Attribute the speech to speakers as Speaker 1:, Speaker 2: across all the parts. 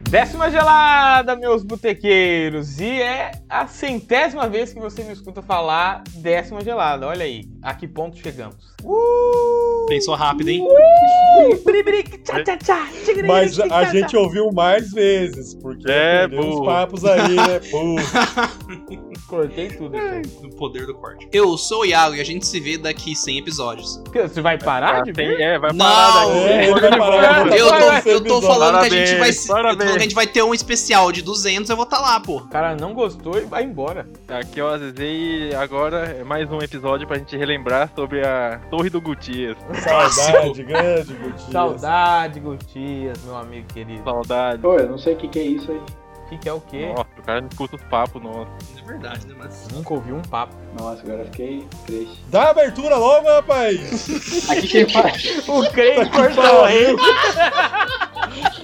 Speaker 1: Décima gelada, meus botequeiros! E é a centésima vez que você me escuta falar décima gelada. Olha aí, a que ponto chegamos. Uh!
Speaker 2: Pensou rápido, hein?
Speaker 3: Mas a gente ouviu mais vezes, porque
Speaker 4: É,
Speaker 3: perdeu
Speaker 4: burro.
Speaker 3: uns papos aí, né? Burro.
Speaker 1: Cortei tudo. gente.
Speaker 2: No poder do corte. Eu sou o Iago e a gente se vê daqui 100 episódios.
Speaker 1: Você vai parar de
Speaker 4: tem-
Speaker 1: ver?
Speaker 4: é, vai
Speaker 2: Não,
Speaker 4: parar daqui.
Speaker 2: é,
Speaker 4: Bora
Speaker 3: vai
Speaker 4: de
Speaker 3: parar.
Speaker 4: volta.
Speaker 1: Vai,
Speaker 2: Eu
Speaker 1: vai,
Speaker 2: tô, eu tô
Speaker 3: episódio.
Speaker 2: falando que a gente vai.
Speaker 4: Parabéns,
Speaker 2: Eu tô falando que a gente vai ter um especial de 200, eu vou estar lá, pô.
Speaker 1: O cara não gostou e vai embora.
Speaker 4: Aqui eu azizei e agora é mais um episódio pra gente relembrar sobre a Torre do Né? Gutias.
Speaker 3: Saudade grande, Gutiérrez.
Speaker 1: Saudade, Gutias, meu amigo querido.
Speaker 4: Saudade.
Speaker 5: Pô, eu não sei o que, que é isso aí.
Speaker 1: O que, que é o quê?
Speaker 4: Nossa, o cara não escuta os papos, nossa.
Speaker 2: É verdade, né, mas.
Speaker 1: Nunca ouvi um papo.
Speaker 5: Nossa, agora eu fiquei triste.
Speaker 3: Dá abertura logo, rapaz!
Speaker 5: Aqui quem fala.
Speaker 1: O
Speaker 3: Tá
Speaker 1: Crane cortou
Speaker 3: Pariu.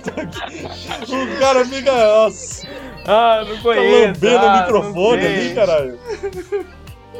Speaker 3: Tá o cara fica nossa,
Speaker 1: Ah, não
Speaker 3: fica
Speaker 1: conheço.
Speaker 3: Tá lambendo
Speaker 1: ah,
Speaker 3: o microfone
Speaker 1: não sei.
Speaker 3: ali, caralho.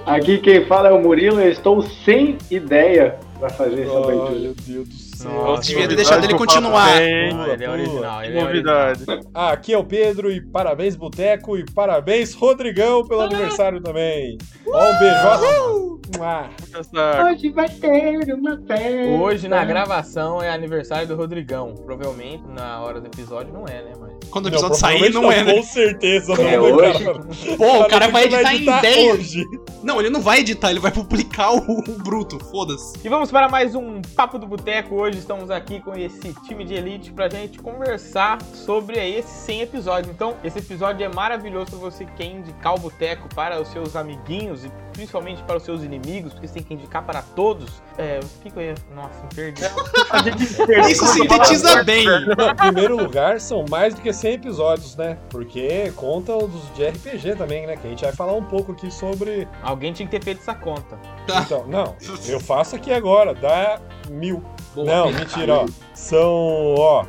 Speaker 5: Aqui quem fala é o Murilo, eu estou sem ideia pra fazer essa
Speaker 3: Ai,
Speaker 5: abertura.
Speaker 3: meu Deus do céu.
Speaker 1: Nossa,
Speaker 2: devia ter
Speaker 4: Novidade
Speaker 2: deixado ele
Speaker 4: do papo
Speaker 2: continuar.
Speaker 4: tem,
Speaker 1: Ah, ele é
Speaker 3: Boa,
Speaker 1: original. Ele é original.
Speaker 4: Novidade.
Speaker 3: Ah, aqui é o Pedro e parabéns, Boteco, e parabéns, Rodrigão, pelo aniversário também. Ó, um beijo. Mua.
Speaker 4: Puta saco.
Speaker 5: Hoje vai ter uma festa.
Speaker 1: Hoje
Speaker 3: Uhum.
Speaker 1: na gravação é aniversário do Rodrigão. Provavelmente na hora do episódio não é, né? Mas.
Speaker 2: Quando o
Speaker 3: Não,
Speaker 2: episódio sair,
Speaker 3: provavelmente tá
Speaker 2: não é, né?
Speaker 3: Com certeza não,
Speaker 5: É
Speaker 3: né,
Speaker 5: hoje.
Speaker 3: cara?
Speaker 2: Pô, o cara vai editar em 10.
Speaker 3: Hoje.
Speaker 2: Não, ele não vai editar, ele vai publicar o, o bruto, foda-se.
Speaker 1: E vamos para mais um Papo do Boteco. Hoje estamos aqui com esse time de elite pra gente conversar sobre aí esses 100 episódios. Então, esse episódio é maravilhoso pra você que quer indicar o Boteco para os seus amiguinhos e principalmente para os seus inimigos, porque você tem que indicar para todos. É, o que que eu ia... Nossa, me perdi.
Speaker 2: Isso sintetiza bem.
Speaker 3: Não, em primeiro lugar, são mais do que 100 episódios, né? Porque conta os de RPG também, né? Que a gente vai falar um pouco aqui sobre.
Speaker 1: Alguém tinha que ter feito essa conta.
Speaker 2: Tá.
Speaker 3: Então, não, eu faço aqui agora, dá mil.
Speaker 2: Boa, Tá.
Speaker 3: não, mentira, ó. São, ó.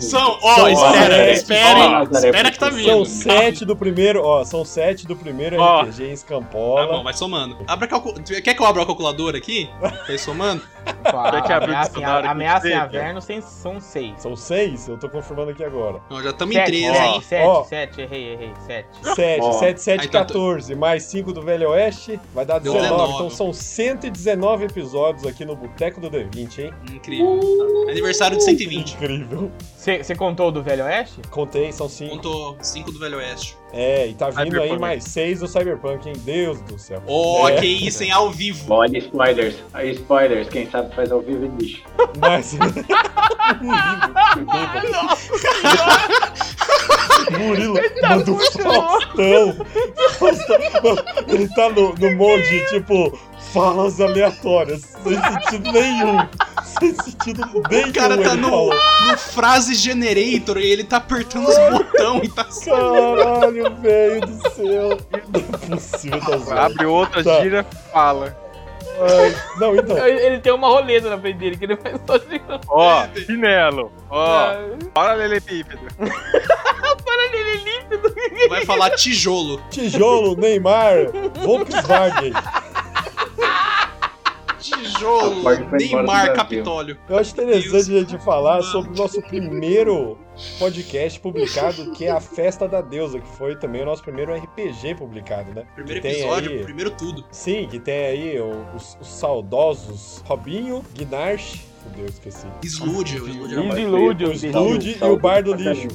Speaker 2: São, ó,
Speaker 3: São-
Speaker 2: espera,
Speaker 3: Ó,
Speaker 2: espera,
Speaker 5: Nazaré,
Speaker 2: espera que tá vindo.
Speaker 3: São sete do primeiro, ó. São sete do primeiro
Speaker 4: Ó.
Speaker 3: RPG em
Speaker 2: Tá bom,
Speaker 3: Escampola.
Speaker 2: vai somando. Abre a calcu... Quer que eu abra a calculadora aqui? Vai somando?
Speaker 4: Tem que abrir
Speaker 1: Ameaça
Speaker 4: o
Speaker 1: em,
Speaker 4: dicionário aqui,
Speaker 1: ameaça em
Speaker 4: sei,
Speaker 1: Averno sem- são seis.
Speaker 3: São seis, eu tô confirmando aqui agora.
Speaker 2: Não, já estamos em
Speaker 1: Sete,
Speaker 2: 13,
Speaker 3: três,
Speaker 2: hein?
Speaker 1: sete, sete,
Speaker 3: Ó.
Speaker 1: sete, errei, errei, sete.
Speaker 3: Sete,
Speaker 5: Ó.
Speaker 3: sete,
Speaker 2: Aí
Speaker 3: sete,
Speaker 2: tá-
Speaker 3: 14, mais cinco do Velho Oeste, vai dar
Speaker 2: Deu
Speaker 3: 19.
Speaker 2: 19.
Speaker 3: Então são 119 episódios aqui no Boteco do D20, hein?
Speaker 2: Incrível. Aniversário de 120.
Speaker 3: Incrível.
Speaker 1: Você contou o do Velho Oeste?
Speaker 3: Contei, são cinco.
Speaker 2: Contou 5 do Velho Oeste.
Speaker 3: É, e tá vindo aí
Speaker 4: Cyberpunk.
Speaker 3: mais seis do Cyberpunk, hein? Deus do céu.
Speaker 2: Ó,
Speaker 3: É.
Speaker 2: que isso, hein? Ao vivo.
Speaker 5: Olha, spoilers. Aí, spoilers. Quem sabe faz ao vivo e bicho.
Speaker 3: Mas. Murilo, manda um Faustão. Faustão. Ele tá no, no molde, tipo, falas aleatórias. Sem sentido nenhum. Sem sentido nenhum.
Speaker 2: O cara tá
Speaker 3: ele
Speaker 2: no,
Speaker 3: falou.
Speaker 2: no frase generator e ele tá apertando os botões e tá.
Speaker 3: Caralho, velho do céu. Não é possível, tá zoando.
Speaker 4: Abre outra,
Speaker 3: Tá.
Speaker 4: gira, fala.
Speaker 3: Ai, Não, então.
Speaker 1: Ele, ele tem uma roleta na frente dele que ele faz só de.
Speaker 4: Ó, É. chinelo. Ó, paralelepípedo.
Speaker 2: Vai falar tijolo.
Speaker 3: Tijolo, Neymar, Volkswagen.
Speaker 2: Tijolo,
Speaker 5: Vai embora do
Speaker 2: Neymar,
Speaker 5: Brasil.
Speaker 2: Capitólio.
Speaker 3: Eu acho
Speaker 2: Deus.
Speaker 3: interessante a gente falar sobre o nosso primeiro podcast publicado, que é a Festa da Deusa, que foi também o nosso primeiro RPG publicado, né?
Speaker 2: Primeiro
Speaker 3: Que tem
Speaker 2: episódio,
Speaker 3: aí-
Speaker 2: primeiro tudo.
Speaker 3: Sim, que tem aí o- os, os saudosos Robinho, Guinarche, fudeu, esqueci.
Speaker 2: Slúdio, Slúdio.
Speaker 1: Easy Lude,
Speaker 3: O Slude e o Bar do Lixo.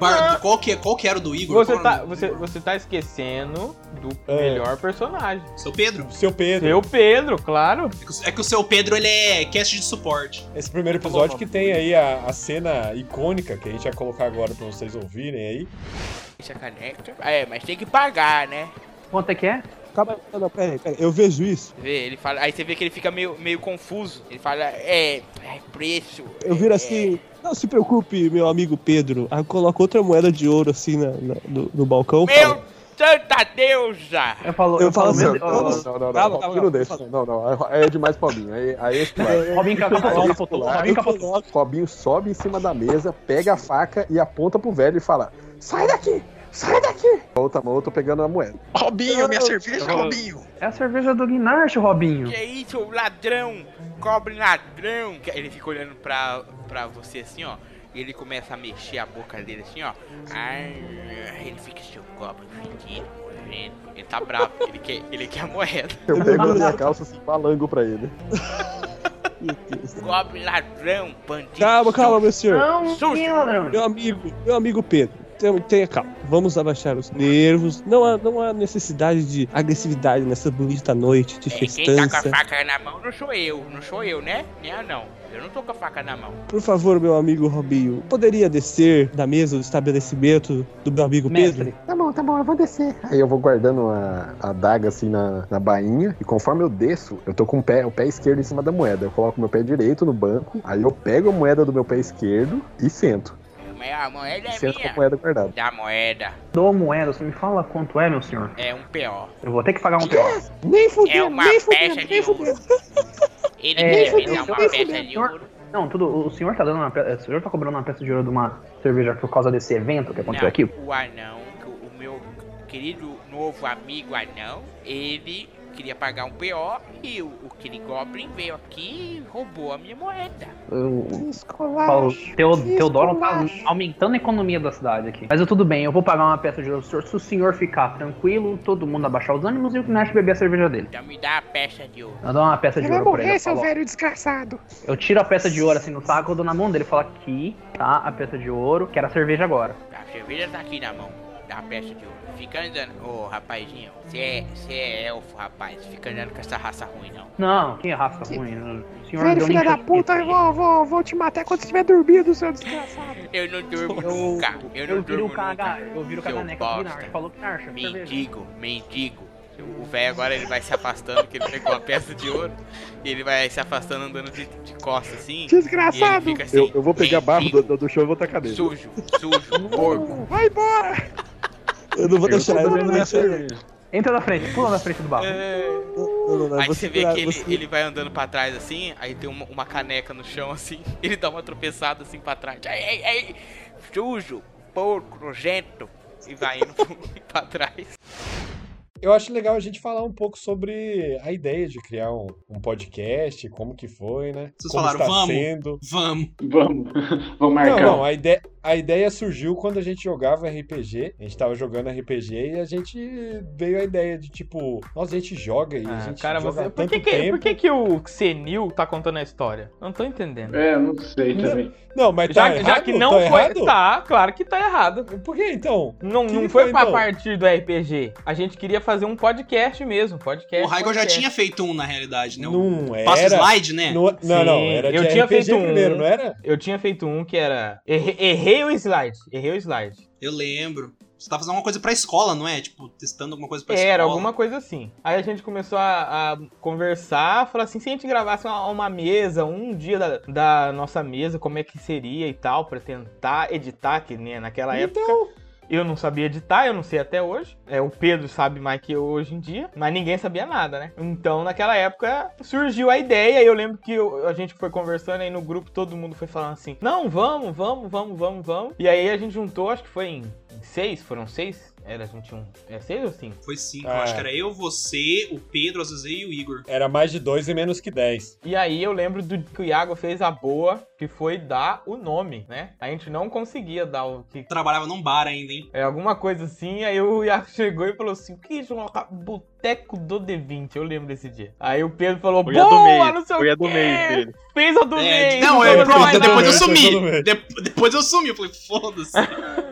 Speaker 2: Bar- Qual que, é, qual que era o do Igor?
Speaker 1: Você
Speaker 2: Qual
Speaker 1: tá,
Speaker 2: era o nome do
Speaker 1: você,
Speaker 2: Igor?
Speaker 1: você tá esquecendo do
Speaker 3: É.
Speaker 1: melhor personagem.
Speaker 2: Seu Pedro?
Speaker 3: O seu Pedro.
Speaker 1: Seu Pedro, claro.
Speaker 2: É que o- É que o seu Pedro, ele é cast de suporte.
Speaker 3: Esse primeiro episódio que tem
Speaker 2: né?
Speaker 3: aí a, a cena icônica, que a gente vai colocar agora pra vocês ouvirem aí.
Speaker 6: Sacaneca. Ah, É, mas tem que pagar, né?
Speaker 7: Quanto é que é?
Speaker 8: Acaba. Não, não, pera aí, pera aí. Eu vejo isso.
Speaker 6: Vê, ele fala. Aí você vê que ele fica meio, meio confuso. Ele fala, é, é preço.
Speaker 8: Eu
Speaker 6: é,
Speaker 8: viro assim. Não se preocupe, meu amigo Pedro. Aí eu coloco outra moeda de ouro assim na, na- no, no balcão.
Speaker 6: é. Meu santa deusa!
Speaker 7: Eu falo,
Speaker 8: Eu falo assim,
Speaker 7: mesmo- ó, ó,
Speaker 8: não, Calma, calma,
Speaker 9: Não deixa, não, não. Aí é demais Robinho. Aí, aí é demais.
Speaker 7: ó, Robinho capotou, capotou, Robinho
Speaker 8: eu
Speaker 7: capotou.
Speaker 8: coloco.
Speaker 9: Robinho sobe em cima da mesa, pega a faca e aponta pro velho e fala: Sai daqui! Sai daqui! Com a outra mão eu tô pegando a moeda.
Speaker 10: Robinho, minha cerveja, Robinho.
Speaker 7: É a cerveja do Guinarte, Robinho.
Speaker 6: Que é isso, ladrão? Cobre ladrão! Ele fica olhando pra, pra você assim, ó.
Speaker 1: E ele começa a mexer a boca dele assim, ó. Ai, ele fica assim, seu goblin fedido, morrendo. Ele tá bravo, ele quer, ele quer a moeda.
Speaker 11: Eu pego na minha calça assim, balango pra ele.
Speaker 8: Meu Deus.
Speaker 1: Goblin ladrão, bandido.
Speaker 8: Calma, calma, meu senhor.
Speaker 2: Não,
Speaker 1: Sujo.
Speaker 2: ladrão.
Speaker 8: Meu amigo, meu amigo Pedro, tenha, tenha calma. Vamos abaixar os nervos. Não há, não há necessidade de agressividade nessa bonita noite de
Speaker 1: É, quem tá com a
Speaker 8: festança.
Speaker 1: faca na mão não sou eu, não sou eu, né? Né, não? Eu não tô com a faca na mão.
Speaker 8: Por favor, meu amigo Robinho, poderia descer da mesa do estabelecimento do meu amigo
Speaker 2: Mestre,
Speaker 8: Pedro?
Speaker 11: Tá bom, tá bom, eu vou descer. Aí eu vou guardando a, a adaga assim na, na bainha. E conforme eu desço, eu tô com o pé, o pé esquerdo em cima da moeda. Eu coloco meu pé direito no banco. Aí eu pego a moeda do meu pé esquerdo e sento.
Speaker 1: Mas a moeda é
Speaker 11: sento com a
Speaker 1: minha.
Speaker 11: moeda guardada.
Speaker 1: Da moeda.
Speaker 2: dou a moeda, você me fala quanto é, meu senhor.
Speaker 1: É um P.O.
Speaker 2: Eu vou ter que pagar um pé.
Speaker 8: Nem
Speaker 1: É uma peça de ouro. Ele
Speaker 2: É,
Speaker 1: quer
Speaker 2: eu
Speaker 1: vender uma
Speaker 2: sou-
Speaker 1: peça de
Speaker 2: eu sou-
Speaker 1: ouro.
Speaker 2: Não, tudo, o senhor tá dando uma peça, o senhor tá cobrando uma peça de ouro de uma cerveja por causa desse evento é que aconteceu
Speaker 1: Não,
Speaker 2: aqui?
Speaker 1: O anão, que o o meu querido novo amigo anão, ele queria pagar um PO e o, o aquele Goblin veio aqui e roubou a minha moeda.
Speaker 2: Eu- Paulo, Teo, Teodoro tá aumentando a economia da cidade aqui. Mas eu, tudo bem, eu vou pagar uma peça de ouro pro senhor se o senhor ficar tranquilo, todo mundo abaixar os ânimos e o Nash beber a cerveja dele.
Speaker 1: Então me dá a peça de ouro.
Speaker 2: Eu dou uma peça de ouro pra ele. eu falo,
Speaker 10: velho desgraçado.
Speaker 2: ó, Eu tiro a peça de ouro assim no saco, eu dou na mão dele e falo aqui, tá? A peça de ouro, quero a cerveja agora.
Speaker 1: A cerveja tá aqui na mão. Dá a peça de ouro. Fica andando. Ô, rapazinho, você é, cê é elfo, rapaz. Fica andando com essa raça ruim, não.
Speaker 2: Não, que raça ruim. O senhor
Speaker 10: Velho
Speaker 2: deu
Speaker 10: filho
Speaker 2: nem
Speaker 10: da
Speaker 2: chance de
Speaker 10: puta, eu
Speaker 2: sair.
Speaker 10: vou, vou, vou te matar quando você estiver dormindo, seu desgraçado.
Speaker 1: Eu não durmo
Speaker 2: Eu-
Speaker 1: nunca. Eu não
Speaker 2: Eu viro
Speaker 1: durmo
Speaker 2: o caga,
Speaker 1: nunca.
Speaker 2: eu viro o
Speaker 1: Seu
Speaker 2: caganeca do
Speaker 1: bosta.
Speaker 2: Guinarche. Falou que Guinarche, cerveja.
Speaker 1: Mendigo, mendigo. O velho agora ele vai se afastando, que ele pegou uma peça de ouro. E ele vai se afastando andando de, de costas assim. E ele
Speaker 10: Desgraçado.
Speaker 1: fica assim.
Speaker 11: Eu, eu vou pegar a barba do,
Speaker 1: mendigo,
Speaker 11: do, do show e vou tacar nele.
Speaker 1: Sujo, sujo, porco.
Speaker 10: Vai embora.
Speaker 8: Eu não vou deixar, eu não vou deixar.
Speaker 2: Entra na frente, pula na frente do barco.
Speaker 1: É.
Speaker 8: Não, não, não,
Speaker 1: Aí
Speaker 8: você
Speaker 1: você vê
Speaker 8: curar-
Speaker 1: que ele,
Speaker 8: você-
Speaker 1: ele vai andando pra trás assim, aí tem uma, uma caneca no chão assim, ele dá uma tropeçada assim pra trás. Ai, ai, ai, sujo, porco, nojento. E vai indo pra trás.
Speaker 3: Eu acho legal a gente falar um pouco sobre a ideia de criar um, um podcast, como que foi, né?
Speaker 12: Vocês
Speaker 3: como
Speaker 12: falaram,
Speaker 3: está
Speaker 12: "Vamos".
Speaker 3: sendo.
Speaker 12: Vamos.
Speaker 5: Vamos, vamos
Speaker 3: Não,
Speaker 5: marcar.
Speaker 3: não, a ideia, a ideia surgiu quando a gente jogava RPG. A gente tava jogando RPG e a gente veio a ideia de tipo, nossa, a gente joga e a
Speaker 13: Ah,
Speaker 3: gente
Speaker 13: cara,
Speaker 3: joga
Speaker 13: você.
Speaker 3: há
Speaker 13: Por
Speaker 3: tanto
Speaker 13: que, que-
Speaker 3: tempo.
Speaker 13: por que, que o Senil tá contando a história? Não tô entendendo.
Speaker 5: É, não sei também.
Speaker 3: Não, mas
Speaker 13: Já,
Speaker 3: tá
Speaker 13: já
Speaker 3: errado?
Speaker 13: que não
Speaker 3: Tá
Speaker 13: foi.
Speaker 3: errado?
Speaker 13: Tá, claro que tá errado.
Speaker 3: Por que então?
Speaker 13: Não,
Speaker 3: Que
Speaker 13: não
Speaker 3: que
Speaker 13: foi
Speaker 3: foi,
Speaker 13: pra
Speaker 3: então?
Speaker 13: partir do RPG. A gente queria fazer um podcast mesmo. Podcast.
Speaker 12: O Raigor já
Speaker 13: podcast.
Speaker 12: tinha feito um, na realidade, né?
Speaker 3: Não,
Speaker 12: Um Passa
Speaker 3: era.
Speaker 12: slide, né?
Speaker 3: Não, não, não,
Speaker 13: Sim,
Speaker 3: era de
Speaker 13: eu tinha
Speaker 3: RPG
Speaker 13: feito um.
Speaker 3: primeiro, não era?
Speaker 13: Eu tinha feito um que era. Errei, errei o slide. Errei o slide.
Speaker 12: Eu lembro. Você tá fazendo alguma coisa pra escola, não é? Tipo, testando alguma coisa pra escola.
Speaker 13: Era alguma coisa assim. Aí a gente começou a, a conversar, falar assim, se a gente gravasse uma, uma mesa, um dia da, da nossa mesa, como é que seria e tal, pra tentar editar, que né, naquela
Speaker 12: Então,
Speaker 13: época. Eu não sabia editar, eu não sei até hoje. É, o Pedro sabe mais que eu hoje em dia, mas ninguém sabia nada, né? Então, naquela época, surgiu a ideia. e Eu lembro que eu- a gente foi conversando aí no grupo, todo mundo foi falando assim: não, vamos, vamos, vamos, vamos, vamos. E aí a gente juntou, acho que foi em, em seis, foram seis? Era, a gente um. É seis ou cinco?
Speaker 12: Foi cinco,
Speaker 3: É.
Speaker 12: eu acho que era eu, você, o Pedro, a Zezé e o Igor.
Speaker 3: Era mais de dois e menos que dez.
Speaker 13: E aí eu lembro do que o Iago fez a boa, que foi dar o nome, né? A gente não conseguia dar o que
Speaker 12: Trabalhava num bar ainda, hein?
Speaker 13: É, alguma coisa assim, aí o Iago chegou e falou assim, que colocar Boteco do D20, eu lembro desse dia. Aí o Pedro falou,
Speaker 4: Foi a do
Speaker 13: boa, não
Speaker 4: mês.
Speaker 13: sei
Speaker 4: Foi a
Speaker 13: o
Speaker 4: do
Speaker 13: quê,
Speaker 4: mês dele.
Speaker 13: fez a do
Speaker 12: É,
Speaker 13: mês.
Speaker 12: não,
Speaker 13: falou
Speaker 12: é,
Speaker 13: assim,
Speaker 12: pronto,
Speaker 3: Foi todo
Speaker 12: depois eu
Speaker 3: mês, foi todo
Speaker 12: sumi.
Speaker 3: mês.
Speaker 12: De- depois eu sumi, eu falei, foda-se.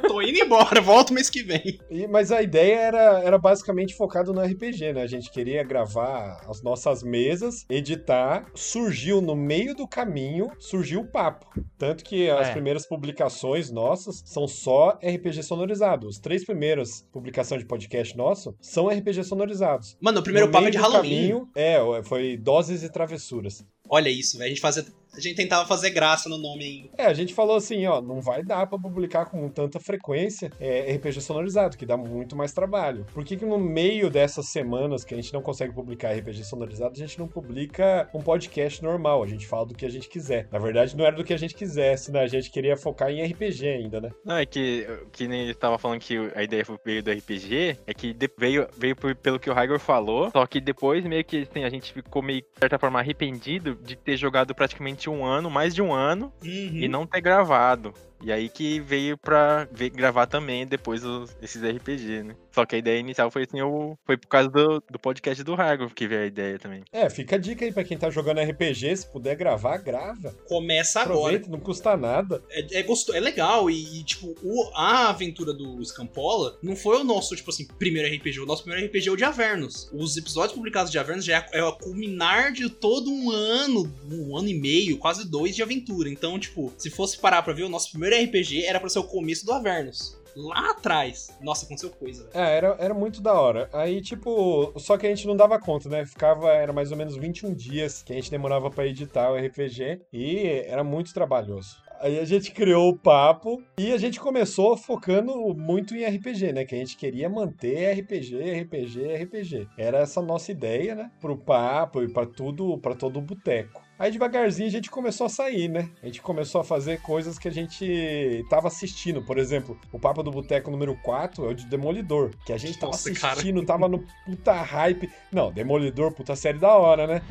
Speaker 12: Tô indo embora, volto mês que vem.
Speaker 3: E- mas a ideia era, era basicamente focado no RPG, né? A gente queria gravar as nossas mesas, editar. Surgiu no meio do caminho, surgiu o papo. Tanto que as
Speaker 13: É.
Speaker 3: primeiras publicações nossas são só RPG sonorizado. Os três primeiras publicações de podcast nosso são RPG sonorizados.
Speaker 12: Mano, o primeiro
Speaker 3: No
Speaker 12: papo é
Speaker 3: meio
Speaker 12: de
Speaker 3: do
Speaker 12: Halloween.
Speaker 3: caminho, é, foi Doses e Travessuras.
Speaker 12: Olha isso, velho. A gente fazia. A gente tentava fazer graça no nome ainda.
Speaker 3: É, a gente falou assim, ó, não vai dar pra publicar com tanta frequência é, RPG sonorizado, que dá muito mais trabalho. Por que, que no meio dessas semanas que a gente não consegue publicar RPG sonorizado, a gente não publica um podcast normal? A gente fala do que a gente quiser. Na verdade, não era do que a gente quisesse, né? A gente queria focar em RPG ainda, né?
Speaker 4: Não, é que, que nem ele tava falando que a ideia foi- veio do RPG, é que de- veio, veio por- pelo que o Raigor falou, só que depois meio que assim, a gente ficou meio, de certa forma, arrependido de ter jogado praticamente um ano, mais de um ano,
Speaker 12: Uhum.
Speaker 4: e não ter gravado. E aí que veio pra ver- gravar também depois os- esses RPG, né? Só que a ideia inicial foi assim, eu, foi por causa do, do podcast do Rago que veio a ideia também.
Speaker 3: É, fica a dica aí pra quem tá jogando RPG, se puder gravar, grava.
Speaker 2: Começa agora.
Speaker 3: Aproveita, não custa nada.
Speaker 2: É, é, gosto- é legal e, e, tipo, o- a aventura do Scampola não foi o nosso, tipo assim, primeiro RPG. O nosso primeiro RPG é o de Avernus. Os episódios publicados de Avernus já é, é o culminar de todo um ano, um ano e meio, quase dois de aventura. Então, tipo, se fosse parar pra ver, o nosso primeiro RPG era pra ser o começo do Avernus. Lá atrás. Nossa, aconteceu coisa, velho.
Speaker 3: É, era, era muito da hora. Aí, tipo, só que a gente não dava conta, né? Ficava, era mais ou menos 21 dias que a gente demorava pra editar o RPG e era muito trabalhoso. Aí a gente criou o papo e a gente começou focando muito em RPG, né? Que a gente queria manter RPG, RPG, RPG. Era essa nossa ideia, né? Pro papo e pra tudo, para todo o boteco. Aí devagarzinho a gente começou a sair, né? A gente começou a fazer coisas que a gente tava assistindo. Por exemplo, o Papo do Boteco número 4 é o de Demolidor, que a gente tava
Speaker 2: Nossa, cara.
Speaker 3: assistindo, tava no puta hype. Não, Demolidor, puta série da hora, né?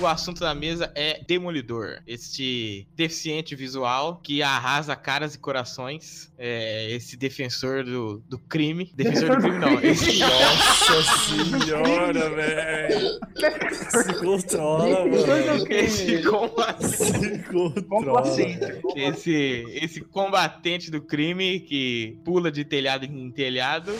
Speaker 1: O assunto da mesa é Demolidor, este deficiente visual que arrasa caras e corações, é, esse defensor do, do crime. Defensor do crime, não. Esse...
Speaker 12: Nossa senhora, velho. Se controla, mano. Se
Speaker 1: Esse
Speaker 12: controla.
Speaker 1: assim,
Speaker 12: velho.
Speaker 1: Esse, esse combatente do crime que pula de telhado em telhado.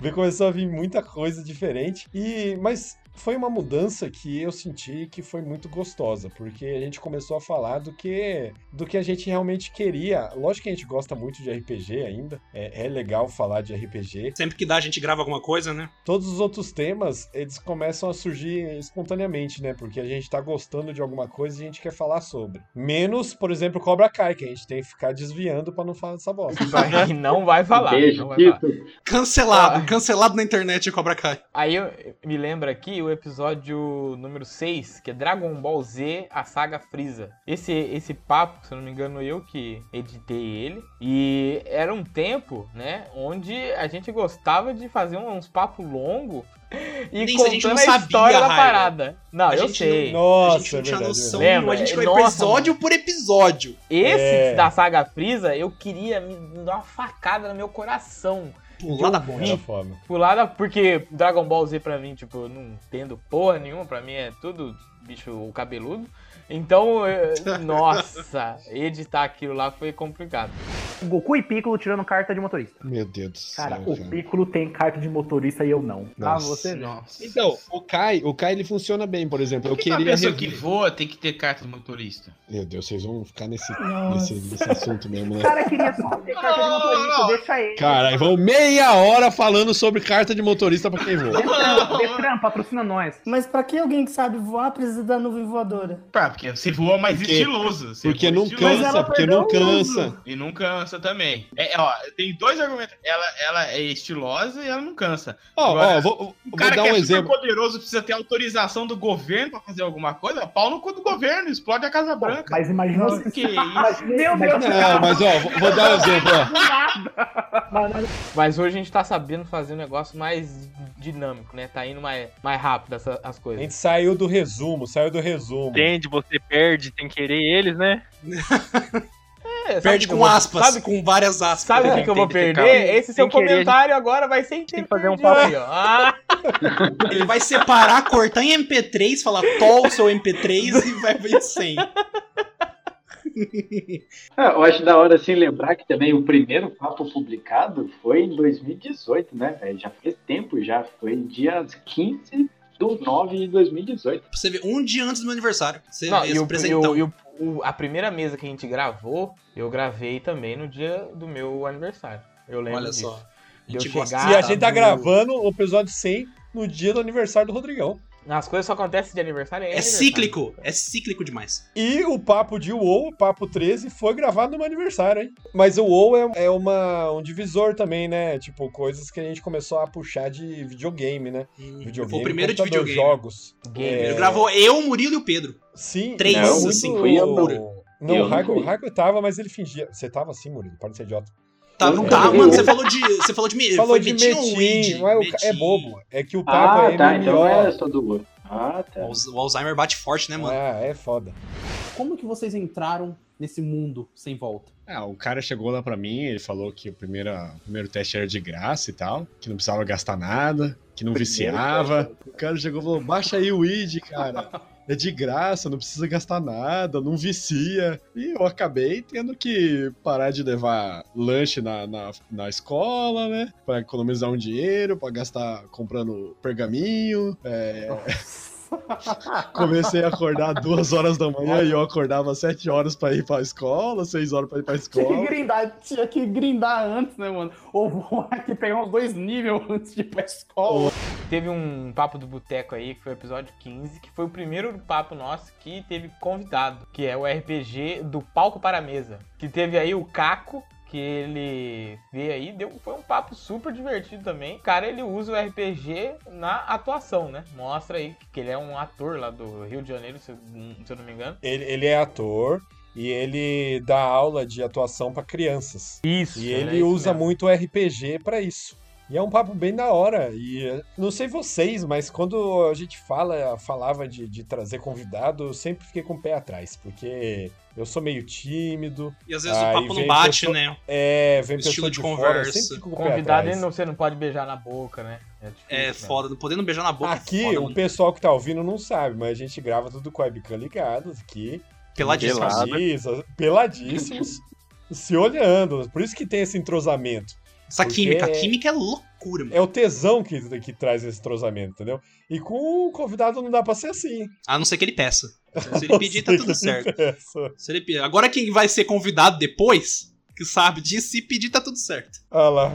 Speaker 3: Vê, começou a vir muita coisa diferente. E mas foi uma mudança que eu senti que foi muito gostosa, porque a gente começou a falar do que do que a gente realmente queria. Lógico que a gente gosta muito de RPG ainda. É, é legal falar de RPG.
Speaker 2: Sempre que dá, a gente grava alguma coisa, né?
Speaker 3: Todos os outros temas, eles começam a surgir espontaneamente, né? Porque a gente tá gostando de alguma coisa e a gente quer falar sobre. Menos, por exemplo, Cobra Kai, que a gente tem que ficar desviando pra não falar dessa bosta.
Speaker 1: Vai- não vai falar, Beijo, não vai Tito. falar.
Speaker 2: Cancelado, cancelado na internet, Cobra Kai.
Speaker 1: Aí eu me lembro aqui o episódio número 6, que é Dragon Ball Z, a saga Freeza. Esse, esse papo, se eu não me engano, eu que editei ele. E era um tempo, né, onde a gente gostava de fazer uns papos longos e
Speaker 2: Nem se a gente
Speaker 1: contando
Speaker 2: não
Speaker 1: a,
Speaker 2: sabia,
Speaker 1: história da
Speaker 2: Raiva.
Speaker 1: parada. Não,
Speaker 2: A
Speaker 1: eu
Speaker 2: gente
Speaker 1: sei.
Speaker 2: não- Nossa, a gente não é tinha verdade, noção verdade. nenhuma, a gente foi episódio por episódio.
Speaker 1: Esse
Speaker 2: É.
Speaker 1: da saga Freeza, eu queria me dar uma facada no meu coração.
Speaker 2: Pular da
Speaker 1: Eu
Speaker 2: ponte.
Speaker 1: vi Pulada, porque Dragon Ball Z pra mim, tipo, eu não entendo porra nenhuma, pra mim é tudo bicho cabeludo. Então, eh, nossa, editar aquilo lá foi complicado.
Speaker 8: Goku e Piccolo tirando carta de motorista.
Speaker 12: Meu Deus do céu.
Speaker 8: Cara, o Piccolo tem carta de motorista e eu não. Ah, você vê.
Speaker 12: Então, o Kai, o Kai ele funciona bem, por exemplo. Eu
Speaker 14: Por que uma
Speaker 12: queria.
Speaker 14: pessoa
Speaker 12: rever-
Speaker 14: que voa tem que ter carta de motorista?
Speaker 12: Meu Deus, vocês vão ficar nesse,
Speaker 14: Nossa.
Speaker 12: nesse, nesse assunto mesmo, né?
Speaker 8: cara queria ter carta de motorista, deixa ele.
Speaker 12: Caralho, vão meia hora falando sobre carta de motorista pra quem voa.
Speaker 8: Detran, Detran, patrocina nós.
Speaker 7: Mas pra que alguém que sabe voar precisa da nuvem voadora?
Speaker 14: Pá, porque você voa mais
Speaker 12: Porque-
Speaker 14: estiloso. você
Speaker 12: porque
Speaker 14: voa
Speaker 12: não
Speaker 14: estiloso.
Speaker 12: cansa, Mas ela porque não perdeu o uso. cansa.
Speaker 14: E não cansa também. É, ó, tem dois argumentos. Ela, ela é estilosa e ela não cansa.
Speaker 12: Ó,
Speaker 14: Agora,
Speaker 12: ó, vou- vou
Speaker 14: o cara
Speaker 12: dar
Speaker 14: que
Speaker 12: um
Speaker 14: é
Speaker 12: exemplo.
Speaker 14: poderoso precisa ter autorização do governo pra fazer alguma coisa. Pau no cu do governo, explode a Casa Branca.
Speaker 8: Mas imagina
Speaker 14: o que é isso.
Speaker 8: Meu
Speaker 12: Deus, Não, cara. mas, ó, vou- vou dar um exemplo,
Speaker 1: Mas hoje a gente tá sabendo fazer um negócio mais dinâmico, né? Tá indo mais, mais rápido essa- as
Speaker 3: A
Speaker 1: coisas.
Speaker 3: gente saiu do resumo, saiu do resumo.
Speaker 4: Entende, você perde sem querer eles, né?
Speaker 1: É, sabe
Speaker 2: Perde
Speaker 1: que eu
Speaker 2: com
Speaker 1: vou-
Speaker 2: aspas,
Speaker 1: sabe-
Speaker 2: com várias aspas.
Speaker 1: Sabe o que, que eu vou perder? Esse seu comentário agora vai ser inteiro. Fazer um
Speaker 2: papo.
Speaker 1: Ah,
Speaker 2: Ele vai separar, cortar em MP3, falar tol o seu MP3 e vai vir sem.
Speaker 5: Ah, eu acho da hora assim lembrar que também o primeiro papo publicado foi em 2018, né, velho? Já fez tempo já. Foi dia 15 do 9 de 2018.
Speaker 2: Pra você ver, um dia antes do meu aniversário. Você é
Speaker 1: Não,
Speaker 2: vê
Speaker 1: e
Speaker 2: esse
Speaker 1: o,
Speaker 2: presentão.
Speaker 1: e o- e o- o- a primeira mesa que a gente gravou, eu gravei também no dia do meu aniversário. Eu lembro
Speaker 2: Olha
Speaker 1: disso.
Speaker 2: só. tipo
Speaker 1: De
Speaker 2: assim,
Speaker 1: eu chegar
Speaker 3: E a gente tá
Speaker 2: Ah,
Speaker 1: do-
Speaker 3: gravando o episódio 100 no dia do aniversário do Rodrigão.
Speaker 1: As coisas só acontecem de aniversário.
Speaker 2: É cíclico, é cíclico demais.
Speaker 3: E o papo de WoW, o papo 13, foi gravado no meu aniversário, hein? Mas o WoW é, é uma, um divisor também, né? Tipo, coisas que a gente começou a puxar de videogame, né?
Speaker 1: Hum.
Speaker 3: videogame, Então tá
Speaker 2: foi o primeiro de
Speaker 3: computador,
Speaker 2: videogame.
Speaker 3: jogos. é.
Speaker 2: Ele gravou eu, o Murilo e o Pedro.
Speaker 3: Sim.
Speaker 2: Três,
Speaker 3: não,
Speaker 2: assim.
Speaker 3: muito-
Speaker 2: Fui eu, Murilo.
Speaker 3: Não,
Speaker 2: Eu
Speaker 3: o
Speaker 2: não
Speaker 3: Raico,
Speaker 2: fui.
Speaker 3: o Raico tava, mas ele fingia. Você tava assim, Murilo, para de ser idiota.
Speaker 2: Tá, não tá, mano. Você falou de. Você falou de me-
Speaker 3: Falou
Speaker 2: foi um
Speaker 3: de
Speaker 2: Betinho ou
Speaker 3: Metin,
Speaker 2: Wade?
Speaker 3: não é, o ca- é bobo. É que o papo
Speaker 5: Ah,
Speaker 3: é
Speaker 5: tá,
Speaker 3: MMO.
Speaker 5: então do Lula. Ah, tá.
Speaker 3: é
Speaker 2: O Alzheimer bate forte, né, mano?
Speaker 3: Ah, é foda.
Speaker 15: Como que vocês entraram
Speaker 16: nesse mundo sem volta.
Speaker 17: Ah, o cara chegou lá pra mim, ele falou que o primeiro, o primeiro teste era de graça e tal, que não precisava gastar nada, que não viciava. O cara chegou e falou: baixa aí o ID, cara. É de graça, não precisa gastar nada, não vicia. E eu acabei tendo que parar de levar lanche na, na, na escola, né? Pra economizar um dinheiro, pra gastar comprando pergaminho. É. Comecei a acordar duas horas da manhã e eu acordava sete horas pra ir pra escola, seis horas pra ir pra
Speaker 10: Tinha que
Speaker 17: escola.
Speaker 10: grindar, tinha que grindar antes, né, mano? Ou vou aqui pegar uns dois níveis antes de ir pra escola.
Speaker 1: Teve um papo do boteco aí, que foi o episódio 15, que foi o primeiro papo nosso que teve convidado, que é o RPG do palco para a mesa. Que teve aí o Caco, que ele veio aí, deu, foi um papo super divertido também. O cara, ele usa o RPG na atuação, né? Mostra aí que ele é um ator lá do Rio de Janeiro, se eu, se eu não me engano.
Speaker 3: Ele, ele é ator e ele dá aula de atuação pra crianças.
Speaker 1: Isso.
Speaker 3: E
Speaker 1: é
Speaker 3: ele
Speaker 1: isso
Speaker 3: usa
Speaker 1: mesmo.
Speaker 3: muito o RPG pra isso. E é um papo bem da hora. E eh, não sei vocês, mas quando a gente fala, falava de, de trazer convidado, eu sempre fiquei com o pé atrás, porque eu sou meio tímido.
Speaker 2: E às vezes o
Speaker 3: aí
Speaker 2: papo não
Speaker 3: vem
Speaker 2: bate,
Speaker 3: pessoa-
Speaker 2: né?
Speaker 3: É, vem
Speaker 2: O estilo
Speaker 3: pessoa
Speaker 2: de
Speaker 3: de fora, eu
Speaker 2: conversa.
Speaker 3: sempre fico com o pé
Speaker 1: Convidado, é
Speaker 3: atrás.
Speaker 1: ele não, você não pode beijar na boca, né? É difícil.
Speaker 2: É foda, não podendo beijar na boca.
Speaker 3: Aqui,
Speaker 2: é foda,
Speaker 3: o pessoal que tá ouvindo não sabe, mas a gente grava tudo com a webcam ligado aqui.
Speaker 2: Peladíssimos.
Speaker 3: Camisa, Peladíssimos. se olhando. Por isso que tem esse entrosamento.
Speaker 2: Essa
Speaker 3: Porque
Speaker 2: química, a
Speaker 3: é-
Speaker 2: química é loucura, mano.
Speaker 3: É o tesão que, que traz esse entrosamento, entendeu? E com o convidado não dá pra ser assim.
Speaker 2: A não ser que ele peça. Se ele pedir, tá
Speaker 3: sei
Speaker 2: tudo
Speaker 3: que ele
Speaker 2: certo.
Speaker 3: peça.
Speaker 2: Se ele pedir. Agora quem vai ser convidado depois, que sabe disso, se pedir, tá tudo certo.
Speaker 3: Olha lá.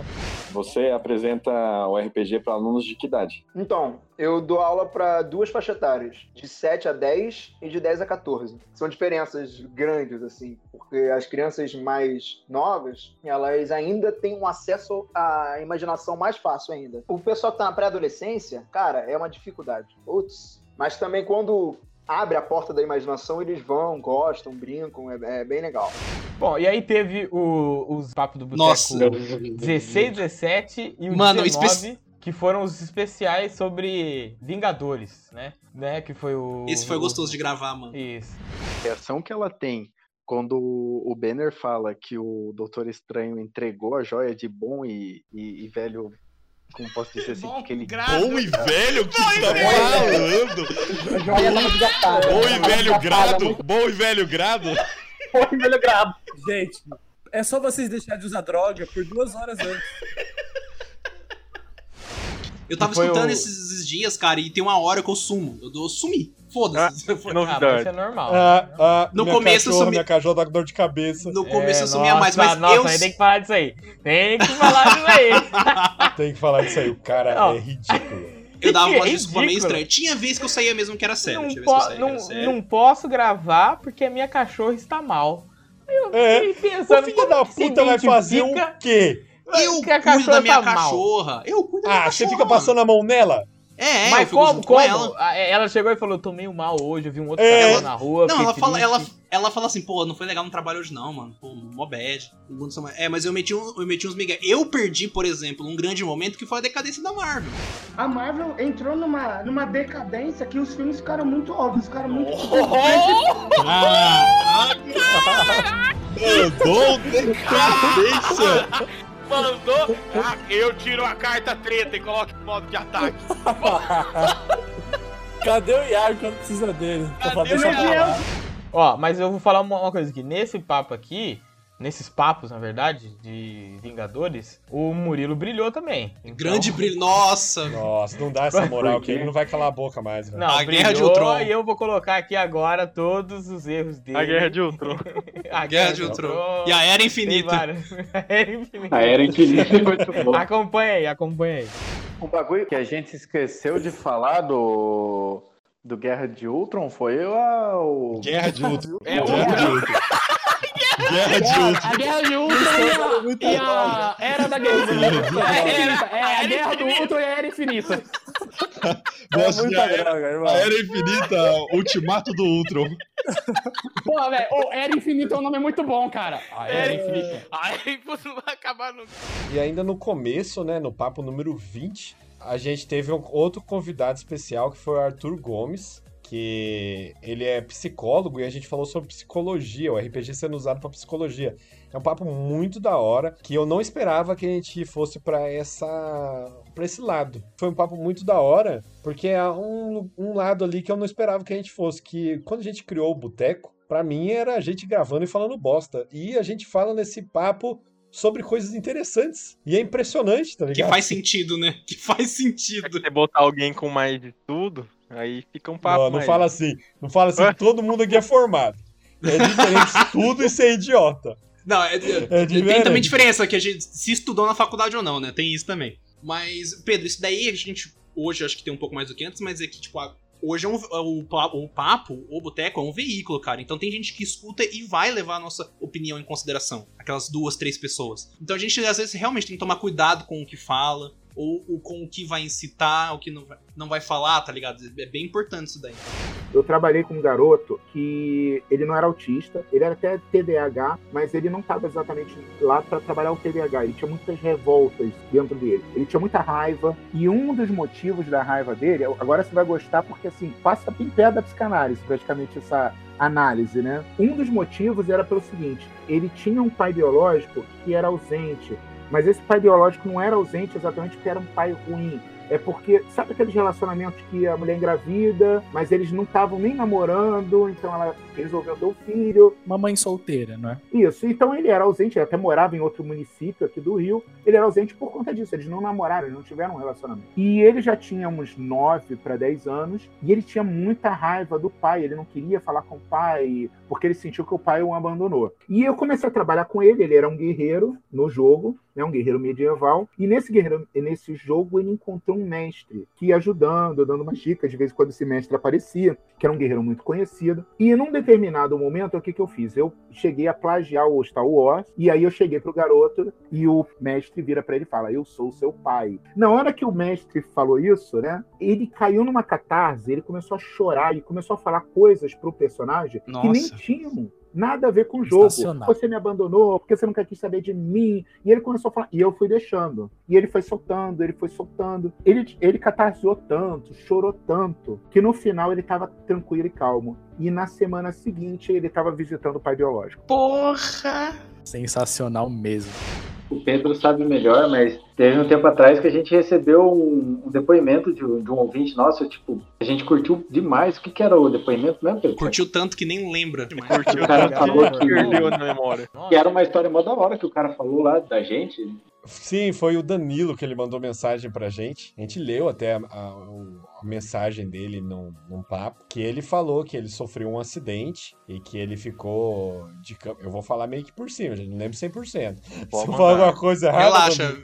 Speaker 18: Você apresenta o RPG para alunos de que idade?
Speaker 15: Então, eu dou aula para duas faixas etárias, de 7 a 10 e de 10 a 14. São diferenças grandes, assim, porque as crianças mais novas, elas ainda têm um acesso à imaginação mais fácil ainda. O pessoal que tá na pré-adolescência, cara, é uma dificuldade. Putz. Mas também quando abre a porta da imaginação, eles vão, gostam, brincam, é, é bem legal.
Speaker 1: Bom, e aí teve o, os papos do Boteco
Speaker 15: Nossa.
Speaker 1: 16, 17 e o
Speaker 2: Mano,
Speaker 1: 19,
Speaker 2: espe-
Speaker 1: que foram os especiais sobre Vingadores, né? né? Que foi o...
Speaker 2: Esse foi gostoso de gravar, mano.
Speaker 1: Isso.
Speaker 5: A reação que ela tem quando o Banner fala que o Doutor Estranho entregou a joia de bom e, e- e velho. Como posso dizer assim? aquele
Speaker 8: Bom e velho, que você tá
Speaker 5: velho.
Speaker 8: falando?
Speaker 5: A joia tava desgastada.
Speaker 8: Bom e
Speaker 5: Tava
Speaker 8: velho
Speaker 5: desgastada,
Speaker 8: grado?
Speaker 5: muito-
Speaker 8: Bom e velho grado?
Speaker 19: Foi melhor grado. Gente, é só vocês deixarem de usar droga por duas horas antes.
Speaker 2: Eu tava
Speaker 19: Que foi
Speaker 2: escutando
Speaker 19: o-
Speaker 2: esses, esses dias, cara, e tem uma hora que eu sumo. Eu, dou- eu sumi. Foda-se.
Speaker 1: novidade. mas isso é normal.
Speaker 3: Ah, ah,
Speaker 2: No
Speaker 3: minha
Speaker 2: começo eu
Speaker 3: cachorra,
Speaker 2: sumi-
Speaker 3: Minha cachorra tá com dor de cabeça.
Speaker 2: No
Speaker 1: É,
Speaker 2: começo eu sumia mais,
Speaker 1: nossa,
Speaker 2: mas
Speaker 1: nossa, é
Speaker 2: eu.
Speaker 1: aí tem que falar disso aí. Tem que falar disso aí.
Speaker 3: Tem que falar disso aí. O cara
Speaker 1: Não.
Speaker 3: é ridículo.
Speaker 2: Eu dava uma
Speaker 1: É
Speaker 2: desculpa meio
Speaker 1: ridículo.
Speaker 2: estranha. Tinha vez que eu saía mesmo que era sério.
Speaker 1: Não,
Speaker 2: Tinha vez que eu
Speaker 1: po-
Speaker 2: saía que
Speaker 1: não,
Speaker 2: era sério.
Speaker 1: não posso gravar porque a minha cachorra está mal. Aí Eu
Speaker 3: É,
Speaker 1: fiquei pensando,
Speaker 3: o filho
Speaker 1: como
Speaker 3: da
Speaker 1: que se
Speaker 3: puta vai fazer um-
Speaker 1: identifica
Speaker 3: o quê?
Speaker 2: Eu
Speaker 1: que a
Speaker 2: cuido da
Speaker 1: cachorra
Speaker 2: minha
Speaker 1: tá mal?
Speaker 2: cachorra. Eu cuido da
Speaker 3: Ah, você fica passando a mão nela?
Speaker 2: É, eu
Speaker 1: Mas
Speaker 2: fico
Speaker 1: como,
Speaker 2: junto com
Speaker 1: como?
Speaker 2: ela.
Speaker 1: Ah, é, Ela chegou e falou, tô meio mal hoje, eu vi um outro
Speaker 2: É.
Speaker 1: cachorro na rua.
Speaker 2: Não,
Speaker 1: fiquei
Speaker 2: ela fala,
Speaker 1: triste."
Speaker 2: ela, ela fala assim, pô, não foi legal no trabalho hoje não, mano. Pô, mó bad. Não aconteceu mais. É, mas eu meti, um, eu meti uns migué. Eu perdi, por exemplo, um grande momento que foi a decadência da Marvel.
Speaker 20: A Marvel entrou numa, numa decadência que os filmes ficaram muito óbvios, ficaram muito.
Speaker 8: Mandou decadência!
Speaker 21: Mandou. Ah, eu tiro a carta treta e coloco em modo de ataque.
Speaker 19: Cadê o Iago quando precisa dele? Tá Cadê
Speaker 1: Ó, mas eu vou falar uma, uma coisa aqui. Nesse papo aqui, nesses papos, na verdade, de Vingadores, o Murilo brilhou também. Então-
Speaker 2: Grande brilho. Nossa.
Speaker 3: Nossa, não dá essa moral que ele não vai calar a boca mais, né? velho.
Speaker 1: Não,
Speaker 3: a
Speaker 1: brilhou, E eu vou colocar aqui agora todos os erros dele.
Speaker 3: A Guerra
Speaker 1: de Ultron. a
Speaker 2: Guerra de Ultron. E a Era
Speaker 1: É, Tem
Speaker 2: Infinita.
Speaker 1: vários. a Era Infinita.
Speaker 2: A
Speaker 5: Ah,
Speaker 2: Era Infinita é muito bom.
Speaker 1: Acompanha aí, acompanha aí.
Speaker 5: O Ah, um bagulho que a gente esqueceu de falar do. Do Guerra de Ultron foi a, o.
Speaker 8: Guerra de Ultron.
Speaker 5: É Guerra de Ultron.
Speaker 8: Guerra de Ultron.
Speaker 10: A guerra de Ultron e
Speaker 19: é
Speaker 10: a, e a era da guerra infinita. É, é, é a guerra do Ultron e a era infinita.
Speaker 8: Gosto de
Speaker 10: muita
Speaker 8: a era,
Speaker 10: droga, irmão.
Speaker 8: a Era Infinita, Ultimato do Ultron.
Speaker 10: Porra, velho, ô, Era Infinita é um nome muito bom, cara. A
Speaker 22: É.
Speaker 10: Era Infinita.
Speaker 22: Aí não vai acabar nunca.
Speaker 3: E ainda no começo, né, no papo número 20, A gente teve um outro convidado especial que foi o Arthur Gomes, que ele é psicólogo e a gente falou sobre psicologia, o RPG sendo usado para psicologia. É um papo muito da hora que eu não esperava que a gente fosse para essa para esse lado. Foi um papo muito da hora, porque é um, um lado ali que eu não esperava que a gente fosse, que quando a gente criou o Boteco, para mim era a gente gravando e falando bosta. E a gente fala nesse papo sobre coisas interessantes. E é impressionante, tá
Speaker 2: Que
Speaker 3: ligado?
Speaker 2: faz sentido, né? Que faz sentido.
Speaker 4: Você botar alguém com mais de tudo, aí fica um papo.
Speaker 3: Não, não
Speaker 4: mais.
Speaker 3: fala assim. Não fala assim, todo mundo aqui é formado. É diferente de tudo e ser idiota.
Speaker 2: Não, é,
Speaker 3: É
Speaker 2: tem
Speaker 3: diferente.
Speaker 2: também diferença que a gente se estudou na faculdade ou não, né? Tem isso também. Mas, Pedro, isso daí a gente hoje acho que tem um pouco mais do que antes, mas é que, tipo, a- hoje é um- é o, pa- o papo, o boteco é um veículo, cara. Então tem gente que escuta e vai levar a nossa opinião em consideração. Aquelas duas, três pessoas. Então a gente, às vezes, realmente tem que tomar cuidado com o que fala. Ou, ou com o que vai incitar, o que não vai, não vai falar, tá ligado? É bem importante isso daí.
Speaker 15: Eu trabalhei com um garoto que ele não era autista, ele era até TDAH, mas ele não estava exatamente lá para trabalhar o TDAH. Ele tinha muitas revoltas dentro dele. Ele tinha muita raiva. E um dos motivos da raiva dele, agora você vai gostar, porque assim, passa em pé da psicanálise, praticamente essa análise, né? Um dos motivos era pelo seguinte: ele tinha um pai biológico que era ausente. Mas esse pai biológico não era ausente exatamente porque era um pai ruim. É porque, sabe aqueles relacionamentos que a mulher engravida, mas eles não estavam nem namorando, então ela resolveu ter um filho.
Speaker 23: Uma mãe solteira, não é?
Speaker 15: Isso, então ele era ausente, ele até morava em outro município aqui do Rio, ele era ausente por conta disso, eles não namoraram, eles não tiveram um relacionamento. E ele já tinha uns 9 para 10 anos, e ele tinha muita raiva do pai, ele não queria falar com o pai, porque ele sentiu que o pai o abandonou. E eu comecei a trabalhar com ele, ele era um guerreiro no jogo, né, um guerreiro medieval, e nesse guerreiro, nesse jogo ele encontrou um mestre que ia ajudando, dando umas dicas, de vez em quando esse mestre aparecia, que era um guerreiro muito conhecido. E num determinado momento, o que, que eu fiz? Eu cheguei a plagiar o Star Wars, e aí eu cheguei pro garoto e o mestre vira pra ele e fala: Eu sou seu pai. Na hora que o mestre falou isso, né? Ele caiu numa catarse, ele começou a chorar e começou a falar coisas pro personagem que nem
Speaker 24: Nossa.
Speaker 15: tinham nada a ver com o jogo.
Speaker 24: Sensacional.
Speaker 15: Você me abandonou porque você nunca quis saber de mim. E ele começou a falar, e eu fui deixando. E ele foi soltando, ele foi soltando. Ele, ele catarseou tanto, chorou tanto, que no final ele tava tranquilo e calmo. E na semana seguinte ele tava visitando o pai biológico.
Speaker 14: Porra!
Speaker 23: Sensacional mesmo.
Speaker 5: O Pedro sabe melhor, mas teve um tempo atrás que a gente recebeu um, um depoimento de, um- de um ouvinte nosso, tipo, a gente curtiu demais. O que, que era o depoimento mesmo, Pedro?
Speaker 2: Curtiu tanto que nem lembra.
Speaker 5: Curtiu O cara tanto falou que que- perdeu na memória. Que era uma história mó da hora que o cara falou lá da gente.
Speaker 3: Sim, foi o Danilo que ele mandou mensagem pra gente. A gente leu até a, a- o- a mensagem dele num, num papo. Que ele falou que ele sofreu um acidente e que ele ficou de cama. Eu vou falar meio que por cima, gente. Não lembro 100%. Se eu falar alguma coisa errada.
Speaker 2: Relaxa,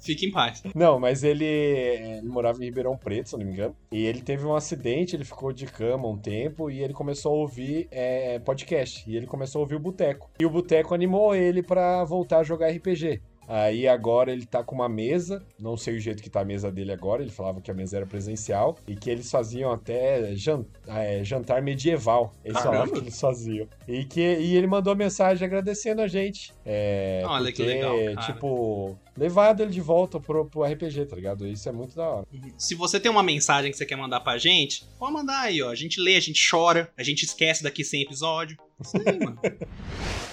Speaker 2: fique em paz.
Speaker 3: Não, mas ele, ele morava em Ribeirão Preto, se eu não me engano. E ele teve um acidente, ele ficou de cama um tempo e ele começou a ouvir é, podcast. E ele começou a ouvir o Boteco. E o Boteco animou ele pra voltar a jogar RPG. Aí agora ele tá com uma mesa, não sei o jeito que tá a mesa dele agora, ele falava que a mesa era presencial e que eles faziam até jan- é, jantar medieval. Eles falavam
Speaker 2: Caramba!
Speaker 3: que eles faziam. E, que, e ele mandou mensagem agradecendo a gente. É,
Speaker 2: Olha que
Speaker 3: porque,
Speaker 2: legal, cara.
Speaker 3: Tipo, levado ele de volta pro, pro RPG, tá ligado? Isso é muito da hora.
Speaker 2: Se você tem uma mensagem que você quer mandar pra gente, pode mandar aí, ó. A gente lê, a gente chora, a gente esquece daqui sem episódio.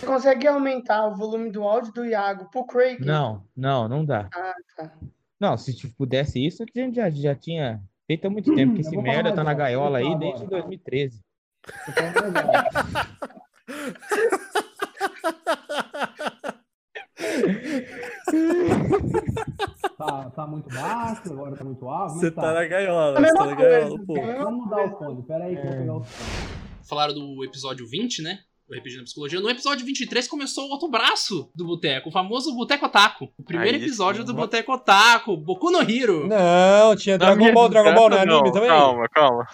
Speaker 20: Você consegue aumentar o volume do áudio do Iago pro Craig?
Speaker 25: Não, não, não dá.
Speaker 20: Ah, tá.
Speaker 25: Não, se tipo, pudesse isso, a gente já, já tinha feito há muito tempo que
Speaker 20: eu
Speaker 25: esse
Speaker 20: vou falar
Speaker 25: merda tá
Speaker 20: agora,
Speaker 25: na
Speaker 20: eu vou
Speaker 25: gaiola aí
Speaker 20: falar
Speaker 25: desde 2013.
Speaker 26: Tá, tá muito baixo, agora tá muito alto.
Speaker 23: Você tá na gaiola,
Speaker 26: você
Speaker 23: você tá na gaiola, pô.
Speaker 26: Vamos mudar o fone, peraí
Speaker 1: É.
Speaker 26: que eu vou pegar o
Speaker 2: Falaram do episódio 20, né? Do RPG na Psicologia. No episódio 23 começou o outro braço do Boteco, o famoso Boteco Otaku. O primeiro
Speaker 3: Aí
Speaker 2: episódio
Speaker 3: sim,
Speaker 2: do
Speaker 3: mano.
Speaker 2: Boteco Otaku, Boku no Hiro.
Speaker 3: Não, tinha
Speaker 2: Na
Speaker 3: Dragon
Speaker 2: minha
Speaker 3: Ball, Dragon Ball não é
Speaker 2: desgraça,
Speaker 3: anime
Speaker 2: não.
Speaker 3: também?
Speaker 2: Calma,
Speaker 4: calma.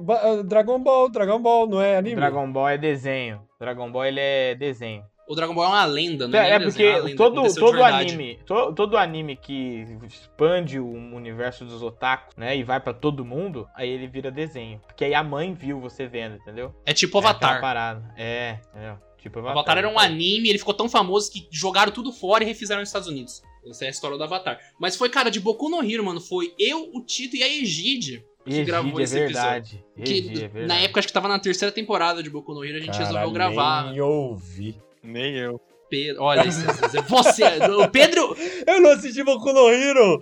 Speaker 3: Ba- ah, Dragon Ball, Dragon Ball não é anime?
Speaker 1: Dragon Ball é desenho. Dragon Ball ele é desenho.
Speaker 2: O Dragon Ball é uma lenda, né?
Speaker 1: É,
Speaker 2: Não
Speaker 1: porque
Speaker 2: desenho, é uma lenda,
Speaker 1: todo,
Speaker 2: aconteceu de
Speaker 1: todo
Speaker 2: verdade.
Speaker 1: anime, to- todo anime que expande o universo dos otakus, né, e vai pra todo mundo, aí ele vira desenho, porque aí a mãe viu você vendo, entendeu?
Speaker 2: É tipo
Speaker 1: É,
Speaker 2: Avatar. um
Speaker 1: parada. é entendeu? Tipo
Speaker 2: Avatar era um anime, ele ficou tão famoso que jogaram tudo fora e refizeram nos Estados Unidos. Essa é a história do Avatar. Mas foi, cara, de Boku no Hero, mano. Foi eu, o Tito e a Egide que
Speaker 1: Egide,
Speaker 2: gravou
Speaker 1: é
Speaker 2: esse
Speaker 1: verdade.
Speaker 2: episódio. Que,
Speaker 1: Egide, é
Speaker 2: Na
Speaker 1: verdade.
Speaker 2: época, acho que tava na terceira temporada de Boku no Hero, a gente resolveu gravar. né?
Speaker 3: Nem ouvi.
Speaker 4: Nem eu.
Speaker 2: Pedro, olha, isso, isso, você, o Pedro...
Speaker 3: Eu não assisti Boku no Hero!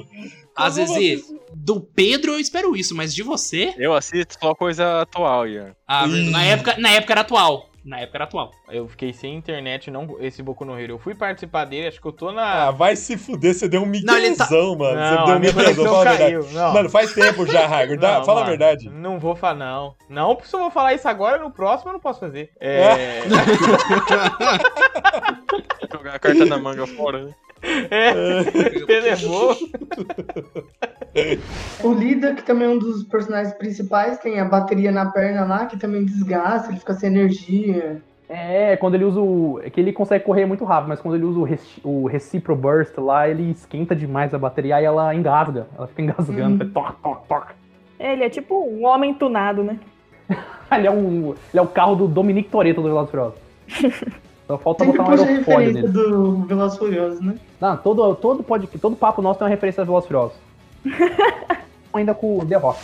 Speaker 2: Às vezes, do Pedro eu espero isso, mas de você...
Speaker 4: Eu assisto só coisa atual, Ian.
Speaker 2: Ah, verdade. na, época, na época era atual. Na época era atual.
Speaker 1: Eu fiquei sem internet, não esse Boku no Hero. Eu fui participar dele, acho que eu tô na.
Speaker 3: Ah, vai se fuder, você deu um
Speaker 2: tá-
Speaker 3: miguezão, mano.
Speaker 1: Não,
Speaker 3: você deu
Speaker 1: a
Speaker 3: um
Speaker 1: minha
Speaker 3: miguezão,
Speaker 1: conexão
Speaker 3: fala a verdade.
Speaker 1: caiu, não.
Speaker 3: Mano, faz tempo já, Hagrid. Dá-
Speaker 1: Não,
Speaker 3: Fala a
Speaker 1: mano,
Speaker 3: verdade.
Speaker 1: Não vou falar, não. Não, porque se eu vou falar isso agora, no próximo eu não posso fazer. É.
Speaker 4: Jogar a carta na manga fora, né?
Speaker 1: é. Televou.
Speaker 20: O Lida, que também é um dos personagens principais, tem a bateria na perna lá, que também desgasta, ele fica sem energia.
Speaker 27: É, quando ele usa o. É que ele consegue correr muito rápido, mas quando ele usa o, reci... o Recipro Burst lá, ele esquenta demais a bateria e ela engasga. Ela fica engasgando. é
Speaker 28: Uhum.
Speaker 27: Toc, toc, toc.
Speaker 28: Ele é tipo um homem tunado, né?
Speaker 27: Ele é, um... ele é o carro do Dominic Toretto do Velozes e Furiosos. Só falta
Speaker 20: Sempre
Speaker 27: botar um
Speaker 20: puxa a
Speaker 27: aerofólio
Speaker 20: referência
Speaker 27: nele.
Speaker 20: do Velas né?
Speaker 27: Não, todo, todo, pod... todo papo nosso tem uma referência aos Velozes e Furiosos. Ainda com o The Rock.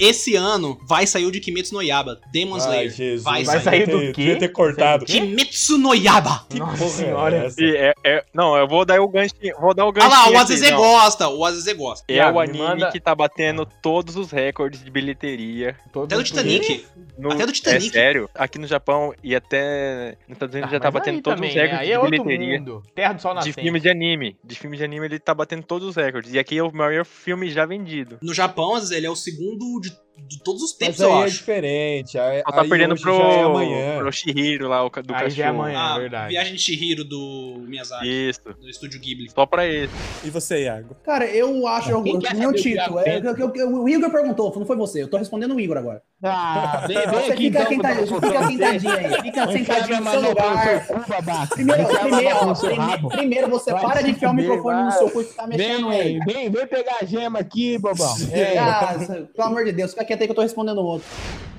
Speaker 2: Esse ano vai sair o de Kimetsu no Yaba, Demon
Speaker 3: Ai,
Speaker 2: Slayer.
Speaker 3: Jesus.
Speaker 2: vai,
Speaker 3: Vai
Speaker 2: sair.
Speaker 3: sair do Devia quê? ter cortado. Sair do quê?
Speaker 2: Kimetsu no Yaba.
Speaker 1: Nossa
Speaker 3: senhora.
Speaker 4: E é- é- não, eu vou dar o gancho. Vou dar o
Speaker 2: Olha
Speaker 4: gancho.
Speaker 2: lá, o
Speaker 3: é
Speaker 4: aqui,
Speaker 2: Azazel
Speaker 4: não.
Speaker 2: gosta, o Azazel gosta.
Speaker 4: É o anime que tá batendo todos os recordes de bilheteria.
Speaker 2: Até do Titanic.
Speaker 4: No-
Speaker 2: Até do
Speaker 4: É
Speaker 2: Titanic.
Speaker 4: sério. Aqui no Japão e até nos Estados
Speaker 9: Ah,
Speaker 4: Unidos já tá
Speaker 1: Ah, mas
Speaker 4: batendo
Speaker 1: aí
Speaker 4: todos
Speaker 1: também,
Speaker 4: os
Speaker 1: né?
Speaker 4: recordes
Speaker 1: Aí
Speaker 4: de
Speaker 1: é outro
Speaker 4: bilheteria.
Speaker 1: mundo. Terra do Sol
Speaker 4: De
Speaker 1: Nascente.
Speaker 4: filmes de anime. De filmes de anime ele tá batendo todos os recordes. E aqui é o maior filme já vendido.
Speaker 2: No Japão, Azazel, ele é o segundo de, de todos os tempos,
Speaker 3: Mas
Speaker 2: eu
Speaker 3: aí é
Speaker 2: acho.
Speaker 3: diferente. Aí,
Speaker 4: Ela tá
Speaker 3: aí
Speaker 4: perdendo
Speaker 3: hoje
Speaker 4: pro,
Speaker 3: já é amanhã.
Speaker 4: pro Shihiro lá, o ca- do
Speaker 9: é
Speaker 4: cachorro.
Speaker 3: É
Speaker 2: Ah, Viagem de Shihiro do Miyazaki.
Speaker 4: Isso.
Speaker 2: Do estúdio Ghibli.
Speaker 4: Só pra ele.
Speaker 23: E você, Iago?
Speaker 29: Cara, eu acho
Speaker 23: Quem
Speaker 29: eu-
Speaker 23: quer
Speaker 29: que nem o
Speaker 23: saber o
Speaker 29: Tito.
Speaker 23: Thiago
Speaker 29: é,
Speaker 23: Pinto?
Speaker 29: que- que- o Igor perguntou, não foi você. Eu tô respondendo o Igor agora.
Speaker 23: Ah, vem- vem
Speaker 29: você
Speaker 23: aqui,
Speaker 29: fica,
Speaker 23: então,
Speaker 29: sentadinho,
Speaker 23: pra-
Speaker 29: fica sentadinho aí. Fica
Speaker 23: Enfia
Speaker 29: sentadinho
Speaker 23: minha
Speaker 29: no
Speaker 23: mão
Speaker 29: seu
Speaker 23: no
Speaker 29: lugar.
Speaker 23: seu cu, babaca.
Speaker 29: Primeiro,
Speaker 23: Enfia minha
Speaker 29: primeiro,
Speaker 23: mão no seu
Speaker 29: prime-
Speaker 23: rabo.
Speaker 29: primeiro você
Speaker 23: Vai
Speaker 29: para
Speaker 23: se
Speaker 29: de enfiar o
Speaker 23: fuder,
Speaker 29: microfone no
Speaker 23: vai.
Speaker 29: seu cu e ficar mexendo
Speaker 23: Vem,
Speaker 29: aí.
Speaker 23: vem, vem pegar a gema aqui, bobão.
Speaker 29: É.
Speaker 23: É.
Speaker 29: Ah, pelo amor de Deus, fica quieto aí que eu tô respondendo o outro.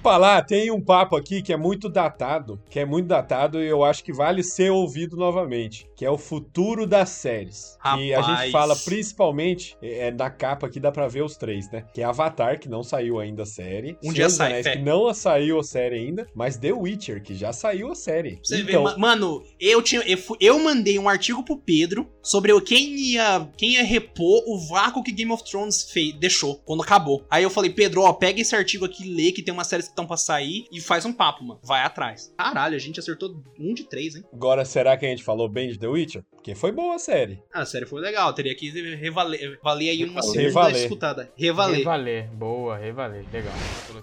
Speaker 3: Falar, tem um papo aqui que é muito datado, que é muito datado e eu acho que vale ser ouvido novamente, que é o futuro das séries. E a gente
Speaker 2: Rapaz.
Speaker 3: fala principalmente, é, é, na capa aqui dá pra ver os três, né? Que é Avatar, que não saiu ainda a série.
Speaker 2: Um
Speaker 3: Senhor
Speaker 2: dia
Speaker 3: dos
Speaker 2: sai,
Speaker 3: Anéis,
Speaker 2: fé.
Speaker 3: que não saiu a série ainda, mas The Witcher, que já saiu a série.
Speaker 2: Você vê,
Speaker 3: então,
Speaker 2: ma- mano, eu tinha eu, fu- eu mandei um artigo pro Pedro sobre o- quem ia quem ia repor o vácuo que Game of Thrones fez, deixou quando acabou. Aí eu falei, Pedro, ó, pega esse artigo aqui, lê que tem umas séries que estão pra sair e faz um papo, mano. Vai atrás. Caralho, a gente acertou um de três, hein?
Speaker 3: agora será que a gente falou bem de The Witcher? Porque foi boa a série.
Speaker 2: Ah, a série foi legal, teria que revaler, valer aí uma
Speaker 3: Revaler.
Speaker 2: segunda
Speaker 3: Revaler.
Speaker 2: escutada. Revaler.
Speaker 1: Revaler. Boa, revaler. Legal.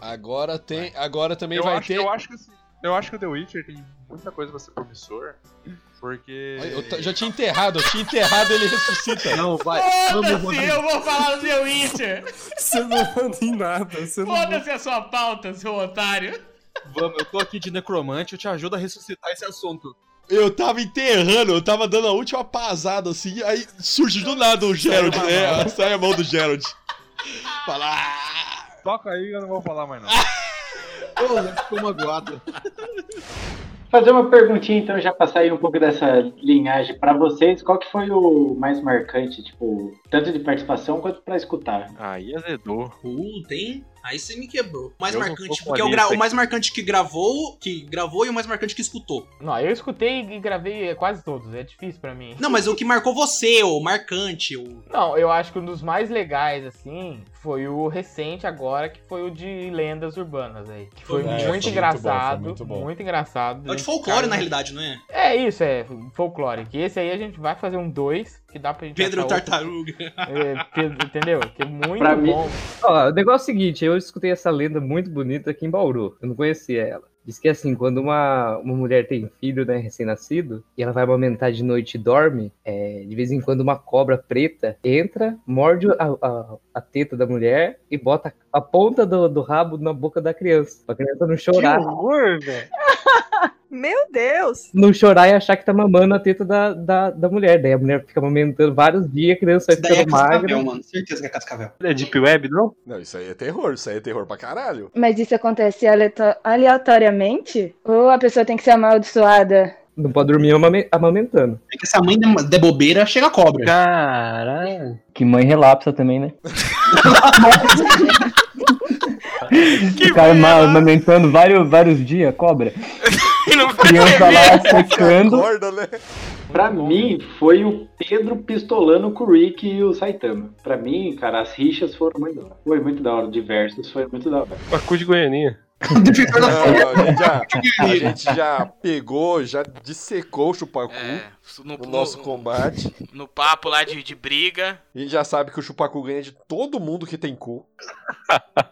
Speaker 12: Agora tem. Agora também
Speaker 9: eu
Speaker 12: vai
Speaker 9: acho,
Speaker 12: ter.
Speaker 9: Eu acho, que, assim, eu acho que o The Witcher tem muita coisa pra ser promissor, porque...
Speaker 12: Eu ta- já tinha enterrado, eu tinha enterrado, ele ressuscita. Não, vai.
Speaker 14: Foda-se, eu vou falar do The Witcher!
Speaker 23: Você não manda em nada. Você não manda-
Speaker 14: Foda-se a sua pauta, seu otário!
Speaker 9: Vamos, eu tô aqui de necromante, eu te ajudo a ressuscitar esse assunto.
Speaker 12: Eu tava enterrando, eu tava dando a última pasada assim, aí surge do nada o Gerald, né? Sai a mão do Gerald.
Speaker 9: Falar! Toca aí, eu não vou falar mais não.
Speaker 12: Ô, já ficou magoado.
Speaker 5: Fazer uma perguntinha, então, já pra sair um pouco dessa linhagem pra vocês. Qual que foi o mais marcante, tipo, tanto de participação quanto pra escutar?
Speaker 4: Aí azedou.
Speaker 2: Puta, hein? Aí você me quebrou. O mais
Speaker 4: Eu não
Speaker 2: marcante,
Speaker 4: tô com a
Speaker 2: porque é o,
Speaker 4: lista
Speaker 2: gra- o
Speaker 4: aqui.
Speaker 2: mais marcante que gravou, que gravou e o mais marcante que escutou.
Speaker 1: Não, eu escutei e gravei quase todos. É difícil pra mim.
Speaker 2: Não, mas o que marcou você, o marcante, o.
Speaker 1: Não, eu acho que um dos mais legais, assim, foi o recente agora, que foi o de lendas urbanas aí. Que foi
Speaker 2: É,
Speaker 1: muito
Speaker 2: foi muito
Speaker 1: engraçado.
Speaker 2: bom, foi muito
Speaker 1: muito,
Speaker 2: bom.
Speaker 1: engraçado.
Speaker 2: É o de folclore,
Speaker 4: né?
Speaker 2: na realidade, não é?
Speaker 1: É isso, é folclore. Que esse aí a gente vai fazer um 2, que dá pra gente.
Speaker 2: Pedro
Speaker 1: achar outro.
Speaker 2: Tartaruga.
Speaker 1: É, Pedro, entendeu? Que é muito
Speaker 24: Pra mim-
Speaker 1: bom.
Speaker 24: Ó, o negócio é o seguinte, eu escutei essa lenda muito bonita aqui em Bauru. Eu não conhecia ela. Diz que assim, quando uma, uma mulher tem filho, né, recém-nascido, e ela vai amamentar de noite e dorme, é, de vez em quando uma cobra preta entra, morde a, a, a teta da mulher e bota a ponta do, do rabo na boca da criança. Pra criança não chorar.
Speaker 28: horror, velho. Meu Deus.
Speaker 24: Não chorar e achar que tá mamando a teta da, da, da mulher. Daí a mulher fica amamentando vários dias, a criança vai
Speaker 29: Daí é
Speaker 24: ficando magra.
Speaker 29: cascavel, mano. Certeza que é cascavel.
Speaker 24: É Deep Web, não?
Speaker 12: Não, isso aí é terror, isso aí é terror pra caralho.
Speaker 10: Mas isso acontece aleato- aleatoriamente? Ou a pessoa tem que ser amaldiçoada
Speaker 24: Não pode dormir amame- amamentando.
Speaker 2: É que essa mãe de, de bobeira chega a cobra.
Speaker 8: Caralho. Que mãe relapsa também, né? o cara ma- amamentando vários, vários dias, cobra. Criança lá secando.
Speaker 30: né?
Speaker 5: Pra mim, foi o Pedro pistolando com o Rick e o Saitama. Pra mim, cara, as rixas foram muito da hora. Foi muito da hora. Diversos foi muito da hora.
Speaker 7: Pacu de Goianinha.
Speaker 30: Não, a, gente já, a gente já pegou, já dissecou o Chupacu
Speaker 6: no-
Speaker 30: no, nosso combate.
Speaker 6: No papo lá de, de briga.
Speaker 30: A gente já sabe que o Chupacu ganha de todo mundo que tem cu.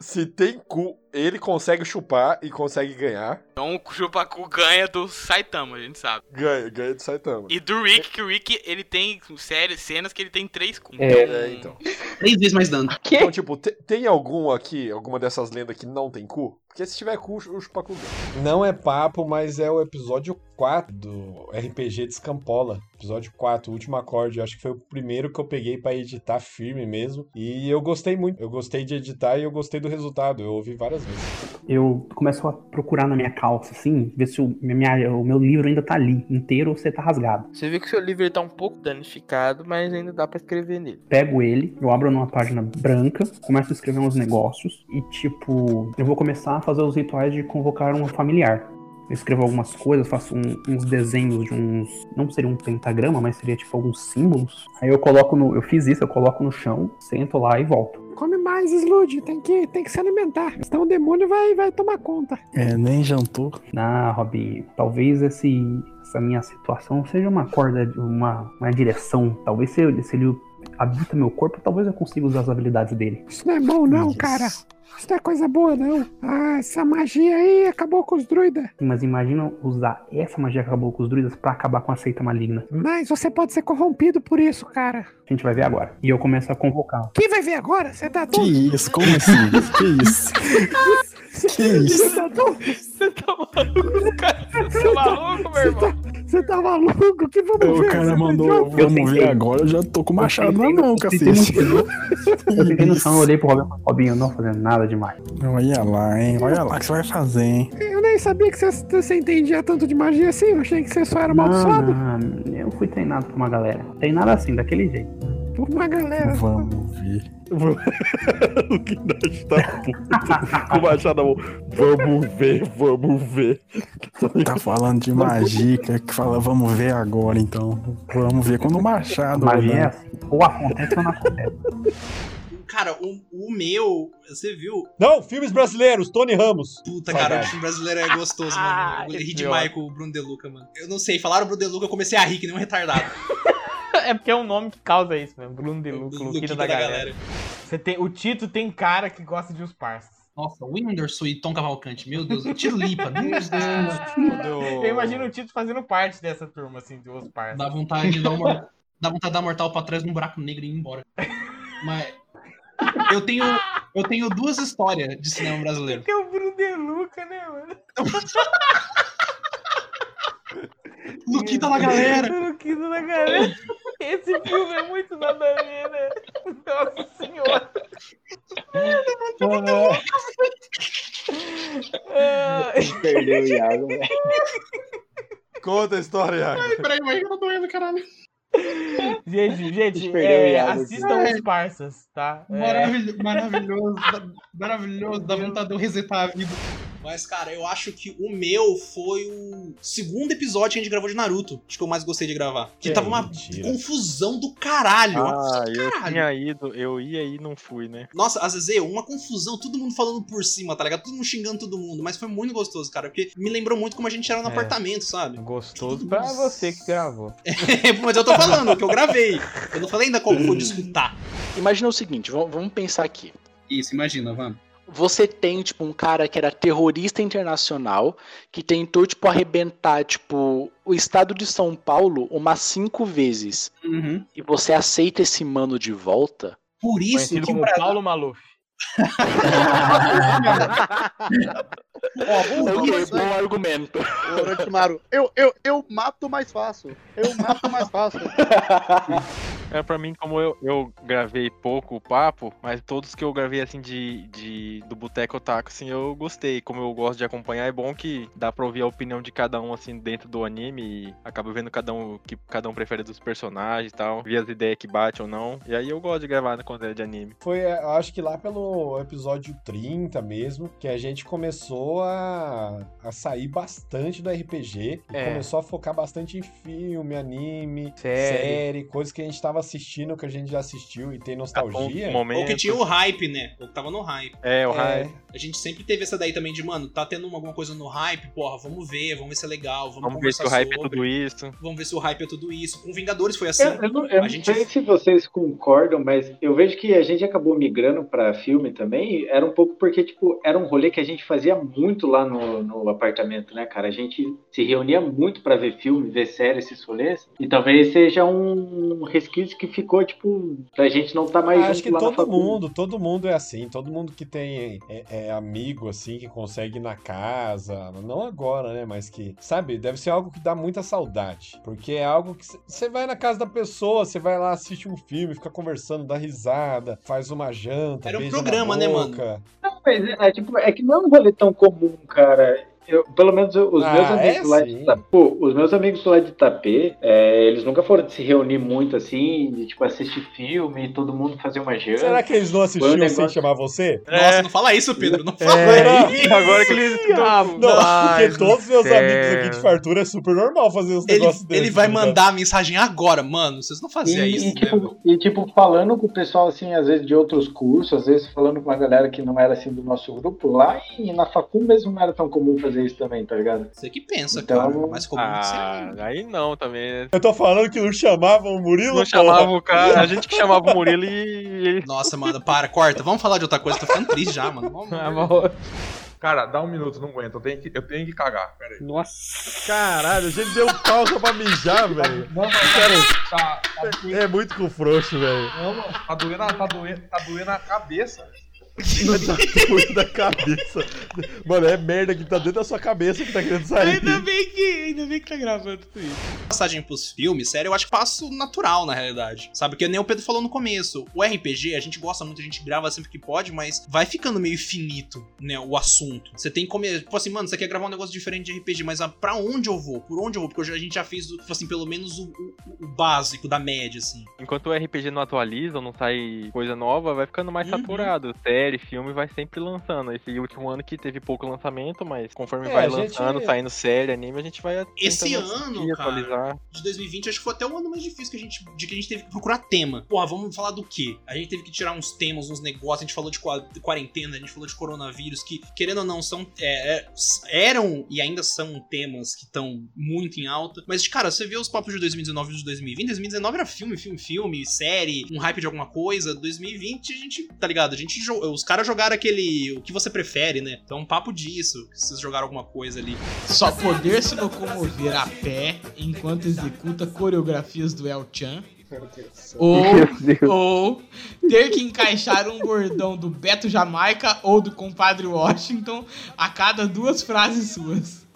Speaker 30: Se tem cu, ele consegue chupar e consegue ganhar.
Speaker 6: Então o Chupacu ganha do Saitama, a gente sabe.
Speaker 30: Ganha, ganha do Saitama.
Speaker 6: E do Rick, que o Rick ele tem séries, cenas que ele tem três com.
Speaker 30: É, então.
Speaker 2: Três vezes mais dano.
Speaker 30: Então, tipo, te- tem algum aqui, alguma dessas lendas que não tem cu? Porque se tiver cu, o Chupacu ganha.
Speaker 3: Não é papo, mas é o episódio 4 do RPG de Escampola. Episódio 4, o último acorde. Eu acho que foi o primeiro que eu peguei pra editar firme mesmo. E eu gostei muito. Eu gostei de editar e eu gostei do resultado. Eu ouvi várias vezes.
Speaker 31: Eu começo a procurar na minha calça, assim, ver se o, minha- o meu livro ainda tá ali, inteiro ou se tá rasgado.
Speaker 8: Você vê que o seu livro ele tá um pouco danificado, mas ainda dá pra escrever nele.
Speaker 31: Pego ele, eu abro numa página branca, começo a escrever uns negócios e, tipo, eu vou começar a fazer os rituais de convocar um familiar. Eu escrevo algumas coisas, faço um- uns desenhos de uns. Não seria um pentagrama, mas seria tipo alguns símbolos. Aí eu coloco no. Eu fiz isso, eu coloco no chão, sento lá e volto.
Speaker 10: Come mais, Slud. Tem que, tem que se alimentar. Senão o demônio vai, vai tomar conta.
Speaker 31: É, nem jantou. Ah, Robinho, talvez esse, essa minha situação seja uma corda, uma, uma direção. Talvez se, eu- se ele habita meu corpo, talvez eu consiga usar as habilidades dele.
Speaker 10: Isso não é bom, não, cara. Isso não é coisa boa, não. Ah, essa magia aí acabou com os druidas.
Speaker 31: Mas imagina usar essa magia que acabou com os druidas pra acabar com a seita maligna.
Speaker 10: Mas você pode ser corrompido por isso, cara.
Speaker 31: A gente vai ver agora. E eu começo a convocar.
Speaker 10: Quem vai ver agora? Você tá doido?
Speaker 31: Que isso? Como assim? Que isso?
Speaker 10: Que
Speaker 31: isso?
Speaker 10: Você tá doido? Você tá maluco, cara? Você tá maluco, meu irmão? Você tá, maluco? Que vamos
Speaker 32: O
Speaker 10: ver? Você
Speaker 31: tá
Speaker 32: cara mandou,
Speaker 31: idiota? Eu
Speaker 32: vamos ver
Speaker 31: tentei.
Speaker 32: agora, eu já tô com o
Speaker 31: Eu
Speaker 32: machado na
Speaker 31: tentei,
Speaker 32: mão,
Speaker 31: eu tentei
Speaker 32: cacete.
Speaker 31: Eu sentei no chão, eu olhei pro Robinho. Robinho, eu não fazendo nada demais.
Speaker 32: Olha lá, hein, olha lá o que você vai fazer, hein.
Speaker 10: Eu nem sabia que você, você entendia tanto de magia assim. Eu achei que você só era
Speaker 31: Não,
Speaker 10: amaldiçoado
Speaker 31: não, eu fui treinado por uma galera. Treinado assim, daquele jeito.
Speaker 10: por uma galera.
Speaker 32: Vamos ver.
Speaker 10: o que
Speaker 32: Tá puto, com o machado na mão. Vamos ver, vamos ver. Tá falando de magia, que fala, vamos ver agora, então. Vamos ver quando o machado...
Speaker 31: Magia é
Speaker 32: né?
Speaker 31: assim. Ou acontece ou não acontece.
Speaker 2: Cara, o, o meu, você viu?
Speaker 3: Não, filmes brasileiros, Tony Ramos.
Speaker 2: Puta, cara, o time brasileiro é gostoso, mano. Eu ri demais com o Bruno De Luca, mano. Eu não sei, falaram Bruno De Luca, eu comecei a rir que nem um retardado.
Speaker 1: É porque é um nome que causa isso mesmo. Bruno de Luca, Luquinho da,
Speaker 2: da
Speaker 1: galera.
Speaker 2: galera.
Speaker 1: Você tem, o Tito tem cara que gosta de os parças.
Speaker 2: Nossa, Whindersson e Tom Cavalcante, meu Deus, tiro lipa, meu Deus do céu.
Speaker 1: Eu imagino o Tito fazendo parte dessa turma, assim, de os parças.
Speaker 2: Dá vontade de dar um mor- dá vontade de dar mortal pra trás num buraco negro e ir embora. Mas eu tenho, eu tenho duas histórias de cinema brasileiro.
Speaker 1: Porque é o Bruno de Luca, né, mano?
Speaker 2: Luquita da galera.
Speaker 1: Luquita da galera. Esse filme é muito nada a ver, né? Nossa senhora. É,
Speaker 33: Perdeu o Iago, velho.
Speaker 30: Conta a história, Iago.
Speaker 14: Ai, peraí, mas eu tô doendo, caralho.
Speaker 1: Gente, gente,
Speaker 30: perdeu o
Speaker 1: é,
Speaker 30: Iago aqui.
Speaker 1: assistam
Speaker 2: É.
Speaker 1: os parças, tá? É.
Speaker 2: Maravilhoso, maravilhoso, dá- maravilhoso, dá vontade de eu resetar a vida. Mas, cara, eu acho que o meu foi o segundo episódio que a gente gravou de Naruto. Acho que eu mais gostei de gravar. Que
Speaker 4: Que
Speaker 2: tava uma confusão do caralho.
Speaker 4: Ah, eu
Speaker 2: Caralho.
Speaker 4: tinha ido, eu ia e não fui, né?
Speaker 2: Nossa, a Zezé, uma confusão, todo mundo falando por cima, tá ligado? Todo mundo xingando todo mundo, mas foi muito gostoso, cara, porque me lembrou muito como a gente era no
Speaker 1: É.
Speaker 2: apartamento, sabe?
Speaker 1: Gostoso pra você que gravou.
Speaker 2: É, mas eu tô falando, que eu gravei. Eu não falei ainda como foi de escutar.
Speaker 34: Imagina o seguinte, vamos, vamos pensar aqui.
Speaker 2: Isso, imagina, vamos.
Speaker 34: Você tem, tipo, um cara que era terrorista internacional, que tentou, tipo, arrebentar, tipo, o estado de São Paulo umas cinco vezes.
Speaker 2: Uhum.
Speaker 34: E você aceita esse mano de volta?
Speaker 2: Por
Speaker 34: isso
Speaker 1: Conhecido
Speaker 34: que
Speaker 1: como
Speaker 34: pra-
Speaker 1: Paulo Maluf.
Speaker 34: É um bom argumento.
Speaker 5: Orochimaru, eu, eu, eu mato mais fácil. Eu mato mais fácil.
Speaker 4: É, pra mim, como eu, eu gravei pouco o papo, mas todos que eu gravei, assim, de, de do Boteco Otaku, assim, eu gostei. Como eu gosto de acompanhar, é bom que dá pra ouvir a opinião de cada um, assim, dentro do anime e acaba vendo cada um, o que cada um prefere dos personagens e tal, ver as ideias que bate ou não. E aí eu gosto de gravar quando é de anime.
Speaker 3: Foi, é, acho que lá pelo episódio 30 mesmo, que a gente começou a, a sair bastante do RPG e
Speaker 1: É.
Speaker 3: começou a focar bastante em filme, anime,
Speaker 1: Série.
Speaker 3: série, coisas que a gente tava assistindo, que a gente já assistiu e tem
Speaker 4: Tá
Speaker 3: nostalgia.
Speaker 2: Ou que tinha o hype, né? Ou que tava no hype.
Speaker 4: É,
Speaker 3: o hype.
Speaker 2: A gente sempre teve essa daí também de, mano, tá tendo alguma coisa no hype, porra, vamos ver, vamos ver se é legal, vamos,
Speaker 4: Vamos ver se o
Speaker 2: conversar
Speaker 4: hype é
Speaker 2: sobre.
Speaker 4: tudo isso. É.
Speaker 2: Vamos ver se o hype é tudo isso. Com Vingadores foi assim.
Speaker 5: Eu, eu não, eu não sei se vocês concordam, mas eu vejo que a gente acabou migrando pra filme também. e Era um pouco porque, tipo, era um rolê que a gente fazia muito lá no, no apartamento, né, cara? A gente se reunia muito pra ver filme, ver série, esses rolês. E talvez seja um resquício que ficou, tipo, da gente não tá mais
Speaker 3: Ah, Acho
Speaker 5: junto
Speaker 3: que
Speaker 5: lá na
Speaker 3: todo
Speaker 5: faculdade.
Speaker 3: mundo, todo mundo é assim, todo mundo que tem é, é amigo assim, que consegue ir na casa, não agora, né? Mas que, sabe, deve ser algo que dá muita saudade. Porque é algo que você vai na casa da pessoa, você vai lá, assiste um filme, fica conversando, dá risada, faz uma janta.
Speaker 5: Era um
Speaker 3: beija na
Speaker 5: programa, né, mano?
Speaker 3: boca.
Speaker 5: Não, mas é, é, tipo, é que não é um rolê tão comum, cara. Eu, pelo menos os
Speaker 3: Ah,
Speaker 5: meus
Speaker 3: é
Speaker 5: amigos lá de
Speaker 3: sim.
Speaker 5: Itapê, pô, os meus amigos lá de Itapê, é, eles nunca foram de se reunir muito assim, de tipo assistir filme, todo mundo fazer uma janta.
Speaker 3: Será que eles não assistiam
Speaker 5: Foi um
Speaker 3: sem
Speaker 5: negócio-
Speaker 3: chamar você?
Speaker 2: Nossa, não fala isso, Pedro. Não
Speaker 3: É,
Speaker 2: fala
Speaker 3: Ih, agora que
Speaker 2: eles.
Speaker 3: Não, porque todos os meus amigos aqui de fartura é super normal fazer os
Speaker 2: Ele,
Speaker 3: negócios
Speaker 2: ele
Speaker 3: desses.
Speaker 2: vai
Speaker 3: tá
Speaker 2: mandar a mensagem agora, mano. Vocês não faziam
Speaker 5: E,
Speaker 2: isso,
Speaker 5: e,
Speaker 2: né?
Speaker 5: tipo, e, tipo, falando com o pessoal, assim, às vezes de outros cursos, às vezes falando com uma galera que não era, assim, do nosso grupo, lá e na facul mesmo não era tão comum fazer isso também, tá ligado?
Speaker 2: Você que pensa,
Speaker 5: cara,
Speaker 2: mas é
Speaker 5: comum
Speaker 4: Ah,
Speaker 2: um-
Speaker 4: aí não também, né?
Speaker 3: Eu tô falando que não chamavam o Murilo?
Speaker 4: Não
Speaker 3: porra.
Speaker 4: chamava o cara, a gente que chamava o Murilo e.
Speaker 2: Nossa, mano, para, corta. Vamos falar de outra coisa, tô ficando triste já, mano. Vamos.
Speaker 9: Cara, dá um minuto, não aguento. Eu tenho que, eu tenho que cagar. Pera aí.
Speaker 3: Nossa.
Speaker 30: Caralho, a gente deu pausa pra mijar, velho.
Speaker 9: Tá,
Speaker 30: É muito com frouxo, velho.
Speaker 9: não, mano, tá doendo, a- tá doendo, tá doendo a cabeça.
Speaker 30: Tá doendo da cabeça. Mano, é merda que tá dentro da sua cabeça que tá querendo sair.
Speaker 2: Ainda bem que, ainda bem que tá gravando tudo isso. Passagem pros filmes, sério, eu acho que passo natural, na realidade. Sabe, que nem o Pedro falou no começo. O RPG, a gente gosta muito, a gente grava sempre que pode, mas vai ficando meio finito, né, o assunto. Você tem que comer, tipo assim, mano, você quer gravar um negócio diferente de RPG, mas ah, pra onde eu vou? Por onde eu vou? Porque eu já- a gente já fez, o- tipo assim, pelo menos o, o- o básico da média, assim.
Speaker 4: Enquanto o RPG não atualiza, não sai coisa nova, vai ficando mais saturado. Série, filme, vai sempre lançando. Esse último ano que teve pouco lançamento, mas conforme
Speaker 2: É,
Speaker 4: vai
Speaker 2: a gente-
Speaker 4: lançando, saindo série, anime, a gente vai
Speaker 2: Esse
Speaker 4: tentando
Speaker 2: ano, cara,
Speaker 4: atualizar.
Speaker 2: de 2020, acho que foi até o ano mais difícil que a gente, de que a gente teve que procurar tema. Porra, vamos falar do quê? A gente teve que tirar uns temas, uns negócios, a gente falou de qua- de quarentena, a gente falou de coronavírus, que, querendo ou não, são é, é, s- eram e ainda são temas que estão muito em alta. Mas, cara, você vê os papos de 2019 e de 2020, 2019 era filme, filme, filme, série, um hype de alguma coisa. 2020, a gente, tá ligado? A gente, jo- os caras jogaram aquele, o que você prefere, né? Então, um papo disso, que vocês jogaram alguma coisa ali.
Speaker 14: Só poder se locomover a pé enquanto executa coreografias do El Chan. Ou, ou ter que encaixar um bordão do Beto Jamaica ou do compadre Washington a cada duas frases suas.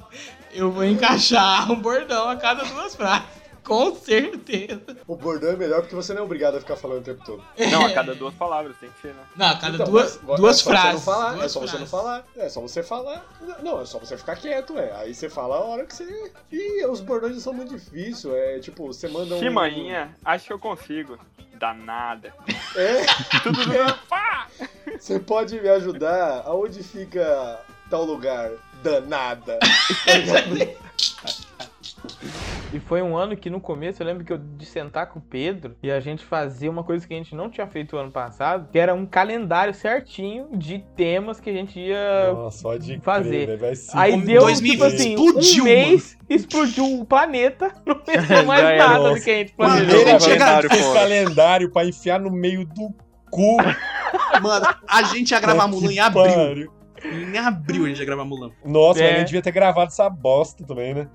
Speaker 14: Eu vou encaixar um bordão a cada duas frases. Com certeza.
Speaker 20: O bordão é melhor porque você não é obrigado a ficar falando o tempo todo.
Speaker 10: Não, a cada duas palavras tem que ser, né?
Speaker 14: Não, a cada
Speaker 20: Então,
Speaker 14: duas,
Speaker 20: mas vo-
Speaker 14: duas
Speaker 20: é só você não
Speaker 14: frases.
Speaker 20: falar, é
Speaker 14: duas
Speaker 20: só você não
Speaker 14: frases.
Speaker 20: falar, é só você falar. Não, é só você ficar quieto, é. Aí você fala a hora que você. Ih, os bordões são muito difíceis. É tipo, você manda um.
Speaker 10: Que manhinha, acho que eu consigo. Danada.
Speaker 20: É. Você pode me ajudar? Aonde fica tal lugar? Danada.
Speaker 1: E foi um ano que no começo eu lembro que eu de sentar com o Pedro e a gente fazia uma coisa que a gente não tinha feito o ano passado, que era um calendário certinho de temas que a gente ia
Speaker 3: Só de crer,
Speaker 1: fazer.
Speaker 3: velho, vai um se-
Speaker 1: Aí
Speaker 3: Como
Speaker 1: deu,
Speaker 3: 2020
Speaker 1: tipo assim, um mês, explodiu o planeta, não pensou mais
Speaker 3: Já era,
Speaker 1: nada
Speaker 3: nossa.
Speaker 1: do que a gente
Speaker 3: Mano,
Speaker 1: planejou.
Speaker 3: ele tinha
Speaker 2: né?
Speaker 3: esse calendário pra enfiar no meio do cu.
Speaker 2: Mano, a gente ia gravar Mulan em abril. Em abril a gente ia gravar Mulan.
Speaker 3: Nossa,
Speaker 2: É.
Speaker 3: mas a gente devia ter gravado essa bosta também, né?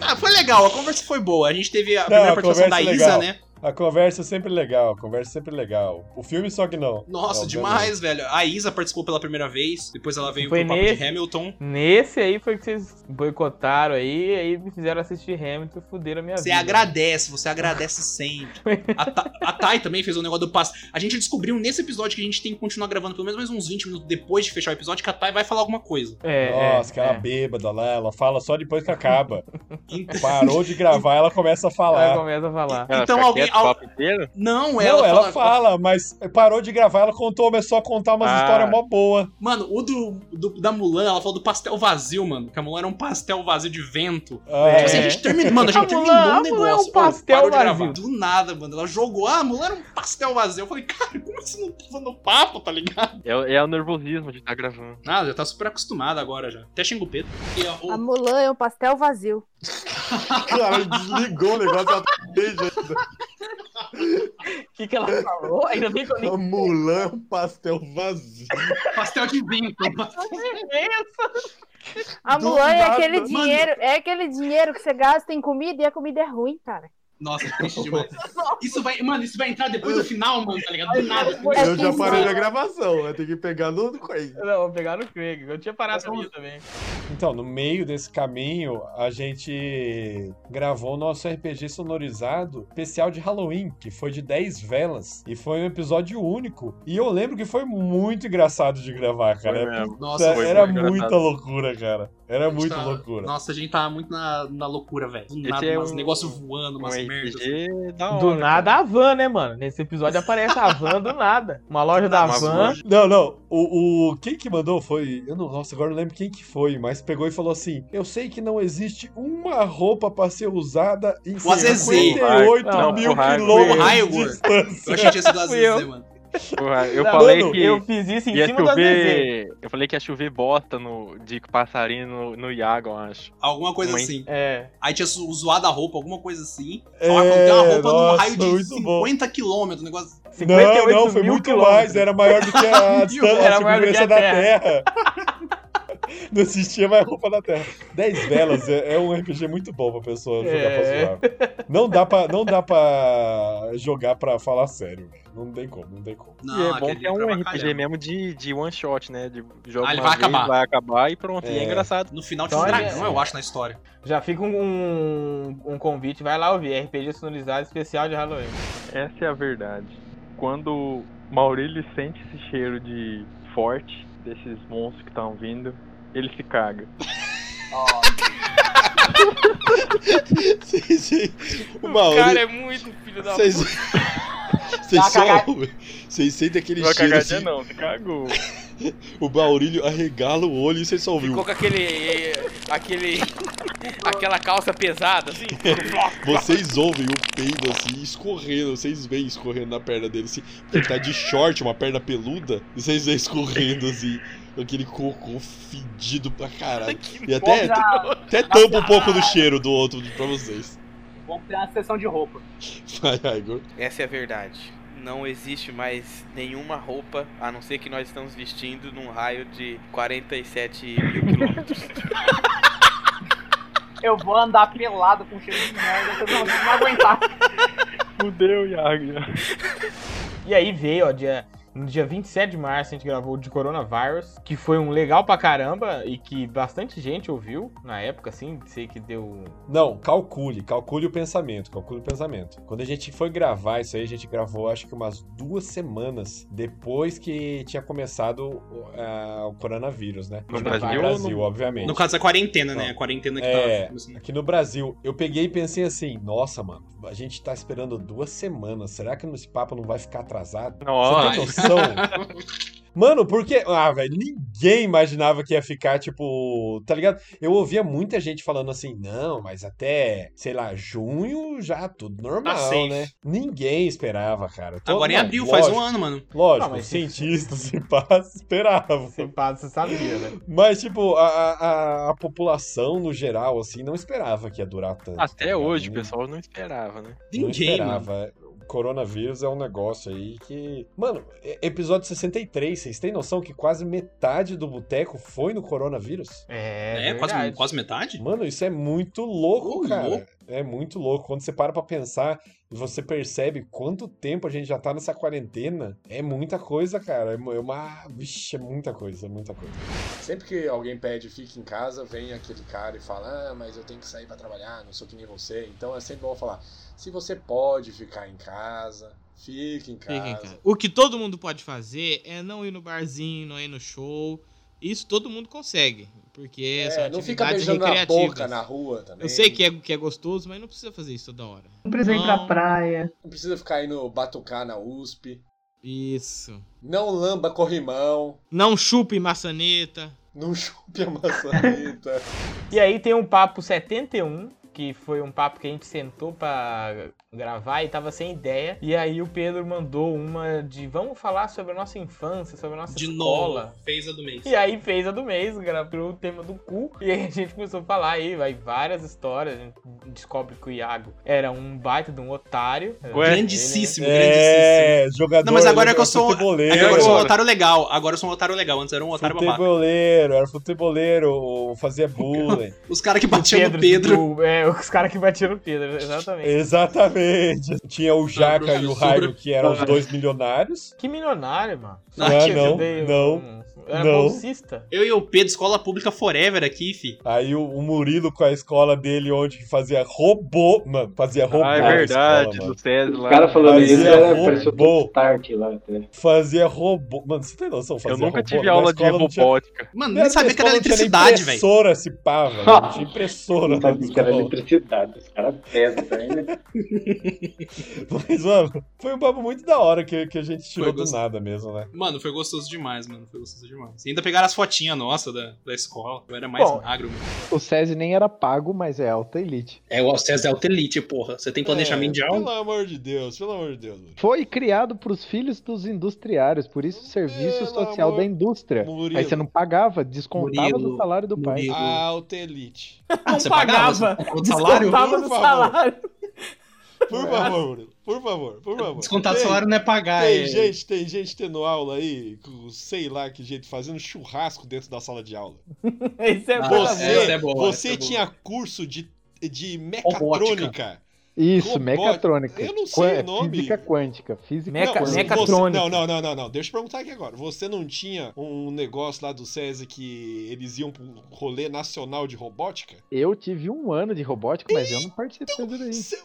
Speaker 2: Ah, foi legal, a conversa foi boa. A gente teve a
Speaker 3: Não,
Speaker 2: primeira
Speaker 3: a
Speaker 2: participação da
Speaker 3: conversa é
Speaker 2: Isa,
Speaker 3: legal.
Speaker 2: né?
Speaker 3: A conversa é sempre legal, a conversa é sempre legal. O filme só que não.
Speaker 2: Nossa,
Speaker 3: Não,
Speaker 2: demais, velho. A Isa participou pela primeira vez, depois ela veio
Speaker 1: Foi
Speaker 2: pro papo
Speaker 1: nesse-
Speaker 2: de Hamilton.
Speaker 1: Nesse aí foi que vocês boicotaram aí, aí me fizeram assistir Hamilton e fuderam a minha
Speaker 2: Você
Speaker 1: vida.
Speaker 2: agradece, você agradece sempre. A, Ta- a Thay também fez um negócio do passe. A gente descobriu nesse episódio que a gente tem que continuar gravando pelo menos mais uns 20 minutos depois de fechar o episódio que a Thay vai falar alguma coisa.
Speaker 1: É,
Speaker 2: é,
Speaker 3: Nossa, que ela bêbada lá, ela fala só depois que acaba.
Speaker 2: Então,
Speaker 3: Parou de gravar, ela começa a falar.
Speaker 1: Ela começa a falar.
Speaker 3: Então alguém-
Speaker 4: Quieto, o papo inteiro?
Speaker 2: Não,
Speaker 3: ela,
Speaker 2: ela
Speaker 3: fala...
Speaker 2: fala-
Speaker 3: mas parou de gravar, ela contou, começou a contar umas
Speaker 2: Ah.
Speaker 3: histórias mó boa.
Speaker 2: Mano, o do, do- da Mulan, ela falou do pastel vazio, mano. Que a Mulan era um pastel vazio de vento.
Speaker 3: Ah.
Speaker 2: Tipo assim, a gente terminou. Mano, a gente
Speaker 1: A
Speaker 2: terminou
Speaker 1: Mulan-
Speaker 2: o
Speaker 1: a Mulan é um
Speaker 2: negócio. Ô,
Speaker 1: pastel
Speaker 2: parou de
Speaker 1: vazio.
Speaker 2: gravar. Do nada, mano. Ela jogou. Ah, a Mulan era um pastel vazio. Eu falei, cara, como você não tava no papo, tá ligado?
Speaker 4: É, é o nervosismo de estar gravando.
Speaker 2: Ah, já tá super acostumado agora já. Até xingo o Pedro. E, ó,
Speaker 7: A Mulan é um pastel vazio.
Speaker 2: Cara, desligou o negócio
Speaker 3: tá
Speaker 10: O que, que ela falou? Ainda bem que eu
Speaker 3: Tá
Speaker 10: nem. Mulan, um pastel vazio.
Speaker 2: pastel de vento.
Speaker 7: A
Speaker 10: Do
Speaker 7: Mulan é
Speaker 10: nada.
Speaker 7: aquele
Speaker 10: Mano.
Speaker 7: dinheiro, é aquele dinheiro que você gasta em comida e a comida é ruim, cara.
Speaker 2: Nossa, triste demais. Isso vai, mano, isso vai entrar depois do final, mano, tá ligado? Do nada.
Speaker 7: É
Speaker 10: Eu
Speaker 32: já parei da
Speaker 3: gravação, eu tenho que pegar no coisa.
Speaker 1: Não, vou pegar no Craig. Eu tinha parado a minha também.
Speaker 3: Então, no meio desse caminho, a gente gravou o nosso RPG sonorizado especial de Halloween, que foi de 10 velas. E foi um episódio único. E eu lembro que foi muito engraçado de gravar, cara. é
Speaker 2: Foi mesmo.
Speaker 3: Puta,
Speaker 2: Nossa, foi
Speaker 3: era
Speaker 2: muito engraçado.
Speaker 3: muita loucura, cara. Era
Speaker 2: A gente
Speaker 3: muito
Speaker 2: tá-
Speaker 3: loucura.
Speaker 2: Nossa, a gente tá muito na, na loucura, velho. Do
Speaker 3: Esse
Speaker 2: nada,
Speaker 3: é
Speaker 2: umas
Speaker 3: um-
Speaker 2: negócio voando, umas
Speaker 3: assim.
Speaker 2: merdas.
Speaker 3: Então,
Speaker 1: Do nada a van, né, mano? Nesse episódio aparece a van do nada. Uma loja da van.
Speaker 3: Não, não. O, o- quem que mandou foi. Eu não, nossa, agora eu não lembro quem que foi, mas pegou e falou assim: Eu sei que não existe uma roupa pra ser usada em
Speaker 2: O Azezê.
Speaker 3: 58
Speaker 4: Não,
Speaker 3: mil
Speaker 4: o Raio- o
Speaker 3: quilômetros
Speaker 4: Raio-
Speaker 3: de distância.
Speaker 4: Eu achei que tinha sido o Azezê,
Speaker 3: Fui eu.
Speaker 2: né, mano.
Speaker 4: Porra, eu
Speaker 3: Não,
Speaker 4: falei
Speaker 3: mano,
Speaker 4: que.
Speaker 3: eu fiz isso em
Speaker 4: ia
Speaker 3: cima do
Speaker 4: chover... Eu falei que ia chover bosta no, de passarinho no, no Iago, eu acho.
Speaker 2: Alguma coisa
Speaker 4: Mãe.
Speaker 2: assim.
Speaker 1: É.
Speaker 2: Aí tinha zo- zoado a roupa, alguma coisa assim.
Speaker 3: É,
Speaker 2: Falaram que tem uma roupa num
Speaker 3: nossa,
Speaker 2: raio de
Speaker 3: muito bom.
Speaker 2: 50 quilômetros, um negócio.
Speaker 3: Não, não, foi muito mais. é Era maior do que a, distância, a
Speaker 2: Era maior do que a
Speaker 3: circunferência da
Speaker 2: Terra.
Speaker 3: Terra. Não existia mais roupa da Terra. 10 velas é, é um RPG muito bom pra pessoa jogar
Speaker 32: É.
Speaker 3: pra zoar. Não dá pra, não dá pra jogar pra falar sério, velho. Não tem como, não tem como.
Speaker 4: e é bom que é um RPG mesmo de, de one shot, né? De jogo
Speaker 2: Ah, ele
Speaker 4: uma vez,
Speaker 2: vai acabar.
Speaker 4: vai acabar e pronto. E é engraçado.
Speaker 2: No final
Speaker 1: tinha um Então, dragão, é- eu acho,
Speaker 2: na história.
Speaker 1: Já fica um, um, um convite, vai lá ouvir. RPG sonorizado especial de Halloween.
Speaker 4: Essa é a verdade. Quando Maurílio sente esse cheiro de forte desses monstros que estão vindo, ele se caga.
Speaker 12: Vocês- O
Speaker 4: O
Speaker 12: Maurílio-
Speaker 4: cara
Speaker 6: é muito filho da
Speaker 12: Vocês-
Speaker 6: Dá uma
Speaker 12: Vocês só-
Speaker 6: cagadinha.
Speaker 12: Vocês sentem aquele
Speaker 4: Não é
Speaker 12: cheiro
Speaker 4: cagadinha,
Speaker 12: assim.
Speaker 4: não, você cagou.
Speaker 12: O Maurílio arregala o olho e vocês só ouviu.
Speaker 6: Ficou com aquele. aquele. aquela calça pesada, assim.
Speaker 12: Vocês ouvem o peido assim, escorrendo, vocês veem escorrendo na perna dele assim, porque ele tá de short, uma perna peluda, e vocês veem escorrendo assim, aquele cocô fedido pra caralho. E até,
Speaker 10: bosta!
Speaker 12: até tampa um pouco do cheiro do outro pra vocês.
Speaker 10: Vamos criar uma sessão de roupa.
Speaker 12: Vai, Igor.
Speaker 6: Essa é a verdade. Não existe mais nenhuma roupa, a não ser que nós estamos vestindo num raio de 47 mil quilômetros.
Speaker 10: Eu vou andar pelado com cheiro de merda, que eu não vou aguentar.
Speaker 4: Fudeu, Iago.
Speaker 1: E aí veio, ó, dia, no dia 27 de março a gente gravou o de Coronavirus, que foi um legal pra caramba e que bastante gente ouviu na época, assim, sei que deu.
Speaker 3: Não, calcule, calcule o pensamento, calcule o pensamento. Quando a gente foi gravar isso aí, a gente gravou acho que umas duas semanas depois que tinha começado ah, o coronavírus, né?
Speaker 2: No
Speaker 3: Tipo,
Speaker 2: Brasil
Speaker 3: No
Speaker 2: ou
Speaker 3: Brasil,
Speaker 2: no-
Speaker 3: obviamente.
Speaker 2: No caso, a quarentena, né? A quarentena que
Speaker 3: é,
Speaker 2: tava começando.
Speaker 3: Aqui no Brasil, eu peguei e pensei assim, nossa, mano, a gente tá esperando duas semanas, será que esse papo não vai ficar atrasado?
Speaker 4: Nossa.
Speaker 3: Você tem noção? Mano, porque. Ah, velho, ninguém imaginava que ia ficar, tipo. Tá ligado? Eu ouvia muita gente falando assim, não, mas até, sei lá, junho já tudo normal,
Speaker 2: safe.
Speaker 3: né? Ninguém esperava, cara.
Speaker 2: Tá Agora em
Speaker 3: não,
Speaker 2: abril,
Speaker 3: lógico-
Speaker 2: faz um ano, mano.
Speaker 3: Lógico,
Speaker 2: Não, mas-
Speaker 3: cientistas e paz esperavam.
Speaker 1: Sem paz, você sabia, né?
Speaker 3: Mas, tipo, a, a, a população no geral, assim, não esperava que ia durar tanto. tá
Speaker 4: Até hoje, o pessoal não esperava, né?
Speaker 3: Não esperava. O coronavírus é um negócio aí que. Mano, é- episódio 63, vocês têm noção que quase metade do boteco foi no coronavírus?
Speaker 1: É,
Speaker 2: É, quase, quase metade?
Speaker 3: Mano, isso é muito louco,
Speaker 2: Ô,
Speaker 3: cara.
Speaker 2: louco.
Speaker 3: É muito louco. Quando você para pra pensar e você percebe quanto tempo a gente já tá nessa quarentena, é muita coisa, cara. É uma. Vixe, é muita coisa, é muita coisa.
Speaker 35: Sempre que alguém pede fique em casa, vem aquele cara e fala: Ah, mas eu tenho que sair pra trabalhar, não sou que nem você. Então é sempre bom falar: se você pode ficar em casa, fique em
Speaker 2: um
Speaker 36: Fica em
Speaker 35: casa.
Speaker 36: casa. O que todo mundo pode fazer é não ir no barzinho, não ir no show. Isso todo mundo consegue. Porque são
Speaker 35: É, não fica
Speaker 36: atividades
Speaker 35: beijando na
Speaker 36: recreativas.
Speaker 35: boca na rua também.
Speaker 36: Eu sei que é,
Speaker 1: né?
Speaker 36: que é gostoso, mas não precisa fazer isso toda hora.
Speaker 35: Não
Speaker 36: precisa ir pra Não.
Speaker 35: praia. Não precisa ficar indo batucar na USP.
Speaker 36: Isso.
Speaker 35: Não lamba corrimão.
Speaker 36: Não chupe maçaneta.
Speaker 35: Não chupe a maçaneta.
Speaker 1: E aí tem um papo 71, que foi um papo que a gente sentou pra gravar e tava sem ideia. E aí o Pedro mandou uma de vamos falar sobre a nossa infância, sobre a nossa
Speaker 2: De
Speaker 1: escola.
Speaker 2: novo, fez a do mês.
Speaker 1: E aí fez a do mês, gravou o tema do cu. E aí a gente começou a falar aí, vai várias histórias. A gente descobre que o Iago era um baita de um otário.
Speaker 2: Grandíssimo,
Speaker 1: Ele, né?
Speaker 3: É, jogador.
Speaker 2: Não, mas agora é que eu sou,
Speaker 3: futeboleiro.
Speaker 2: agora eu sou um otário legal. Agora eu sou um otário legal. Antes era um otário babaca.
Speaker 3: Futeboleiro, era futeboleiro, fazia bullying.
Speaker 2: Os caras que batiam no Pedro.
Speaker 1: né? do- é, os caras que batiam no Pedro, exatamente.
Speaker 37: É.
Speaker 3: Exatamente. Tinha o Jaca e o Raio, que eram os dois milionários.
Speaker 1: Que milionário, mano.
Speaker 3: Não,
Speaker 37: é,
Speaker 3: não, não.
Speaker 1: um- Era
Speaker 3: não.
Speaker 1: bolsista.
Speaker 2: Eu e o Pedro, escola pública forever aqui, fi.
Speaker 3: Aí o, o Murilo com a escola dele, onde que fazia robô, mano, fazia robô.
Speaker 4: é
Speaker 3: na
Speaker 4: verdade,
Speaker 3: escola,
Speaker 4: do Tesla.
Speaker 3: mano.
Speaker 4: O cara falando
Speaker 3: Fazia
Speaker 4: isso era-
Speaker 3: robô,
Speaker 4: parecia
Speaker 5: um
Speaker 4: o
Speaker 38: Tony Stark lá até.
Speaker 3: fazia robô. Mano, você tem noção? Fazia
Speaker 4: nunca
Speaker 3: robô?
Speaker 4: tive
Speaker 3: Na
Speaker 4: aula
Speaker 3: escola
Speaker 4: de
Speaker 3: não tinha-
Speaker 4: robótica.
Speaker 2: Mano,
Speaker 3: Na
Speaker 2: nem sabia que era
Speaker 3: escola não tinha nem
Speaker 2: eletricidade, velho.
Speaker 3: Impressora se pá, velho. Não tinha impressora.
Speaker 38: Não sabia que era
Speaker 3: eletricidade, os caras pesam
Speaker 5: tá
Speaker 3: Mas, mano, foi um papo muito da hora que, que a gente tirou do nada mesmo, né?
Speaker 2: Mano, foi gostoso demais, mano. Foi gostoso demais. E ainda pegaram as fotinhas nossas da, da escola. Eu era mais
Speaker 5: Bom.
Speaker 2: magro. mano.
Speaker 5: O SESI nem era pago, mas é alta elite.
Speaker 2: É, o César é o Telite, porra. Você tem planejamento de aula?
Speaker 39: Pelo amor de Deus, pelo amor de Deus. mano.
Speaker 5: Foi criado para os filhos dos industriários, por isso o serviço social da indústria.
Speaker 39: Murilo.
Speaker 5: É, Aí você não pagava, descontava
Speaker 39: Murilo,
Speaker 5: do salário do pai.
Speaker 39: Alta elite.
Speaker 2: Não
Speaker 39: Você
Speaker 2: pagava,
Speaker 39: pagava
Speaker 2: descontava do
Speaker 39: Por favor.
Speaker 2: salário.
Speaker 39: Por favor, Murilo. Por favor, por favor.
Speaker 2: Descontar
Speaker 39: Tem-
Speaker 2: salário não é pagar,
Speaker 39: Tem
Speaker 2: é-
Speaker 39: gente, tem gente tendo aula aí, com sei lá que jeito, fazendo churrasco dentro da sala de aula.
Speaker 1: Isso é
Speaker 5: boa.
Speaker 39: Você,
Speaker 5: Essa é boa,
Speaker 39: você
Speaker 5: essa é boa.
Speaker 39: tinha curso de, de
Speaker 5: Robótica.
Speaker 39: mecatrônica.
Speaker 5: Isso,
Speaker 39: Robótica.
Speaker 5: mecatrônica.
Speaker 39: Eu não sei
Speaker 5: Qua-
Speaker 39: o nome.
Speaker 5: Física quântica. Física
Speaker 39: Não,
Speaker 5: quântica.
Speaker 39: você- não, não, não, não, não. Deixa eu perguntar aqui agora. Você não tinha um negócio lá do SESI que eles iam pro rolê nacional de robótica?
Speaker 5: Eu tive um ano de robótica, mas eu não participei do
Speaker 39: Você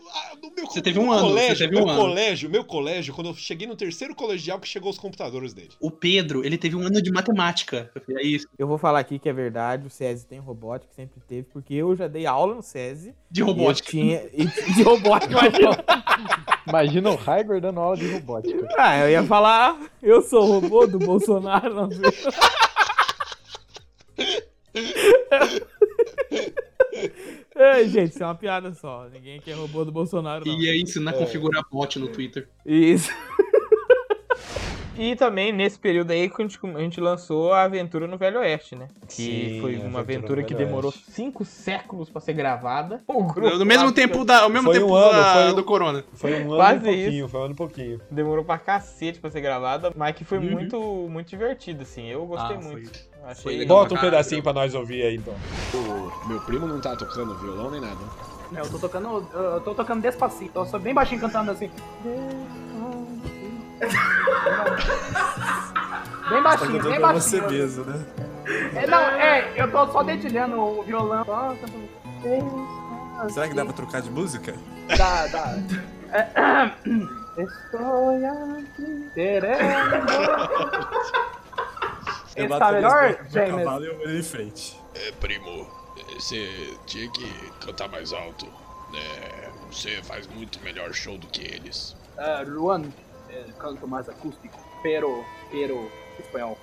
Speaker 2: teve um
Speaker 39: ah, Meu
Speaker 2: ano,
Speaker 39: colégio,
Speaker 2: você teve
Speaker 39: meu
Speaker 2: um ano.
Speaker 39: colégio, meu colégio, quando eu cheguei no terceiro colegial que chegou os computadores dele.
Speaker 2: O Pedro, ele teve um ano de matemática. É isso.
Speaker 37: Eu vou falar aqui que é verdade, o SESI tem robótica, sempre teve, porque eu já dei aula no SESI.
Speaker 2: De
Speaker 37: e eu
Speaker 2: robótica.
Speaker 37: tinha- e de robótica, imagina.
Speaker 5: Imagina o Raigor dando aula de robótica.
Speaker 37: Ah, eu ia falar, eu sou o robô do Bolsonaro, não sei. Ai, gente, isso é uma piada só. Ninguém quer robô do Bolsonaro, não.
Speaker 2: E é- ia ensinar a configurar bot no Twitter.
Speaker 37: Isso.
Speaker 1: E também nesse período aí que a gente, a gente lançou a Aventura no Velho Oeste, né? Que
Speaker 2: Sim,
Speaker 1: foi
Speaker 3: é
Speaker 2: a
Speaker 1: uma
Speaker 2: Aventura
Speaker 1: aventura
Speaker 2: no
Speaker 1: que
Speaker 2: Velho
Speaker 1: demorou cinco séculos pra ser gravada. O
Speaker 2: No mesmo tempo da- ao mesmo Foi tempo um ano, da- foi um- do Corona.
Speaker 3: foi um ano e
Speaker 1: Quase
Speaker 3: pouquinho,
Speaker 1: isso.
Speaker 3: foi um ano e pouquinho.
Speaker 1: Demorou pra cacete pra ser gravada, mas que foi
Speaker 3: Uhum.
Speaker 1: muito, muito divertido, assim. Eu gostei
Speaker 3: Ah, foi-
Speaker 1: muito. Achei legal
Speaker 3: Bota
Speaker 1: pra
Speaker 3: um
Speaker 1: caralho.
Speaker 3: pedacinho pra nós ouvir aí, então.
Speaker 35: Meu primo não tá tocando violão nem nada.
Speaker 10: Não, eu tô tocando. Eu tô tocando despacito, eu sou bem baixinho cantando assim. Bem
Speaker 8: Tá
Speaker 10: baixinho, bem baixinho.
Speaker 8: mesmo, né?
Speaker 10: É, não, é, eu tô só dedilhando o violão. Só cantando.
Speaker 8: Será que dá pra trocar de música?
Speaker 10: Dá, dá. É, Estou aqui querendo.
Speaker 8: Eu
Speaker 10: Está
Speaker 8: bato a
Speaker 10: tá
Speaker 3: tá-
Speaker 10: melhor,
Speaker 8: minha espada no
Speaker 10: James?
Speaker 8: cavalo e eu vou em frente.
Speaker 40: É, primo, você tinha que cantar mais alto. É, você faz muito melhor show do que eles.
Speaker 10: Ah, Luan, é, canto mais acústico. Pero, pero, espanhol.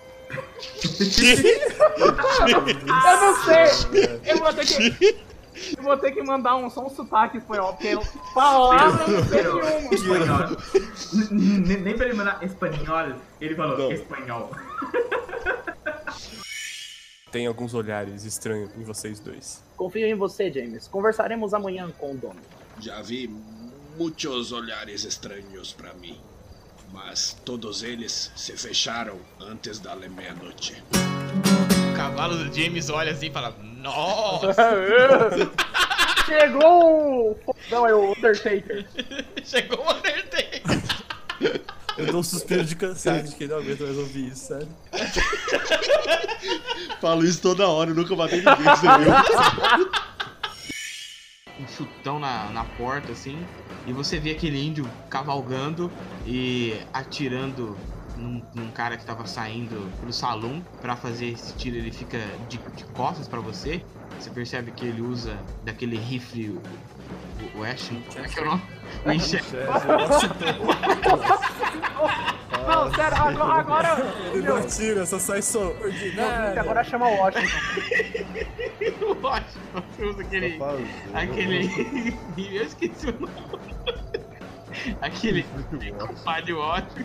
Speaker 10: eu não sei. Eu vou ter que. Eu vou ter que mandar um, só um sotaque espanhol, porque eu- palavra eu não sei nenhuma.
Speaker 41: Espanhol. N- n- Nem pra ele mandar espanhol, ele falou espanhol.
Speaker 8: Tem alguns olhares estranhos em vocês dois.
Speaker 10: Confio em você, James. Conversaremos amanhã com o dono.
Speaker 40: Já vi muitos olhares estranhos pra mim, mas todos eles se fecharam antes da meia-noite.
Speaker 36: O cavalo do James olha assim e fala: Nossa!
Speaker 29: Chegou o. Não, é o Undertaker.
Speaker 14: Chegou o Undertaker.
Speaker 8: Eu dou um suspiro de cansado de quem não aguenta mais ouvir isso, sério.
Speaker 12: Falo isso toda hora, eu nunca matei ninguém, você viu?
Speaker 14: um chutão na, na porta, assim, e você vê aquele índio cavalgando e atirando num, num cara que tava saindo pelo salão pra fazer esse tiro, ele fica de, de costas pra você. Você percebe que ele usa daquele rifle o- o- Washington. Como é que é o nome? O Winche-
Speaker 29: Não, sério, agora. agora
Speaker 10: Ele
Speaker 29: meu,
Speaker 10: não tira, só sai
Speaker 29: não,
Speaker 10: ordinário.
Speaker 29: agora chama o Washington.
Speaker 14: Washington, você usa aquele. Aquele. Eu esqueci o nome. Aquele. Palio ótimo.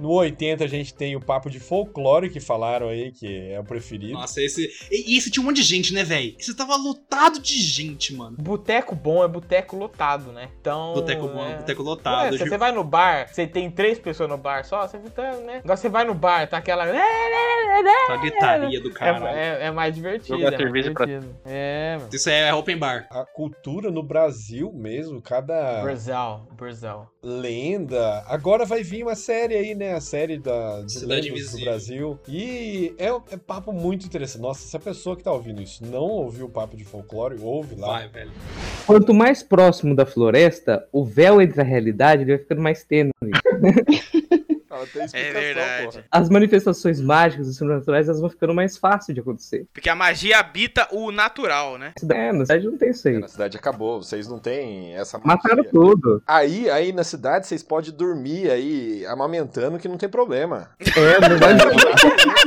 Speaker 3: No 80 a gente tem o papo de folclore que falaram aí, que é o preferido.
Speaker 2: Nossa, esse. E e esse tinha um monte de gente, né, velho? Esse tava lotado de gente, mano.
Speaker 1: Boteco bom é boteco lotado, né? Então.
Speaker 2: Boteco bom,
Speaker 1: é-
Speaker 2: boteco
Speaker 1: É,
Speaker 2: lotado.
Speaker 1: se você vai no bar, você tem três pessoas no bar só, você fica, né? Agora você vai no bar, tá aquela.
Speaker 2: Tá gritaria do caralho.
Speaker 1: né, É, é- é mais divertido.
Speaker 2: Jogar
Speaker 1: é mais
Speaker 2: cerveja pra-
Speaker 1: divertido. É, mano.
Speaker 2: Isso é open bar.
Speaker 3: A cultura no Brasil mesmo,
Speaker 2: Ah.
Speaker 3: cada.
Speaker 1: Brazil, Brazil.
Speaker 3: Lenda. Agora vai vir uma série aí, né? A série da de
Speaker 2: Cidade
Speaker 3: lendas do
Speaker 2: Invisível.
Speaker 3: Brasil. E é, é papo muito interessante. Nossa, se a pessoa que tá ouvindo isso não ouviu o papo de folclore, ouve lá.
Speaker 2: Vai, velho.
Speaker 31: Quanto mais próximo da floresta, o véu entre a realidade ele vai ficando mais tênue.
Speaker 6: É verdade.
Speaker 31: As manifestações mágicas e sobrenaturais é, elas vão ficando mais fáceis de acontecer.
Speaker 6: Porque a magia habita o natural, né?
Speaker 31: É, na cidade não tem isso aí.
Speaker 20: A cidade acabou, vocês não têm essa
Speaker 31: Mataram tudo.
Speaker 20: Aí, aí na cidade vocês podem dormir aí amamentando que não tem problema.
Speaker 2: É,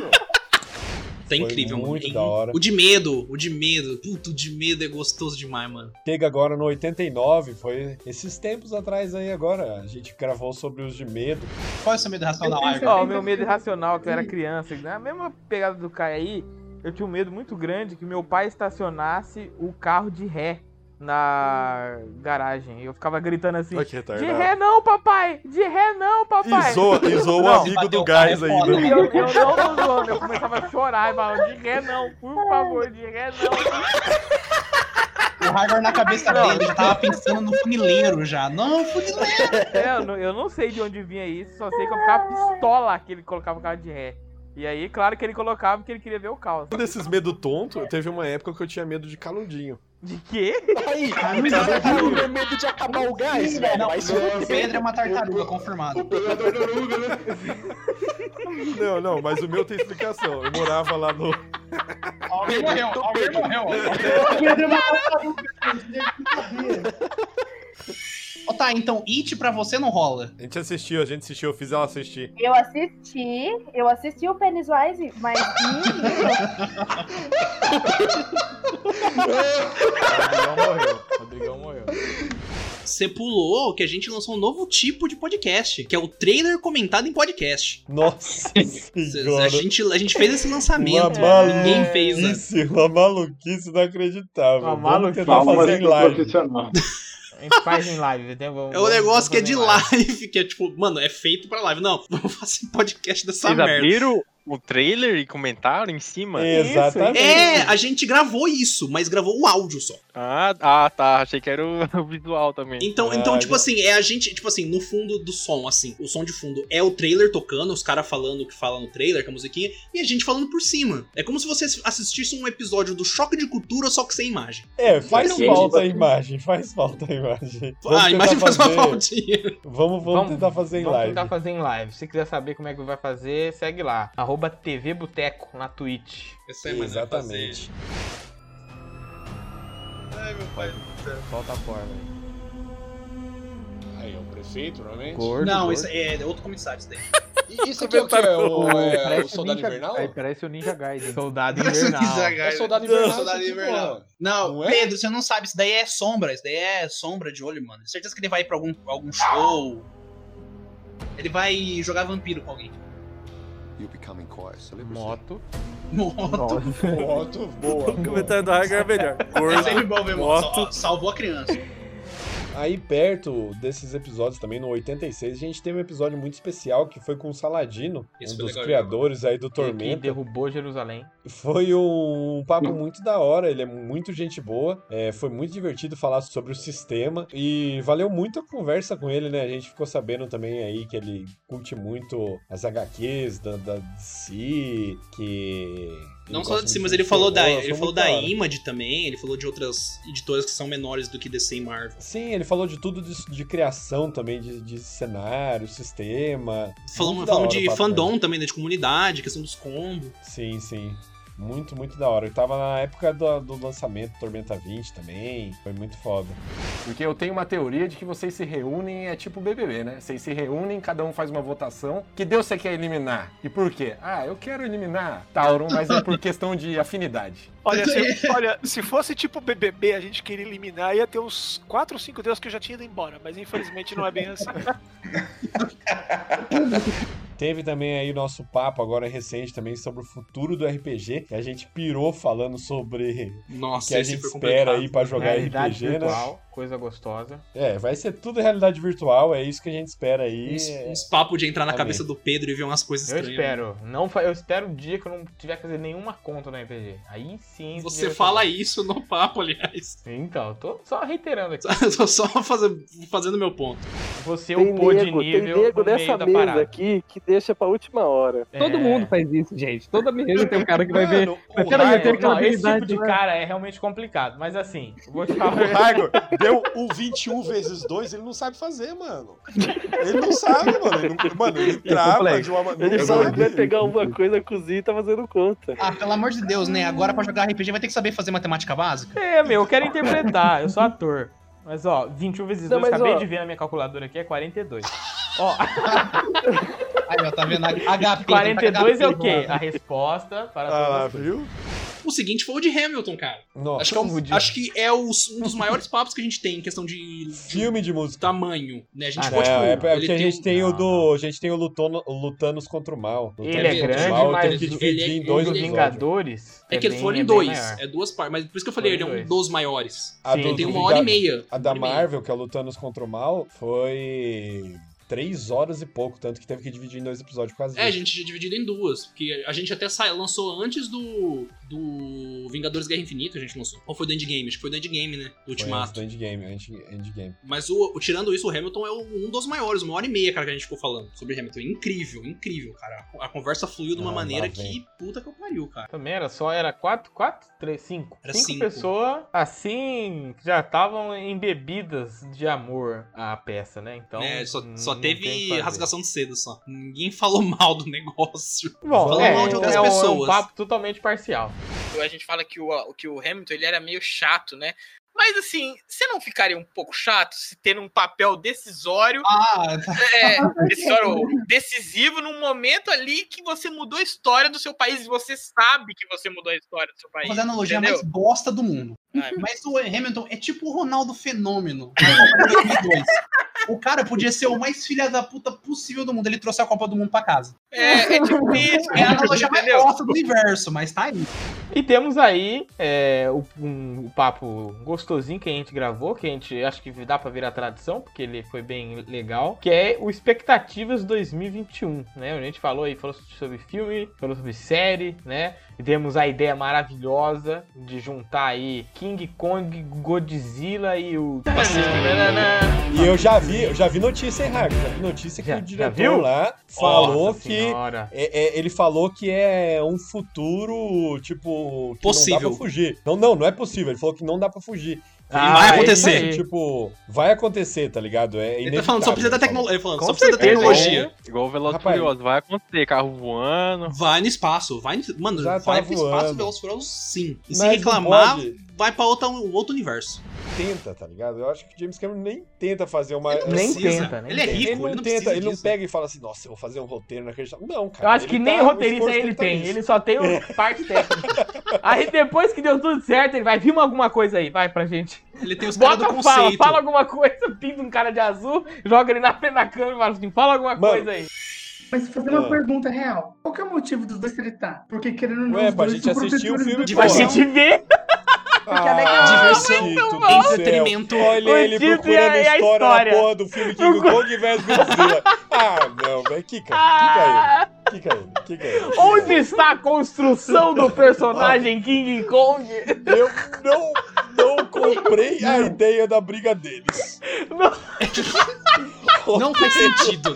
Speaker 2: Tá incrível, mano.
Speaker 3: muito da hora.
Speaker 2: O de medo, o de medo. Puta, o de medo é gostoso demais, mano.
Speaker 3: Chega agora no 89, foi esses tempos atrás aí agora. A gente gravou sobre os de medo.
Speaker 2: Qual é o seu medo racional,
Speaker 1: Ó, o meu medo irracional, que eu era criança, na mesma pegada do Kai aí, eu tinha um medo muito grande que meu pai estacionasse o carro de ré na garagem. E eu ficava gritando assim:
Speaker 2: Tá
Speaker 32: retardado.
Speaker 1: De ré não, papai! De ré não, papai!
Speaker 32: E zoa- e zoa o amigo do
Speaker 3: é
Speaker 32: gás né?
Speaker 1: aí.
Speaker 32: ainda.
Speaker 1: Eu, eu não tô zoando, eu começava a chorar e falava: De ré não, por favor, de ré não.
Speaker 2: O Harvard na cabeça
Speaker 1: Não.
Speaker 2: dele já tava pensando no funileiro já. Não, funileiro!
Speaker 1: É, eu, não, eu não sei de onde vinha isso, só sei que eu ficava pistola que ele colocava o carro de ré. E aí, claro que ele colocava porque ele queria ver o caos.
Speaker 32: Um desses medo tonto, teve uma época que eu tinha medo de caludinho.
Speaker 1: De quê?
Speaker 32: Aí,
Speaker 2: mas olha que eu tenho
Speaker 32: medo de acabar o
Speaker 2: Não, o Pedro é uma tartaruga, confirmado.
Speaker 32: Não, não, mas o meu tem explicação. Eu morava lá no.
Speaker 29: Alguém morreu, alguém morreu.
Speaker 2: Ó, tá, então It pra você não rola.
Speaker 32: A gente assistiu, a gente assistiu, eu fiz ela assistir.
Speaker 7: Eu assisti, eu assisti o Pennywise, mas
Speaker 1: Rodrigão morreu.
Speaker 2: Você pulou que a gente lançou um novo tipo de podcast, que é o trailer comentado em podcast.
Speaker 3: Nossa senhora.
Speaker 2: A gente, a gente fez esse lançamento.
Speaker 3: Uma
Speaker 2: Ninguém fez, né?
Speaker 3: maluquice, Uma maluquice inacreditável.
Speaker 2: Uma
Speaker 3: Vamos
Speaker 2: maluquice.
Speaker 3: tentar fazer em live.
Speaker 1: A gente faz em live, tem vamos-
Speaker 2: É o negócio
Speaker 1: vamos
Speaker 2: que é de
Speaker 1: fazer em live.
Speaker 2: live, que é tipo, mano, é feito pra live. Não, vamos fazer podcast dessa
Speaker 4: Vocês
Speaker 2: merda.
Speaker 4: abriram o trailer e comentaram em cima?
Speaker 20: né?
Speaker 2: É, a gente gravou isso, mas gravou o áudio só.
Speaker 4: Ah, ah, tá. Achei que era o o visual também.
Speaker 2: Então, então tipo assim, é a gente, tipo assim, no fundo do som, assim, o som de fundo é o trailer tocando, os caras falando o que fala no trailer, com a musiquinha, e a gente falando por cima. É como se você assistisse um episódio do Choque de Cultura, só que sem imagem.
Speaker 3: É, faz
Speaker 2: Gente,
Speaker 3: falta a
Speaker 2: gente.
Speaker 3: imagem, faz falta a imagem.
Speaker 2: Ah, a
Speaker 3: tentar
Speaker 2: imagem faz uma
Speaker 3: fazer-
Speaker 2: faltinha.
Speaker 3: Vamos, vamos, tentar fazer em
Speaker 1: Vamos
Speaker 3: live.
Speaker 1: tentar fazer em live. Se quiser saber como é que vai fazer, segue lá. Arroba TV Boteco na Twitch.
Speaker 2: é
Speaker 20: né,
Speaker 3: Exatamente.
Speaker 2: Ai, meu pai do céu.
Speaker 32: Falta a forma.
Speaker 20: Aí é o prefeito, normalmente?
Speaker 2: não, esse é, é outro comissário isso daí.
Speaker 20: Isso aqui é o que é o, é, o
Speaker 28: Parece
Speaker 20: Soldado
Speaker 28: Ninja-
Speaker 20: Invernal?
Speaker 28: Aí parece o Ninja Gaiden.
Speaker 1: Soldado
Speaker 20: É Soldado Invernal.
Speaker 2: Soldado
Speaker 20: isso aqui,
Speaker 2: Invernal.
Speaker 20: pô.
Speaker 2: Não,
Speaker 20: Não é?
Speaker 2: Pedro, você não sabe, isso daí é sombra, isso daí é sombra de olho, mano. Certeza que ele vai ir pra algum, algum show. Ele vai jogar vampiro com alguém.
Speaker 32: Moto.
Speaker 2: Moto.
Speaker 32: Moto, boa.
Speaker 2: O
Speaker 32: comentário do Hagar é melhor.
Speaker 2: É sempre bom ver moto. Sal- Salvou a criança.
Speaker 3: Aí perto desses episódios também, no 86, a gente teve um episódio muito especial que foi com o Saladino,
Speaker 1: Isso
Speaker 3: um
Speaker 1: foi
Speaker 3: dos
Speaker 1: legal,
Speaker 3: criadores aí do
Speaker 1: Que
Speaker 3: Tormenta.
Speaker 1: derrubou Jerusalém.
Speaker 3: Foi um papo muito da hora, ele é muito gente boa, é, foi muito divertido falar sobre o sistema e valeu muito a conversa com ele, né? A gente ficou sabendo também aí que ele curte muito as HQs da, da DC, que...
Speaker 2: Não
Speaker 3: ele
Speaker 2: só
Speaker 3: gosta
Speaker 2: de si,
Speaker 3: muito
Speaker 2: mas
Speaker 3: de
Speaker 2: ele falou da,
Speaker 3: terror,
Speaker 2: ele
Speaker 3: foi
Speaker 2: falou
Speaker 3: muito
Speaker 2: da
Speaker 3: hora.
Speaker 2: Image também, ele falou de outras editoras que são menores do que DC e Marvel.
Speaker 3: Sim, ele falou de tudo de, de criação também, de, de cenário, sistema.
Speaker 2: Falamos,
Speaker 3: Muito da
Speaker 2: falamos
Speaker 3: hora o
Speaker 2: de
Speaker 3: papo
Speaker 2: fandom
Speaker 3: dele.
Speaker 2: também, né? De comunidade, questão dos combos.
Speaker 3: Sim, sim. Muito, muito da hora. Eu tava na época do, do lançamento do Tormenta 20 também. Foi muito foda.
Speaker 9: Porque eu tenho uma teoria de que vocês se reúnem, é tipo BBB, né? Vocês se reúnem, cada um faz uma votação. Que Deus você quer eliminar? E por quê? Ah, eu quero eliminar Tauron, mas é por questão de afinidade.
Speaker 10: Olha se, olha, se fosse tipo BBB, a gente queria eliminar, ia ter uns 4 ou 5 deuses que eu já tinha ido embora, mas infelizmente não é bem assim.
Speaker 3: Teve também aí o nosso papo agora recente também sobre o futuro do RPG, que a gente pirou falando sobre
Speaker 2: Nossa,
Speaker 3: que a
Speaker 2: esse
Speaker 3: gente
Speaker 2: foi
Speaker 3: espera
Speaker 2: complicado.
Speaker 3: aí pra jogar
Speaker 1: Realidade
Speaker 3: RPG,
Speaker 1: virtual,
Speaker 3: né?
Speaker 1: coisa gostosa.
Speaker 3: É, vai ser tudo realidade virtual, é isso que a gente espera aí.
Speaker 2: Uns,
Speaker 3: É-
Speaker 2: uns papos de entrar na
Speaker 3: Amém.
Speaker 2: cabeça do Pedro e ver umas coisas
Speaker 1: Eu
Speaker 2: estranhas.
Speaker 1: espero. Não, fa- eu espero o dia que eu não tiver que fazer nenhuma conta no RPG. Aí sim. tá
Speaker 2: Você fala isso no papo, aliás.
Speaker 1: Então, eu tô só reiterando aqui.
Speaker 2: Tô só faze- fazendo meu ponto.
Speaker 1: Você
Speaker 4: um
Speaker 10: Tem
Speaker 1: upou de
Speaker 10: nego, tem
Speaker 1: nível
Speaker 10: nego
Speaker 1: no
Speaker 10: nessa
Speaker 1: meio da
Speaker 10: mesa
Speaker 1: parada.
Speaker 10: aqui que deixa pra última hora.
Speaker 1: É.
Speaker 31: Todo mundo faz isso, gente. Toda mesa tem um cara que vai ver.
Speaker 10: Mano,
Speaker 31: Mas
Speaker 1: O
Speaker 31: peraí, eu
Speaker 1: Raigor-
Speaker 31: tenho aquela
Speaker 1: não, esse tipo
Speaker 31: habilidade.
Speaker 1: de
Speaker 31: lá.
Speaker 1: cara é realmente complicado, mas assim, eu vou te
Speaker 12: O
Speaker 1: falar.
Speaker 12: Raigor deu o 21 vezes 2, ele não sabe fazer, mano. Ele não sabe, mano. Ele não- mano, ele trava de uma
Speaker 2: É
Speaker 12: maneira.
Speaker 10: é Ele falou que vai pegar uma coisa, cozinha e tá fazendo conta.
Speaker 4: É
Speaker 2: Ah, pelo amor de Deus, né? Agora pra jogar RPG vai ter que saber fazer matemática básica.
Speaker 1: É, meu, eu quero interpretar, eu sou ator. Mas ó, 21 vezes
Speaker 2: Não,
Speaker 1: 2,
Speaker 2: mas,
Speaker 1: acabei
Speaker 2: ó-
Speaker 1: de ver na minha calculadora aqui, é 42. Ó.
Speaker 2: Aí, ó, tá vendo? HP.
Speaker 1: 42 é o
Speaker 2: HP,
Speaker 1: quê?
Speaker 2: mano.
Speaker 1: A resposta
Speaker 2: Ah,
Speaker 1: para todas
Speaker 12: Ah,
Speaker 1: as coisas.
Speaker 2: O seguinte foi o de Hamilton, cara.
Speaker 3: Nossa.
Speaker 2: acho, que é o- acho que é os- um dos maiores papos que a gente tem em questão de
Speaker 3: Filme de música.
Speaker 2: tamanho, né? A gente
Speaker 3: Ah,
Speaker 2: pode,
Speaker 3: não,
Speaker 2: tipo,
Speaker 3: é porque
Speaker 2: ele
Speaker 3: a
Speaker 2: tem
Speaker 3: gente
Speaker 10: Ah.
Speaker 3: tem o do. A gente tem o Lutono, o Lutanos contra o Mal. Lutanos
Speaker 1: Ele é
Speaker 3: contra o
Speaker 1: grande,
Speaker 3: Mal,
Speaker 1: mas
Speaker 3: tem que dividir
Speaker 2: ele é-
Speaker 3: em dois
Speaker 2: ele é-
Speaker 3: episódios.
Speaker 1: Vingadores.
Speaker 2: É que
Speaker 1: ele
Speaker 2: eles foram em dois, é duas partes, mas por isso que eu falei, ele é um dos maiores.
Speaker 3: A
Speaker 2: ele
Speaker 3: do-
Speaker 2: tem
Speaker 3: do
Speaker 2: uma hora e
Speaker 3: Vinga-
Speaker 2: meia.
Speaker 3: A da Marvel, que é o Lutanos contra o Mal, foi três horas e pouco, tanto que teve que dividir em dois episódios por causa
Speaker 2: É,
Speaker 3: disso.
Speaker 2: a gente tinha dividido em duas, porque a gente até sa- lançou antes do, do Vingadores Guerra Infinita, a gente lançou. Ou foi do Endgame? Acho que foi do Endgame, né? Do
Speaker 3: Foi
Speaker 2: Ultimato.
Speaker 3: antes do Endgame, antes do Endgame.
Speaker 2: Mas o, o- tirando isso, o Hamilton é o- um dos maiores, uma hora e meia, cara, que a gente ficou falando sobre Hamilton. Incrível, incrível, cara. A, a conversa fluiu de uma
Speaker 1: Ah,
Speaker 2: maneira
Speaker 1: lá vem.
Speaker 2: que puta que eu pariu, cara.
Speaker 1: Também era só, era 4, 4, 3, 5.
Speaker 2: Era
Speaker 1: 5
Speaker 2: cinco.
Speaker 1: pessoas, assim, que já estavam embebidas de amor à peça, né? Então.
Speaker 2: É, só,
Speaker 1: n-
Speaker 2: só
Speaker 1: não tem o que
Speaker 2: teve
Speaker 1: fazer.
Speaker 2: rasgação de seda só. Ninguém falou mal do negócio.
Speaker 1: Bom,
Speaker 2: falou
Speaker 1: é,
Speaker 2: mal de outras
Speaker 1: é um- é
Speaker 2: pessoas.
Speaker 1: um papo totalmente parcial.
Speaker 6: A gente fala que o, que o Hamilton ele era meio chato, né? Mas assim, você não ficaria um pouco chato se tendo um papel decisório,
Speaker 2: ah,
Speaker 6: é, decisório decisivo num momento ali que você mudou a história do seu país e você sabe que você mudou a história do seu país.
Speaker 2: Vou fazer a analogia
Speaker 6: entendeu?
Speaker 2: mais bosta do mundo.
Speaker 6: Ai, meu
Speaker 2: Mas o Hamilton é tipo o Ronaldo Fenômeno. na Copa de 2002. O cara podia ser o mais filha da puta possível do mundo. Ele trouxe a Copa do Mundo pra casa.
Speaker 6: É, é tipo isso,
Speaker 2: É a analogia mais
Speaker 6: entendeu?
Speaker 2: bosta do universo, mas tá aí.
Speaker 1: E temos aí é, o, um, o papo gostosinho que a gente gravou, que a gente acho que dá pra virar tradição, porque ele foi bem legal, que é o Expectativas 2021, né? A gente falou aí, falou sobre filme, falou sobre série, né? E temos a ideia maravilhosa de juntar aí King Kong, Godzilla e o...
Speaker 3: E eu já vi, eu já vi notícia, hein, Rago? Já vi notícia que
Speaker 1: Já-
Speaker 3: o
Speaker 1: já
Speaker 3: diretor
Speaker 1: viu?
Speaker 3: lá falou
Speaker 1: Nossa
Speaker 3: que.
Speaker 1: Senhora.
Speaker 3: é- é- ele falou que é um futuro, tipo. que Não
Speaker 2: Possível.
Speaker 3: dá pra fugir. Não, não, não é possível. Ele falou que não dá pra fugir.
Speaker 2: Ah,
Speaker 3: Ele
Speaker 2: vai
Speaker 3: falou
Speaker 2: acontecer.
Speaker 3: que, tipo, vai acontecer, tá ligado? É
Speaker 2: Ele tá falando, só precisa da tecnologia. Ele falando, só precisa da
Speaker 4: certeza,
Speaker 2: tecnologia.
Speaker 4: Igual o Velozes e Furiosos, vai acontecer, carro voando.
Speaker 2: Vai no espaço, vai no... Mano,
Speaker 4: Já
Speaker 2: vai
Speaker 4: tá
Speaker 2: pro espaço
Speaker 4: voando.
Speaker 2: Velozes e Furiosos, sim. E
Speaker 3: Mas
Speaker 2: se
Speaker 3: não
Speaker 2: reclamar,
Speaker 3: pode.
Speaker 2: vai pra outra, um outro universo.
Speaker 3: tenta, tá ligado? Eu acho que o James Cameron nem tenta fazer uma.
Speaker 2: Ele não Nem precisa. tenta, nem Ele é tenta. rico,
Speaker 3: ele não,
Speaker 2: ele não
Speaker 3: tenta.
Speaker 2: precisa
Speaker 3: Ele não
Speaker 2: disso.
Speaker 3: pega e fala assim, nossa, eu vou fazer um roteiro inacreditável. Não, cara.
Speaker 1: Eu acho que
Speaker 3: ele
Speaker 1: nem
Speaker 3: tá- o
Speaker 1: roteirista
Speaker 3: esforço
Speaker 1: ele
Speaker 3: dele tá
Speaker 1: tem,
Speaker 3: nisso.
Speaker 1: ele só tem o parte técnica. Aí depois que deu tudo certo, ele vai, vir alguma coisa aí, vai pra gente.
Speaker 2: Ele tem os caras
Speaker 1: Bota
Speaker 2: do
Speaker 1: um fala,
Speaker 2: conceito.
Speaker 1: fala alguma coisa, pinta um cara de azul, joga ele na frente da câmera e fala assim, fala alguma coisa aí.
Speaker 33: Mas fazer uma
Speaker 1: Ah.
Speaker 33: pergunta real. Qual que é o motivo dos dois tretar? Porque querendo ou não,
Speaker 1: Ué,
Speaker 33: os
Speaker 1: pra
Speaker 33: dois
Speaker 1: gente
Speaker 33: são
Speaker 1: assistir o
Speaker 33: protetores
Speaker 1: filme,
Speaker 33: do
Speaker 1: pô. Pra
Speaker 33: país.
Speaker 1: gente ver.
Speaker 3: Ah,
Speaker 33: Porque é legal.
Speaker 2: diversão, entretenimento.
Speaker 3: Olha ele
Speaker 2: O título
Speaker 3: procurando
Speaker 2: e a- e
Speaker 3: a
Speaker 2: a
Speaker 3: história na
Speaker 2: história.
Speaker 3: porra do filme King Kong vs Godzilla. Ah, não, velho, que cara. Kika ele, kika ele.
Speaker 1: Onde está a construção do personagem King Kong?
Speaker 3: Eu não, não comprei a ideia da briga deles.
Speaker 2: Não faz sentido,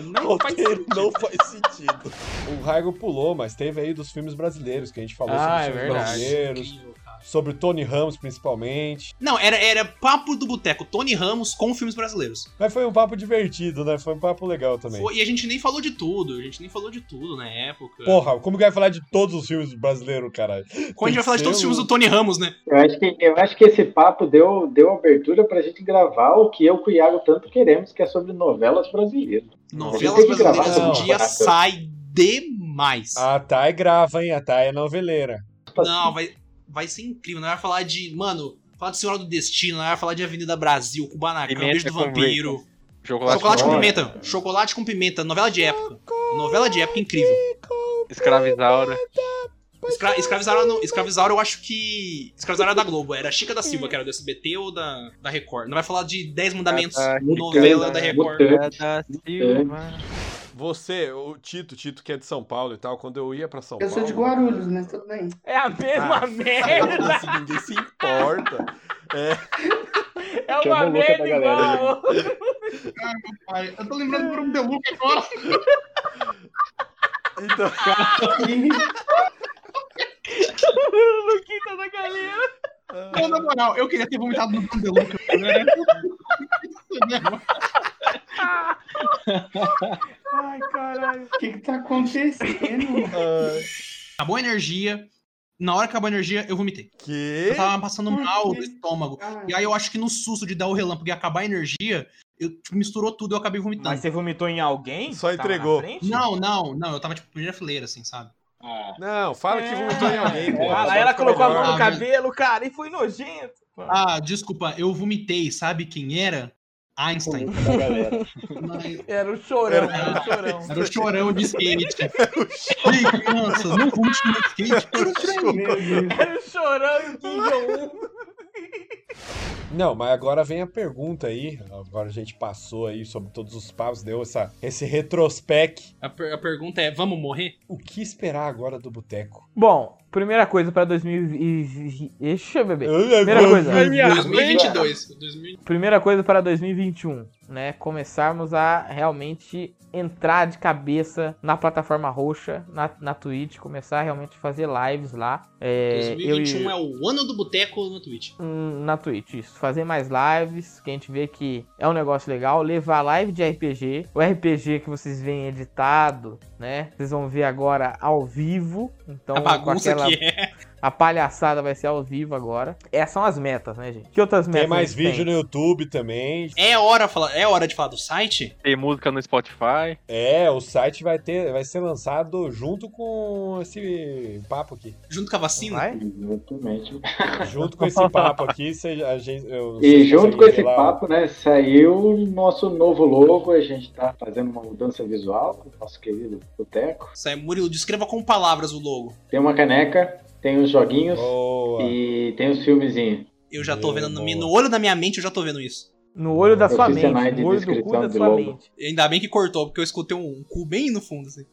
Speaker 3: não faz sentido. Não faz sentido. O Raigo pulou, mas teve aí dos filmes brasileiros que a gente falou sobre os
Speaker 2: Ah, é
Speaker 3: filmes
Speaker 2: verdade.
Speaker 3: brasileiros. Sobre o Tony Ramos, principalmente.
Speaker 2: Não, era, era papo do boteco, Tony Ramos com filmes brasileiros.
Speaker 3: Mas foi um papo divertido, né? Foi um papo legal também.
Speaker 2: Foi- e a gente nem falou de tudo, a gente nem falou de tudo na
Speaker 12: né?
Speaker 2: época.
Speaker 3: Porra, como que vai falar de todos os filmes brasileiros, caralho?
Speaker 2: Quando a gente vai falar de todos os filmes do Tony Ramos, né?
Speaker 5: Eu acho que, eu acho que esse papo deu, deu abertura pra gente gravar o que eu e o Iago tanto queremos, que é sobre novelas brasileiras. A
Speaker 2: Novelas
Speaker 5: gente tem que gravar
Speaker 2: brasileiras
Speaker 5: essa
Speaker 2: um
Speaker 5: Ah,
Speaker 2: dia
Speaker 5: parada.
Speaker 2: sai demais.
Speaker 3: A Thay grava, hein? A Thay é noveleira.
Speaker 5: tá
Speaker 2: Não, vai, vai ser incrível. Nós vai falar de, mano, falar de Senhora do Destino, nós vai falar de Avenida Brasil, Kubanacan,
Speaker 4: Pimenta
Speaker 2: Beijo do
Speaker 4: com
Speaker 2: Vampiro.
Speaker 4: bacon.
Speaker 2: Chocolate,
Speaker 4: Chocolate,
Speaker 2: com
Speaker 4: com
Speaker 2: pimenta. Chocolate com pimenta, novela de época. Novela de época incrível.
Speaker 4: Escravizaura.
Speaker 33: é,
Speaker 2: Escra escravizaura,
Speaker 33: então.
Speaker 2: não, escravizaura eu acho que. Escravizaura era da Globo, era Chica
Speaker 33: É.
Speaker 2: da Silva, que era do SBT ou da, da Record. Não vai falar de 10 Mandamentos, novela da Record.
Speaker 12: Você, o Tito, Tito que é de São Paulo e tal, quando eu ia pra São
Speaker 33: Eu
Speaker 12: Paulo.
Speaker 33: sou de Guarulhos, né? Tudo bem.
Speaker 1: É a mesma
Speaker 12: Ah,
Speaker 1: merda.
Speaker 12: foda-se, ninguém se importa. É,
Speaker 1: É uma merda igual.
Speaker 33: Ah, meu pai. Eu tô lembrando do Bruno Deluca agora.
Speaker 12: Então,
Speaker 1: Luquita da galera.
Speaker 33: Não, na moral, eu queria ter vomitado no Bruno Deluca. Né?
Speaker 1: Ai, caralho.
Speaker 33: O que que tá acontecendo?
Speaker 2: Acabou a energia. Na hora que acabou a energia, eu vomitei.
Speaker 12: Que?
Speaker 1: Tá
Speaker 2: Eu tava passando mal
Speaker 33: Por quê?
Speaker 2: do estômago. E é aí eu acho que no susto de dar o relâmpago e acabar a energia, eu tipo, misturou tudo e eu acabei vomitando.
Speaker 1: Mas você vomitou em alguém?
Speaker 12: Só
Speaker 2: entregou. Não, não, não. Eu tava tipo primeira fileira, assim, sabe?
Speaker 12: Não, fala que vomitou em alguém, pô.
Speaker 1: É. Ah, lá ela colocou a mão no cabelo, cara, e foi nojento.
Speaker 2: Ah, desculpa, eu vomitei, sabe quem era? Einstein.
Speaker 1: Era o chorão, era o chorão.
Speaker 2: Era o chorão de skate. Ei, crianças, não vomite no skate. Era um trem.
Speaker 1: Era o chorão e o Kim Jong-un.
Speaker 3: Não, mas agora vem a pergunta aí. Agora a gente passou aí sobre todos os papos, deu essa, esse retrospect.
Speaker 2: A, per- a pergunta é: vamos morrer?
Speaker 3: O que esperar agora do boteco?
Speaker 5: Bom, primeira coisa pra 2000 e... e- Deixa eu beber. Primeira coisa. é
Speaker 2: 2022. 2022.
Speaker 5: Primeira coisa para 2021, né? Começarmos a realmente entrar de cabeça na plataforma roxa, na, na Twitch, começar a realmente fazer lives lá. É, eu e-
Speaker 2: 2021 é o ano do boteco no Twitch.
Speaker 5: Hum, na Twitch, isso. Fazer mais lives, que a gente vê que é um negócio legal. Levar live de RPG, o RPG que vocês veem editado, né? Vocês vão ver agora ao vivo. Então,
Speaker 2: A
Speaker 5: com
Speaker 2: bagunça
Speaker 5: aquela.
Speaker 2: que é.
Speaker 5: A palhaçada vai ser ao vivo agora. Essas são as metas, né, gente? Que outras metas?
Speaker 3: Tem mais
Speaker 5: a gente
Speaker 3: vídeo no YouTube também.
Speaker 2: É hora, fala- é hora de falar do site?
Speaker 4: Tem música no Spotify.
Speaker 3: É, o site vai ter, vai ser lançado junto com esse papo aqui.
Speaker 2: Junto com a vacina?
Speaker 5: Exatamente.
Speaker 3: Junto com esse papo aqui, você- a gente, eu-
Speaker 5: E
Speaker 3: você
Speaker 5: junto
Speaker 3: consegue
Speaker 5: com esse
Speaker 3: ver lá o-
Speaker 5: papo, né, saiu o nosso novo logo, a gente tá fazendo uma mudança visual com o nosso querido Boteco.
Speaker 2: Sai, Murilo, descreva com palavras o logo.
Speaker 5: Tem uma caneca, tem os joguinhos e tem os filmezinhos.
Speaker 2: Eu já tô vendo no, mi- no olho da minha mente, eu já tô vendo isso.
Speaker 5: No olho da
Speaker 2: Eu
Speaker 5: sua
Speaker 2: fiz
Speaker 5: mente,
Speaker 2: sinais de
Speaker 5: no olho do cu
Speaker 2: descrição
Speaker 5: da
Speaker 2: de
Speaker 5: sua
Speaker 2: logo.
Speaker 5: mente.
Speaker 2: Ainda bem que cortou, porque eu escutei um, um cu bem no fundo. Assim.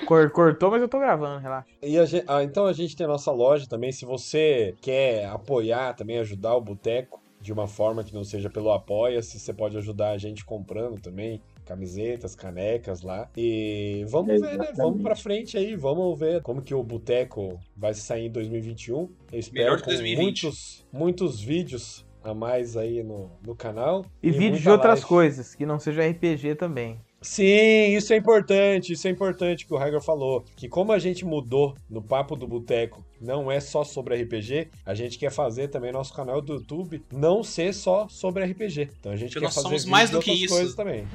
Speaker 5: É, cor- cortou, mas eu tô gravando, relaxa.
Speaker 3: E a gente- ah, então a gente tem a nossa loja também. Se você quer apoiar também, ajudar o Boteco de uma forma que não seja pelo Apoia-se, você pode ajudar a gente comprando também camisetas, canecas lá. E vamos ver, né?
Speaker 12: Exatamente.
Speaker 3: Vamos pra frente aí, vamos ver como que o Boteco vai sair em 2021. Eu espero
Speaker 2: Melhor que
Speaker 3: com
Speaker 2: 2020.
Speaker 3: muitos, muitos vídeos a mais aí no, no canal.
Speaker 5: E, vídeo de
Speaker 3: muita
Speaker 5: outras
Speaker 3: live.
Speaker 5: coisas, que não seja RPG também.
Speaker 3: Sim, isso é importante, isso é importante que o Heiger falou, que como a gente mudou no Papo do Boteco, não é só sobre RPG, a gente quer fazer também nosso canal do YouTube não ser só sobre RPG. Então a gente
Speaker 2: Porque
Speaker 3: quer
Speaker 2: nós
Speaker 3: fazer
Speaker 2: somos
Speaker 3: vídeos
Speaker 2: mais
Speaker 3: de
Speaker 2: do que
Speaker 3: outras
Speaker 2: isso.
Speaker 3: coisas também.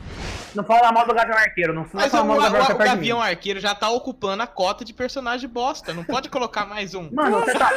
Speaker 42: Não fala mal do Gavião Arqueiro, não fala
Speaker 14: Mas o,
Speaker 42: mal do
Speaker 14: o-
Speaker 42: Gavião
Speaker 14: o
Speaker 2: tá
Speaker 42: Arqueiro perto de mim.
Speaker 14: Gavião Arqueiro já tá ocupando a cota de personagem bosta. Não pode colocar mais um.
Speaker 42: Mano, você tá.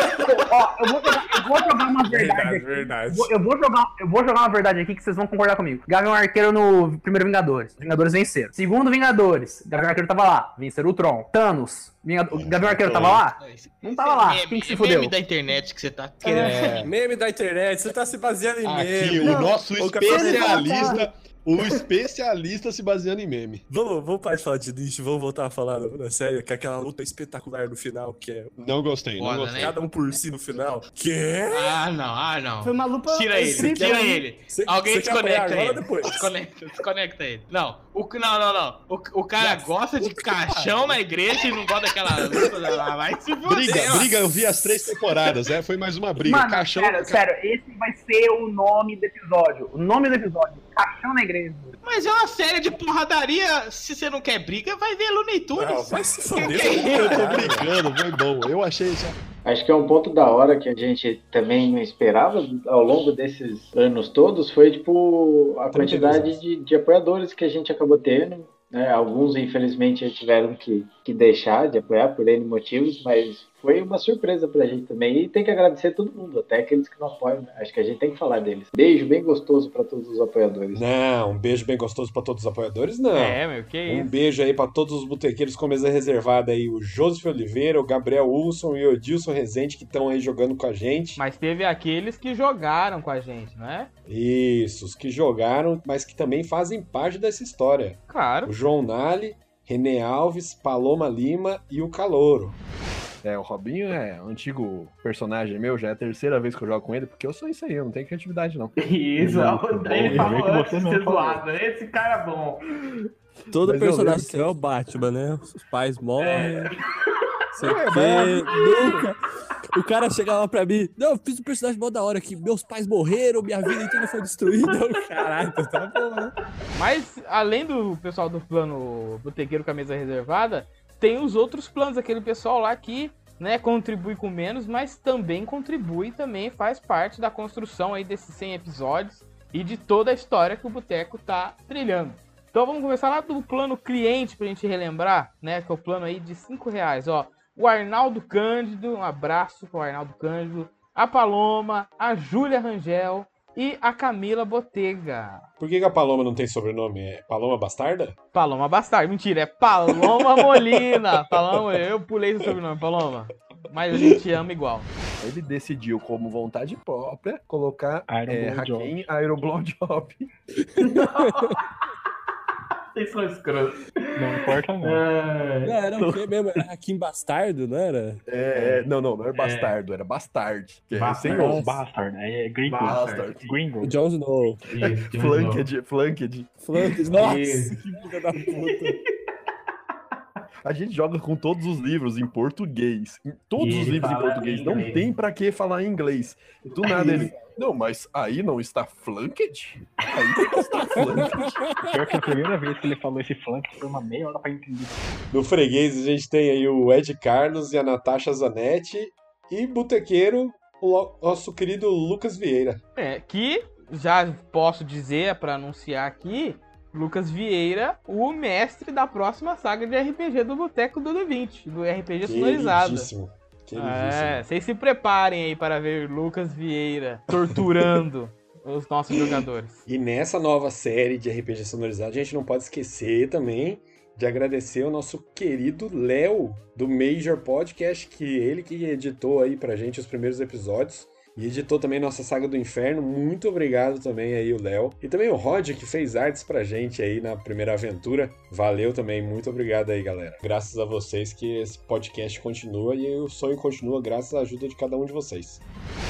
Speaker 42: Ó, eu vou jogar, eu vou jogar uma verdade.
Speaker 31: É
Speaker 42: aqui. Eu vou- Eu vou, jogar, eu vou jogar uma verdade aqui que vocês vão concordar comigo. Gavião Arqueiro no primeiro Vingadores. Vingadores venceram. Segundo Vingadores. Gavião Arqueiro tava lá. Venceram o Tron. Thanos. Vingado- o Gavião Arqueiro tava lá? Não tava lá. Quem que se fudeu?
Speaker 14: meme da internet que você tá
Speaker 8: É.
Speaker 14: querendo.
Speaker 8: Meme da internet, você tá se baseando em
Speaker 12: Aqui,
Speaker 8: meme.
Speaker 12: o nosso
Speaker 8: capitalismo-
Speaker 12: especialista
Speaker 43: O especialista se baseando em meme.
Speaker 8: Vamos, vamos parar de falar de lixo, vamos voltar a falar na, na série, que é aquela luta espetacular no final, que é.
Speaker 43: Não gostei, não
Speaker 8: Foda,
Speaker 3: Né?
Speaker 43: gostei.
Speaker 2: né?
Speaker 8: Cada um por si no final. Que?
Speaker 44: Ah, não, ah, não.
Speaker 8: Foi uma luta
Speaker 44: Tira ele,
Speaker 8: incrível.
Speaker 44: tira ele.
Speaker 8: Você-
Speaker 44: Alguém
Speaker 8: você quer apanhar
Speaker 44: desconecta
Speaker 8: agora
Speaker 44: ele.
Speaker 8: ou depois?
Speaker 44: Desconecta, desconecta ele. Não, o, c- não, não, não. O, o cara gosta de caixão na igreja e não gosta daquela luta. lá, Vai se fuder.
Speaker 43: Briga,
Speaker 44: mano.
Speaker 2: é
Speaker 43: briga, eu vi as três temporadas, né? Foi mais uma briga.
Speaker 2: Mano,
Speaker 43: Caixão.
Speaker 2: sério, sério, esse vai ser o nome do episódio. O nome do episódio, Caixão na Igreja.
Speaker 44: Mas é uma série de porradaria. Se você não quer briga, vai ver Looney Tunes.
Speaker 8: vai se
Speaker 1: é
Speaker 43: Eu tô brincando, foi bom. Eu achei isso.
Speaker 5: Acho que é um ponto da hora que a gente também não esperava ao longo desses anos todos foi tipo a quantidade de, de apoiadores que a gente acabou tendo. Né? Alguns infelizmente tiveram que, que deixar de apoiar por N motivos, mas foi uma surpresa pra gente também. E tem que agradecer todo mundo, até aqueles que não apoiam. né? Acho que a gente tem que falar deles. Beijo bem gostoso pra todos os apoiadores.
Speaker 3: Não, um beijo bem gostoso pra todos os apoiadores, não.
Speaker 5: É, meu, que
Speaker 3: Um
Speaker 5: isso.
Speaker 3: beijo aí pra todos os botequeiros com mesa reservada aí, o Joseph Oliveira, o Gabriel Wilson e o Odilson Rezende que estão aí jogando com a gente.
Speaker 1: Mas teve aqueles que jogaram com a gente, né?
Speaker 5: é?
Speaker 3: Isso, os que jogaram, mas que também fazem parte dessa história.
Speaker 1: Claro.
Speaker 3: O João Nali, René Alves, Paloma Lima e o Calouro.
Speaker 10: É, o Robinho é um antigo personagem meu, já é a terceira vez que eu jogo com ele, porque eu sou isso aí, eu não tenho criatividade, não.
Speaker 45: Isso,
Speaker 10: Muito bom,
Speaker 45: ele
Speaker 10: bem
Speaker 45: falou
Speaker 10: que
Speaker 45: antes
Speaker 10: você
Speaker 45: de
Speaker 10: não
Speaker 45: ser
Speaker 10: falou.
Speaker 45: zoado. Esse cara é bom.
Speaker 8: Todo
Speaker 10: Mas eu
Speaker 8: personagem
Speaker 10: lembro
Speaker 8: seu é o Batman, né? Os pais morrem. Sei
Speaker 10: É,
Speaker 8: que,
Speaker 10: mas-
Speaker 8: nunca. O cara chega lá pra mim, não, eu fiz um personagem mó da hora aqui, meus pais morreram, minha vida inteira foi destruída. Eu, Caralho, tá bom, né?
Speaker 1: Mas, além do pessoal do plano botequeiro com a mesa reservada, tem os outros planos, aquele pessoal lá que né, contribui com menos, mas também contribui, também faz parte da construção aí desses 100 episódios e de toda a história que o Boteco tá trilhando. Então vamos começar lá do plano cliente pra gente relembrar, né, que é o plano aí de 5 reais, ó. O Arnaldo Cândido, um abraço pro Arnaldo Cândido, a Paloma, a Júlia Rangel e a Camila Botega.
Speaker 3: Por que, que a Paloma não tem sobrenome? É Paloma Bastarda?
Speaker 1: Paloma Bastardo. Mentira, é Paloma Molina. Paloma, eu pulei seu sobrenome, Paloma. Mas a gente ama igual.
Speaker 10: Ele decidiu, como vontade própria, colocar
Speaker 1: Iron
Speaker 10: é,
Speaker 1: Blow Job.
Speaker 10: Hakim Iron Blow Job.
Speaker 45: Vocês são escrotos.
Speaker 10: Não importa, não.
Speaker 8: Não, É, era o quê mesmo? Era Kim Bastardo, não era?
Speaker 10: É, é, não, não, não era bastardo, era bastard. Que é
Speaker 8: Bastard.
Speaker 10: sem osso.
Speaker 8: Bastard,
Speaker 10: é gringo.
Speaker 8: Bastard. O Jon Snow. Isso, Jon
Speaker 10: Flanked, flanked.
Speaker 8: Flanked, nossa,
Speaker 10: Isso.
Speaker 8: que filha da puta.
Speaker 10: A gente joga com todos os livros em português. Em todos
Speaker 8: E
Speaker 10: os
Speaker 8: ele
Speaker 10: livros em
Speaker 8: fala
Speaker 10: português.
Speaker 8: em
Speaker 10: Não
Speaker 8: inglês.
Speaker 10: tem pra que falar em inglês. E do nada ele. Não, mas aí não está flanked? Aí não está flanked.
Speaker 46: Pior que a primeira vez que ele falou esse flank foi uma meia hora pra entender.
Speaker 3: No freguês a gente tem aí o Ed Carlos e a Natasha Zanetti e botequeiro, o lo- nosso querido Lucas Vieira.
Speaker 1: É, que já posso dizer pra anunciar aqui, Lucas Vieira, o mestre da próxima saga de RPG do Boteco do D20, do RPG
Speaker 8: é
Speaker 1: sonorizado.
Speaker 3: Queridíssimo, queridíssimo.
Speaker 1: É, vocês se preparem aí para ver Lucas Vieira torturando os nossos jogadores.
Speaker 3: E nessa nova série de RPG sonorizado, a gente não pode esquecer também de agradecer o nosso querido Léo do Major Podcast, que ele que editou aí pra gente os primeiros episódios. E editou também nossa Saga do Inferno. Muito obrigado também aí, o Léo. E também o Rod, que fez artes pra gente aí na primeira aventura. Valeu também, muito obrigado aí, galera. Graças a vocês que esse podcast continua e o sonho continua graças à ajuda de cada um de vocês.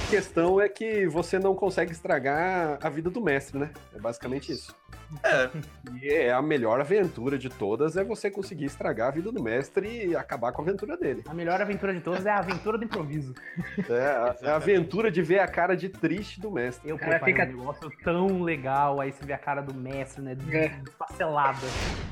Speaker 10: A questão é que você não consegue estragar a vida do mestre, né? É basicamente isso. É. E é a melhor aventura de todas é você conseguir estragar a vida do mestre e acabar com a aventura dele.
Speaker 2: A melhor aventura de todas é a aventura do improviso.
Speaker 10: É a, é a aventura de ver a cara de triste do mestre.
Speaker 2: O cara fica um negócio tão legal, aí você vê a cara do mestre, né?
Speaker 47: É.
Speaker 2: Desfacelada.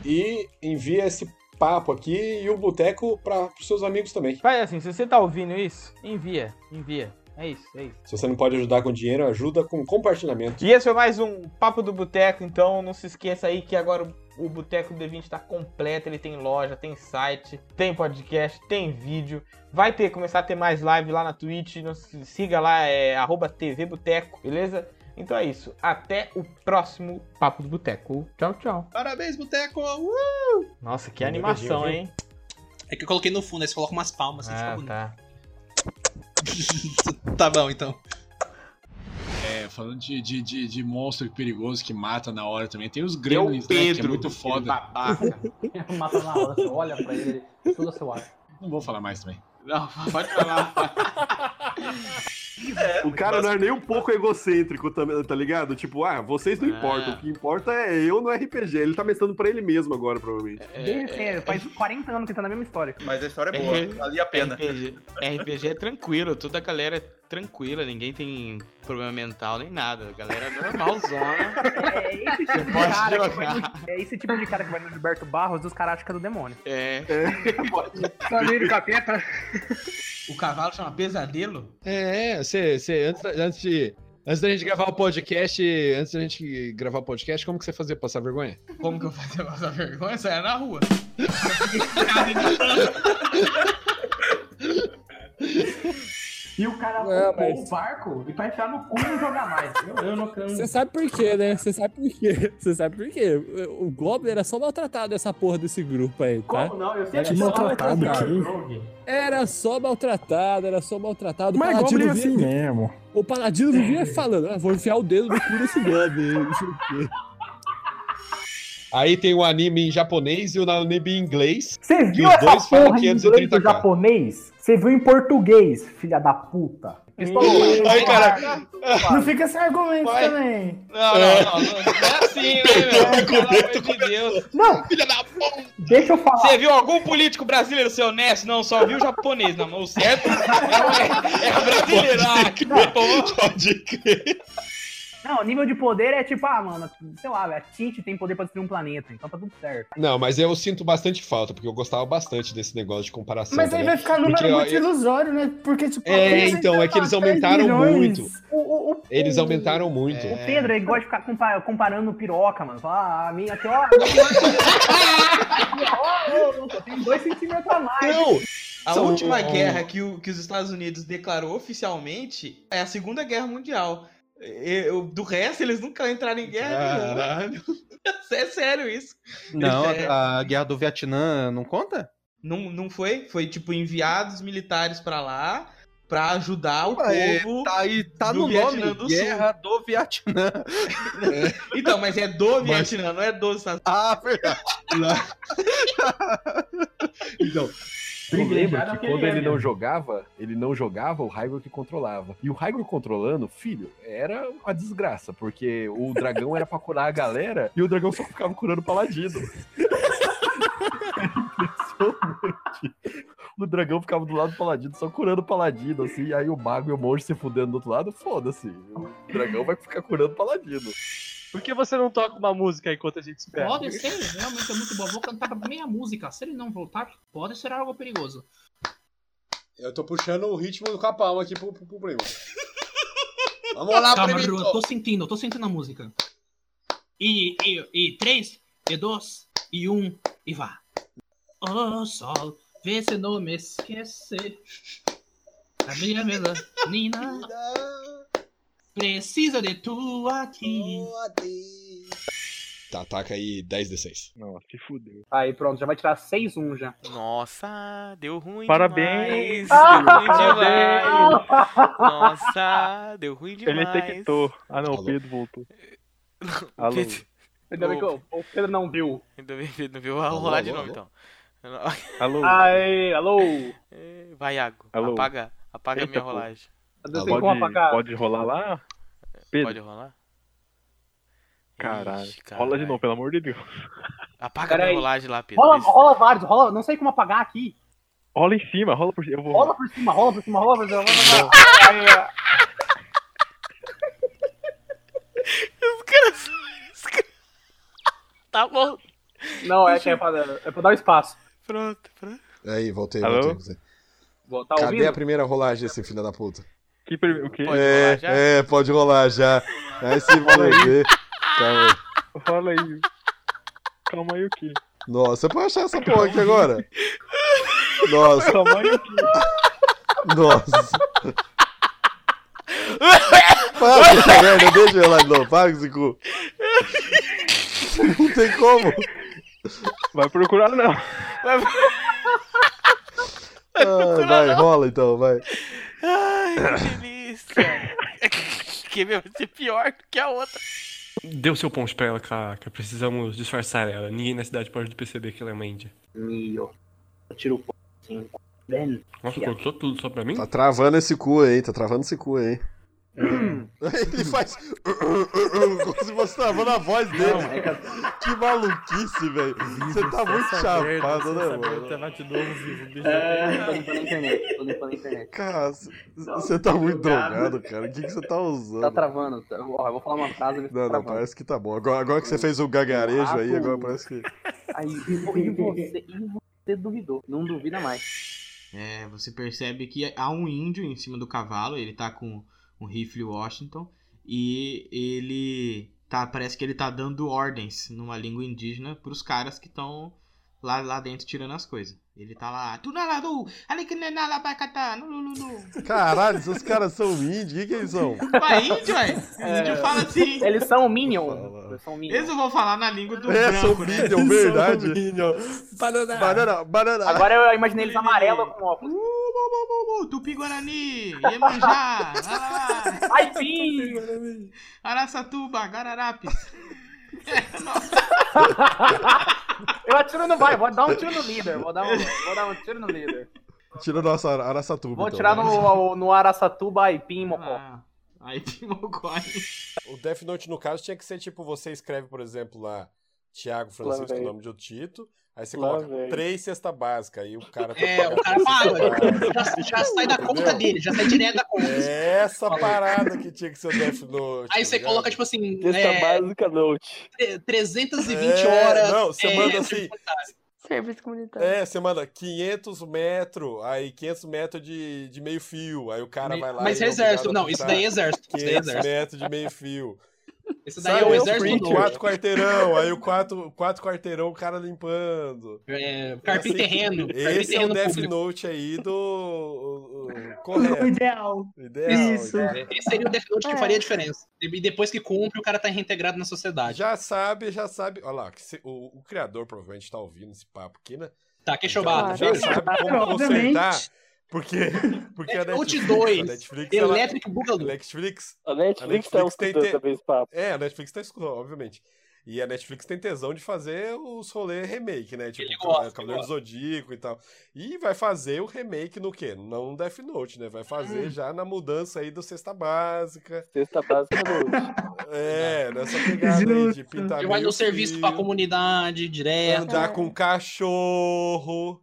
Speaker 3: e envia esse papo aqui e o boteco para os seus amigos também.
Speaker 1: Faz assim, se você tá ouvindo isso, envia, envia. É isso, é isso.
Speaker 3: Se você não pode ajudar com dinheiro, ajuda com compartilhamento.
Speaker 48: E esse foi mais um Papo do Boteco, então não se esqueça aí que agora o Boteco D20 tá completo, ele tem loja, tem site, tem podcast, tem vídeo. Vai ter, começar a ter mais live lá na Twitch, não se- siga lá, é arroba TV Boteco, beleza? Então é isso, até o próximo Papo do Boteco. Tchau, tchau.
Speaker 49: Parabéns, Boteco! Uh!
Speaker 48: Nossa, que animação,
Speaker 49: Viu?
Speaker 48: hein?
Speaker 49: É que eu coloquei no fundo, aí você coloca umas palmas assim,
Speaker 1: tá.
Speaker 48: Ah,
Speaker 49: fica bonito.
Speaker 48: tá.
Speaker 49: Tá bom, então.
Speaker 50: É,
Speaker 51: falando de, de, de, de monstro perigoso que mata na hora também. Tem os gremlins, né, que é
Speaker 10: Pedro,
Speaker 51: muito foda.
Speaker 47: Mata na hora, você olha pra ele, tudo seu ar.
Speaker 51: Não vou falar mais também.
Speaker 1: Não, pode falar.
Speaker 3: o cara não é nem um pouco egocêntrico, também, tá ligado? Tipo, ah, vocês não importam. O que importa é eu no RPG. Ele tá pensando pra ele mesmo agora, provavelmente.
Speaker 2: É, faz 40 anos que tá na mesma história.
Speaker 52: Mas a história é boa, valia a pena.
Speaker 1: RPG, RPG é tranquilo, toda a galera é tranquila, ninguém tem problema mental nem nada. A galera é normalzona.
Speaker 2: É esse tipo de
Speaker 1: pode
Speaker 2: cara que
Speaker 1: jogar.
Speaker 2: vai no, é esse tipo de cara que vai no Gilberto Barros dos Karateka do Demônio.
Speaker 1: É.
Speaker 2: Família capeta.
Speaker 53: O cavalo chama pesadelo?
Speaker 52: É, é, você, você antes, da- antes de. Antes da gente gravar o podcast, antes da gente gravar o podcast, como que você fazia pra passar vergonha?
Speaker 53: Como que eu fazia passar vergonha? Só era na rua.
Speaker 2: E o cara
Speaker 8: Não,
Speaker 2: roubou
Speaker 8: mas-
Speaker 2: o barco e pra entrar no cu não jogar mais. Eu, eu não canso.
Speaker 8: Você sabe por quê, né? Você sabe por quê? Você sabe por quê? O Goblin era só maltratado essa porra desse grupo aí, tá?
Speaker 2: Como não? Eu
Speaker 8: Era
Speaker 2: sempre
Speaker 8: só
Speaker 2: maltratado,
Speaker 8: Era só maltratado, era só maltratado. O
Speaker 54: Mas Goblin é
Speaker 8: Paladino
Speaker 54: assim
Speaker 8: vivia,
Speaker 54: mesmo. É.
Speaker 8: o Paladino vivia falando, ah, vou enfiar o dedo no cu desse Goblin, não sei o quê.
Speaker 52: Aí tem o anime em japonês e o anime em inglês.
Speaker 2: Você
Speaker 52: e
Speaker 2: viu
Speaker 52: os
Speaker 2: essa
Speaker 52: dois falam
Speaker 2: porra em inglês do
Speaker 52: 530k.
Speaker 2: japonês? Você viu em português, filha da puta.
Speaker 52: Aí, cara.
Speaker 55: Não fica sem argumento também.
Speaker 1: Não, não, não, não, não é assim, né, velho? Pelo amor de Deus.
Speaker 2: Não!
Speaker 1: Filha da puta!
Speaker 2: Deixa eu falar.
Speaker 1: Você viu algum político brasileiro ser honesto? Não, só viu o japonês, não. mas O certo é, é brasileiro. Ah, que porra.
Speaker 2: Não, nível de poder é tipo, ah, mano, sei lá, velho, a Tite tem poder pra destruir um planeta, então tá tudo certo.
Speaker 52: Não, mas eu sinto bastante falta, porque eu gostava bastante desse negócio de comparação.
Speaker 55: Mas aí
Speaker 52: também.
Speaker 3: né?
Speaker 55: vai ficar número
Speaker 52: Porque, ó,
Speaker 55: muito
Speaker 52: eu-
Speaker 55: ilusório, né? Porque, tipo,
Speaker 52: É,
Speaker 55: aqui a
Speaker 52: então,
Speaker 55: gente
Speaker 52: é que eles
Speaker 55: tá lá, 10
Speaker 52: aumentaram
Speaker 55: milhões.
Speaker 52: muito.
Speaker 2: O, o- o-
Speaker 52: Eles aumentaram muito.
Speaker 2: O Pedro, ele gosta de ficar compa- comparando piroca, mano. Fala, ah, a minha aqui, ó. Ó, ó, Tem dois centímetros a mais.
Speaker 52: Não!
Speaker 1: A
Speaker 53: São-
Speaker 1: última
Speaker 53: um-
Speaker 1: guerra que, o- que os Estados Unidos declarou oficialmente é a Segunda Guerra Mundial. E- eu- do resto, eles nunca entraram em guerra
Speaker 52: Caralho.
Speaker 1: nenhuma. É sério isso.
Speaker 52: Não,
Speaker 1: É.
Speaker 52: a guerra do Vietnã não conta?
Speaker 1: Não, não foi? Foi tipo enviados militares pra lá pra ajudar o
Speaker 52: Ué,
Speaker 1: povo.
Speaker 52: tá aí, tá
Speaker 1: do
Speaker 52: no
Speaker 1: Vietnã
Speaker 52: nome,
Speaker 1: do Sul.
Speaker 52: Guerra do Vietnã.
Speaker 1: Então, mas é do Vietnã, não é dos Estados
Speaker 52: Unidos. Ah, verdade.
Speaker 3: Então. Eu lembro
Speaker 2: Privilegiado
Speaker 3: que
Speaker 2: aquele
Speaker 3: quando
Speaker 2: é
Speaker 3: ele
Speaker 2: mesmo.
Speaker 3: não jogava, ele não jogava, o Raigor que controlava. E o Raigor controlando, filho, era uma desgraça, porque o dragão era pra curar a galera e o dragão só ficava curando o paladino. Impressionante. O dragão ficava do lado do paladino, só curando o paladino, assim, aí o mago e o monge se fudendo do outro lado, foda-se. O dragão vai ficar curando o paladino.
Speaker 4: Por que você não toca uma música enquanto a gente espera?
Speaker 53: Pode ser, realmente é muito bom. Vou cantar meia música. Se ele não voltar, pode ser algo perigoso.
Speaker 12: Eu tô puxando o ritmo do capão aqui pro, pro, pro primo. Vamos
Speaker 2: Tá,
Speaker 12: lá,
Speaker 53: Calma,
Speaker 12: primo.
Speaker 53: Ju, eu Tá, tô sentindo, eu tô sentindo a música. E, e, e três, e dois, e um, e vá. Ô sol, vê se não me esquece. Da minha melanina. Precisa de tu aqui.
Speaker 51: Tá, ataca aí 10d6.
Speaker 4: Nossa, se fudeu.
Speaker 2: Aí, pronto, já vai tirar 6-1 já.
Speaker 10: Nossa, deu ruim demais.
Speaker 4: Parabéns.
Speaker 10: Deu ruim
Speaker 4: Parabéns.
Speaker 10: demais. Nossa, deu ruim
Speaker 4: Ele
Speaker 10: demais.
Speaker 4: detectou. Ah não, o Pedro voltou. Alô.
Speaker 10: Pedro-
Speaker 2: Ainda bem que o o Pedro não viu.
Speaker 10: Ainda bem que ele não viu a rolar de
Speaker 2: alô,
Speaker 10: novo, então.
Speaker 4: Alô.
Speaker 52: Ah,
Speaker 2: Aê, alô.
Speaker 10: É, Vai, Iago.
Speaker 4: Alô.
Speaker 10: Apaga. Apaga a
Speaker 4: Eita,
Speaker 10: minha
Speaker 4: pô.
Speaker 10: rolagem.
Speaker 4: Alô, Ah, Pode, pode rolar lá? Pedro.
Speaker 10: Pode rolar?
Speaker 4: Caralho. Rola de novo, pelo amor de Deus.
Speaker 10: Apaga a minha rolagem lá, Pedro.
Speaker 2: Rola,
Speaker 10: Isso.
Speaker 2: rola vários, rola. Não sei como apagar aqui.
Speaker 4: Rola em cima, rola por cima. Eu vou...
Speaker 2: Rola por cima, rola por cima, rola por cima. rola por cima. Aí, ó.
Speaker 10: Os caras. Os caras... Tá bom.
Speaker 2: Não, é que é pra, é pra dar um espaço.
Speaker 10: Pronto, pronto.
Speaker 12: Aí, voltei,
Speaker 4: Alô?
Speaker 12: voltei. voltei.
Speaker 2: Bom, tá
Speaker 12: Cadê
Speaker 2: ouvindo?
Speaker 12: a primeira rolagem desse filho da puta?
Speaker 4: Que primeiro. O quê?
Speaker 12: é, é, pode rolar já. Aí se ver. Calma aí.
Speaker 4: Rola aí. Calma aí o quê?
Speaker 12: Nossa, eu vou achar essa porra aqui agora. Nossa.
Speaker 4: Calma aí o quê?
Speaker 12: Nossa. Para com essa merda, deixa eu lá de novo. Para com esse cu. Não tem como.
Speaker 4: Vai procurar não.
Speaker 10: Ah,
Speaker 12: vai, rola então, vai.
Speaker 10: Ai, que delícia.
Speaker 56: Porque meu, vai ser pior do que a outra.
Speaker 8: Deu seu ponto pra ela, Caraca. Precisamos disfarçar ela. Ninguém na cidade pode perceber que ela é uma índia.
Speaker 2: Mio. Eu tiro o ponto 5.
Speaker 8: Nossa, cortou tudo só pra mim?
Speaker 57: Tá travando esse cu aí, tá travando esse cu aí.
Speaker 10: Ele faz. Como se fosse travando a voz dele.
Speaker 8: é
Speaker 10: Que maluquice, velho. Você tá muito
Speaker 8: tá
Speaker 10: chapado, né, mano?
Speaker 8: Tava de novo vivo, bicho.
Speaker 2: É, tô limpando a internet, tô limpando a internet.
Speaker 10: Cara, c- você tá muito drogado, cara. O que, que você tá usando?
Speaker 2: Tá travando. tá- Ó, eu vou falar uma frase.
Speaker 10: Não, não, parece que tá bom. Agora, agora que você fez o gagarejo aí, agora parece que.
Speaker 2: Aí, e vo- e você, e você duvidou. Não duvida mais.
Speaker 1: É, você percebe que há um índio em cima do cavalo, ele tá com um rifle Washington e ele tá, parece que ele tá dando ordens numa língua indígena pros caras que estão lá, lá dentro tirando as coisas. Ele tá lá, tu na lá do, ali que nem na lá vai catar, nu, nu, nu, nu."
Speaker 10: Caralho, esses caras são índios, o que, que eles são?
Speaker 1: Mas índio, ué.
Speaker 2: É.
Speaker 1: Índio fala assim.
Speaker 2: Eles são minion. Eles são minion.
Speaker 1: Eles não vão falar na língua do
Speaker 10: É, são
Speaker 1: branco, né?
Speaker 10: Minion, verdade.
Speaker 2: Banana.
Speaker 10: Banana, banana.
Speaker 2: Agora eu imaginei eles amarelo com óculos.
Speaker 1: Uh, Tupi Guarani, Iemanjá, Arará,
Speaker 2: Aipim,
Speaker 1: Araçatuba, Gararapes.
Speaker 2: Eu atiro no vai, vou dar um tiro no líder. Vou dar um, vou dar um tiro no líder.
Speaker 10: Tira nossa ara- araçatuba.
Speaker 2: Vou
Speaker 10: então,
Speaker 2: tirar
Speaker 10: né?
Speaker 2: no, no Araçatuba, Aipim, Mocó.
Speaker 1: Ah, Aipim, Mocó.
Speaker 3: O Death Note, no caso, tinha que ser tipo, você escreve, por exemplo, lá, Tiago Francisco,
Speaker 2: Lá
Speaker 3: o
Speaker 2: vem.
Speaker 3: nome do Tito, aí você
Speaker 2: Lá
Speaker 3: coloca
Speaker 2: vem.
Speaker 3: três cesta básica, aí o cara... tá
Speaker 2: É, o cara
Speaker 3: paga.
Speaker 2: Já, já sai da conta dele, já sai direto da conta.
Speaker 3: Essa parada que tinha que ser o Death Note.
Speaker 2: Aí você
Speaker 3: É. tá ligado?
Speaker 2: coloca, tipo assim,
Speaker 3: Cesta
Speaker 2: é,
Speaker 3: básica
Speaker 2: note. 320
Speaker 3: É,
Speaker 2: horas.
Speaker 3: Não, você
Speaker 2: é,
Speaker 3: manda assim...
Speaker 2: Serviço comunitário.
Speaker 3: É, você manda 500 metros, aí 500 metros de, de meio fio, aí o cara vai lá...
Speaker 2: Mas
Speaker 3: e é
Speaker 2: exército,
Speaker 3: obrigado a
Speaker 2: não, isso
Speaker 3: botar
Speaker 2: daí é exército, isso daí é
Speaker 3: 500
Speaker 2: exército.
Speaker 3: metros de meio fio.
Speaker 2: Isso
Speaker 3: Sabe,
Speaker 2: daí é o exército do norte.
Speaker 3: Quatro quarteirão, aí o quatro, quatro quarteirão o cara limpando.
Speaker 2: É, carpir
Speaker 3: Assim,
Speaker 2: terreno, carpir
Speaker 3: Esse é o
Speaker 2: terreno
Speaker 3: Death
Speaker 2: público.
Speaker 3: Note aí do. o- o- correto.
Speaker 2: O ideal.
Speaker 3: O ideal, ideal.
Speaker 2: Esse seria o Death Note que
Speaker 3: É.
Speaker 2: faria a diferença. E depois que cumpre, o cara tá reintegrado na sociedade.
Speaker 3: Já sabe, já sabe. Olha lá, que se- o, o criador provavelmente tá ouvindo esse papo aqui, né?
Speaker 2: Tá, que chobado.
Speaker 3: Já sabe como consertar.
Speaker 2: Obviamente.
Speaker 3: Porque, porque a
Speaker 2: Death É, Note
Speaker 3: Netflix,
Speaker 2: 2,
Speaker 3: a Netflix, ela-
Speaker 2: Electric Boogaloo.
Speaker 3: A Netflix,
Speaker 2: A Netflix tá
Speaker 3: tem
Speaker 2: escutando
Speaker 3: te-
Speaker 2: também
Speaker 3: É, a Netflix tá escutando, obviamente. E a Netflix tem tesão de fazer os rolê remake, né? Tipo, o Cavaleiro do Zodíaco e tal. E vai fazer o remake no quê? Não no Death Note, né? Vai fazer já na mudança aí do Cesta Básica.
Speaker 2: Cesta Básica
Speaker 3: Note. É, nessa pegada aí de pintar
Speaker 2: E vai
Speaker 3: mil
Speaker 2: no serviço
Speaker 3: fios,
Speaker 2: pra É. comunidade, direto.
Speaker 3: andar com cachorro.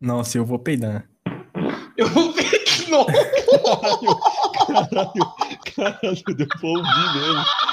Speaker 4: Nossa, eu vou peidar.
Speaker 1: Eu vou ver de novo.
Speaker 10: Caralho, deu pra ouvir mesmo.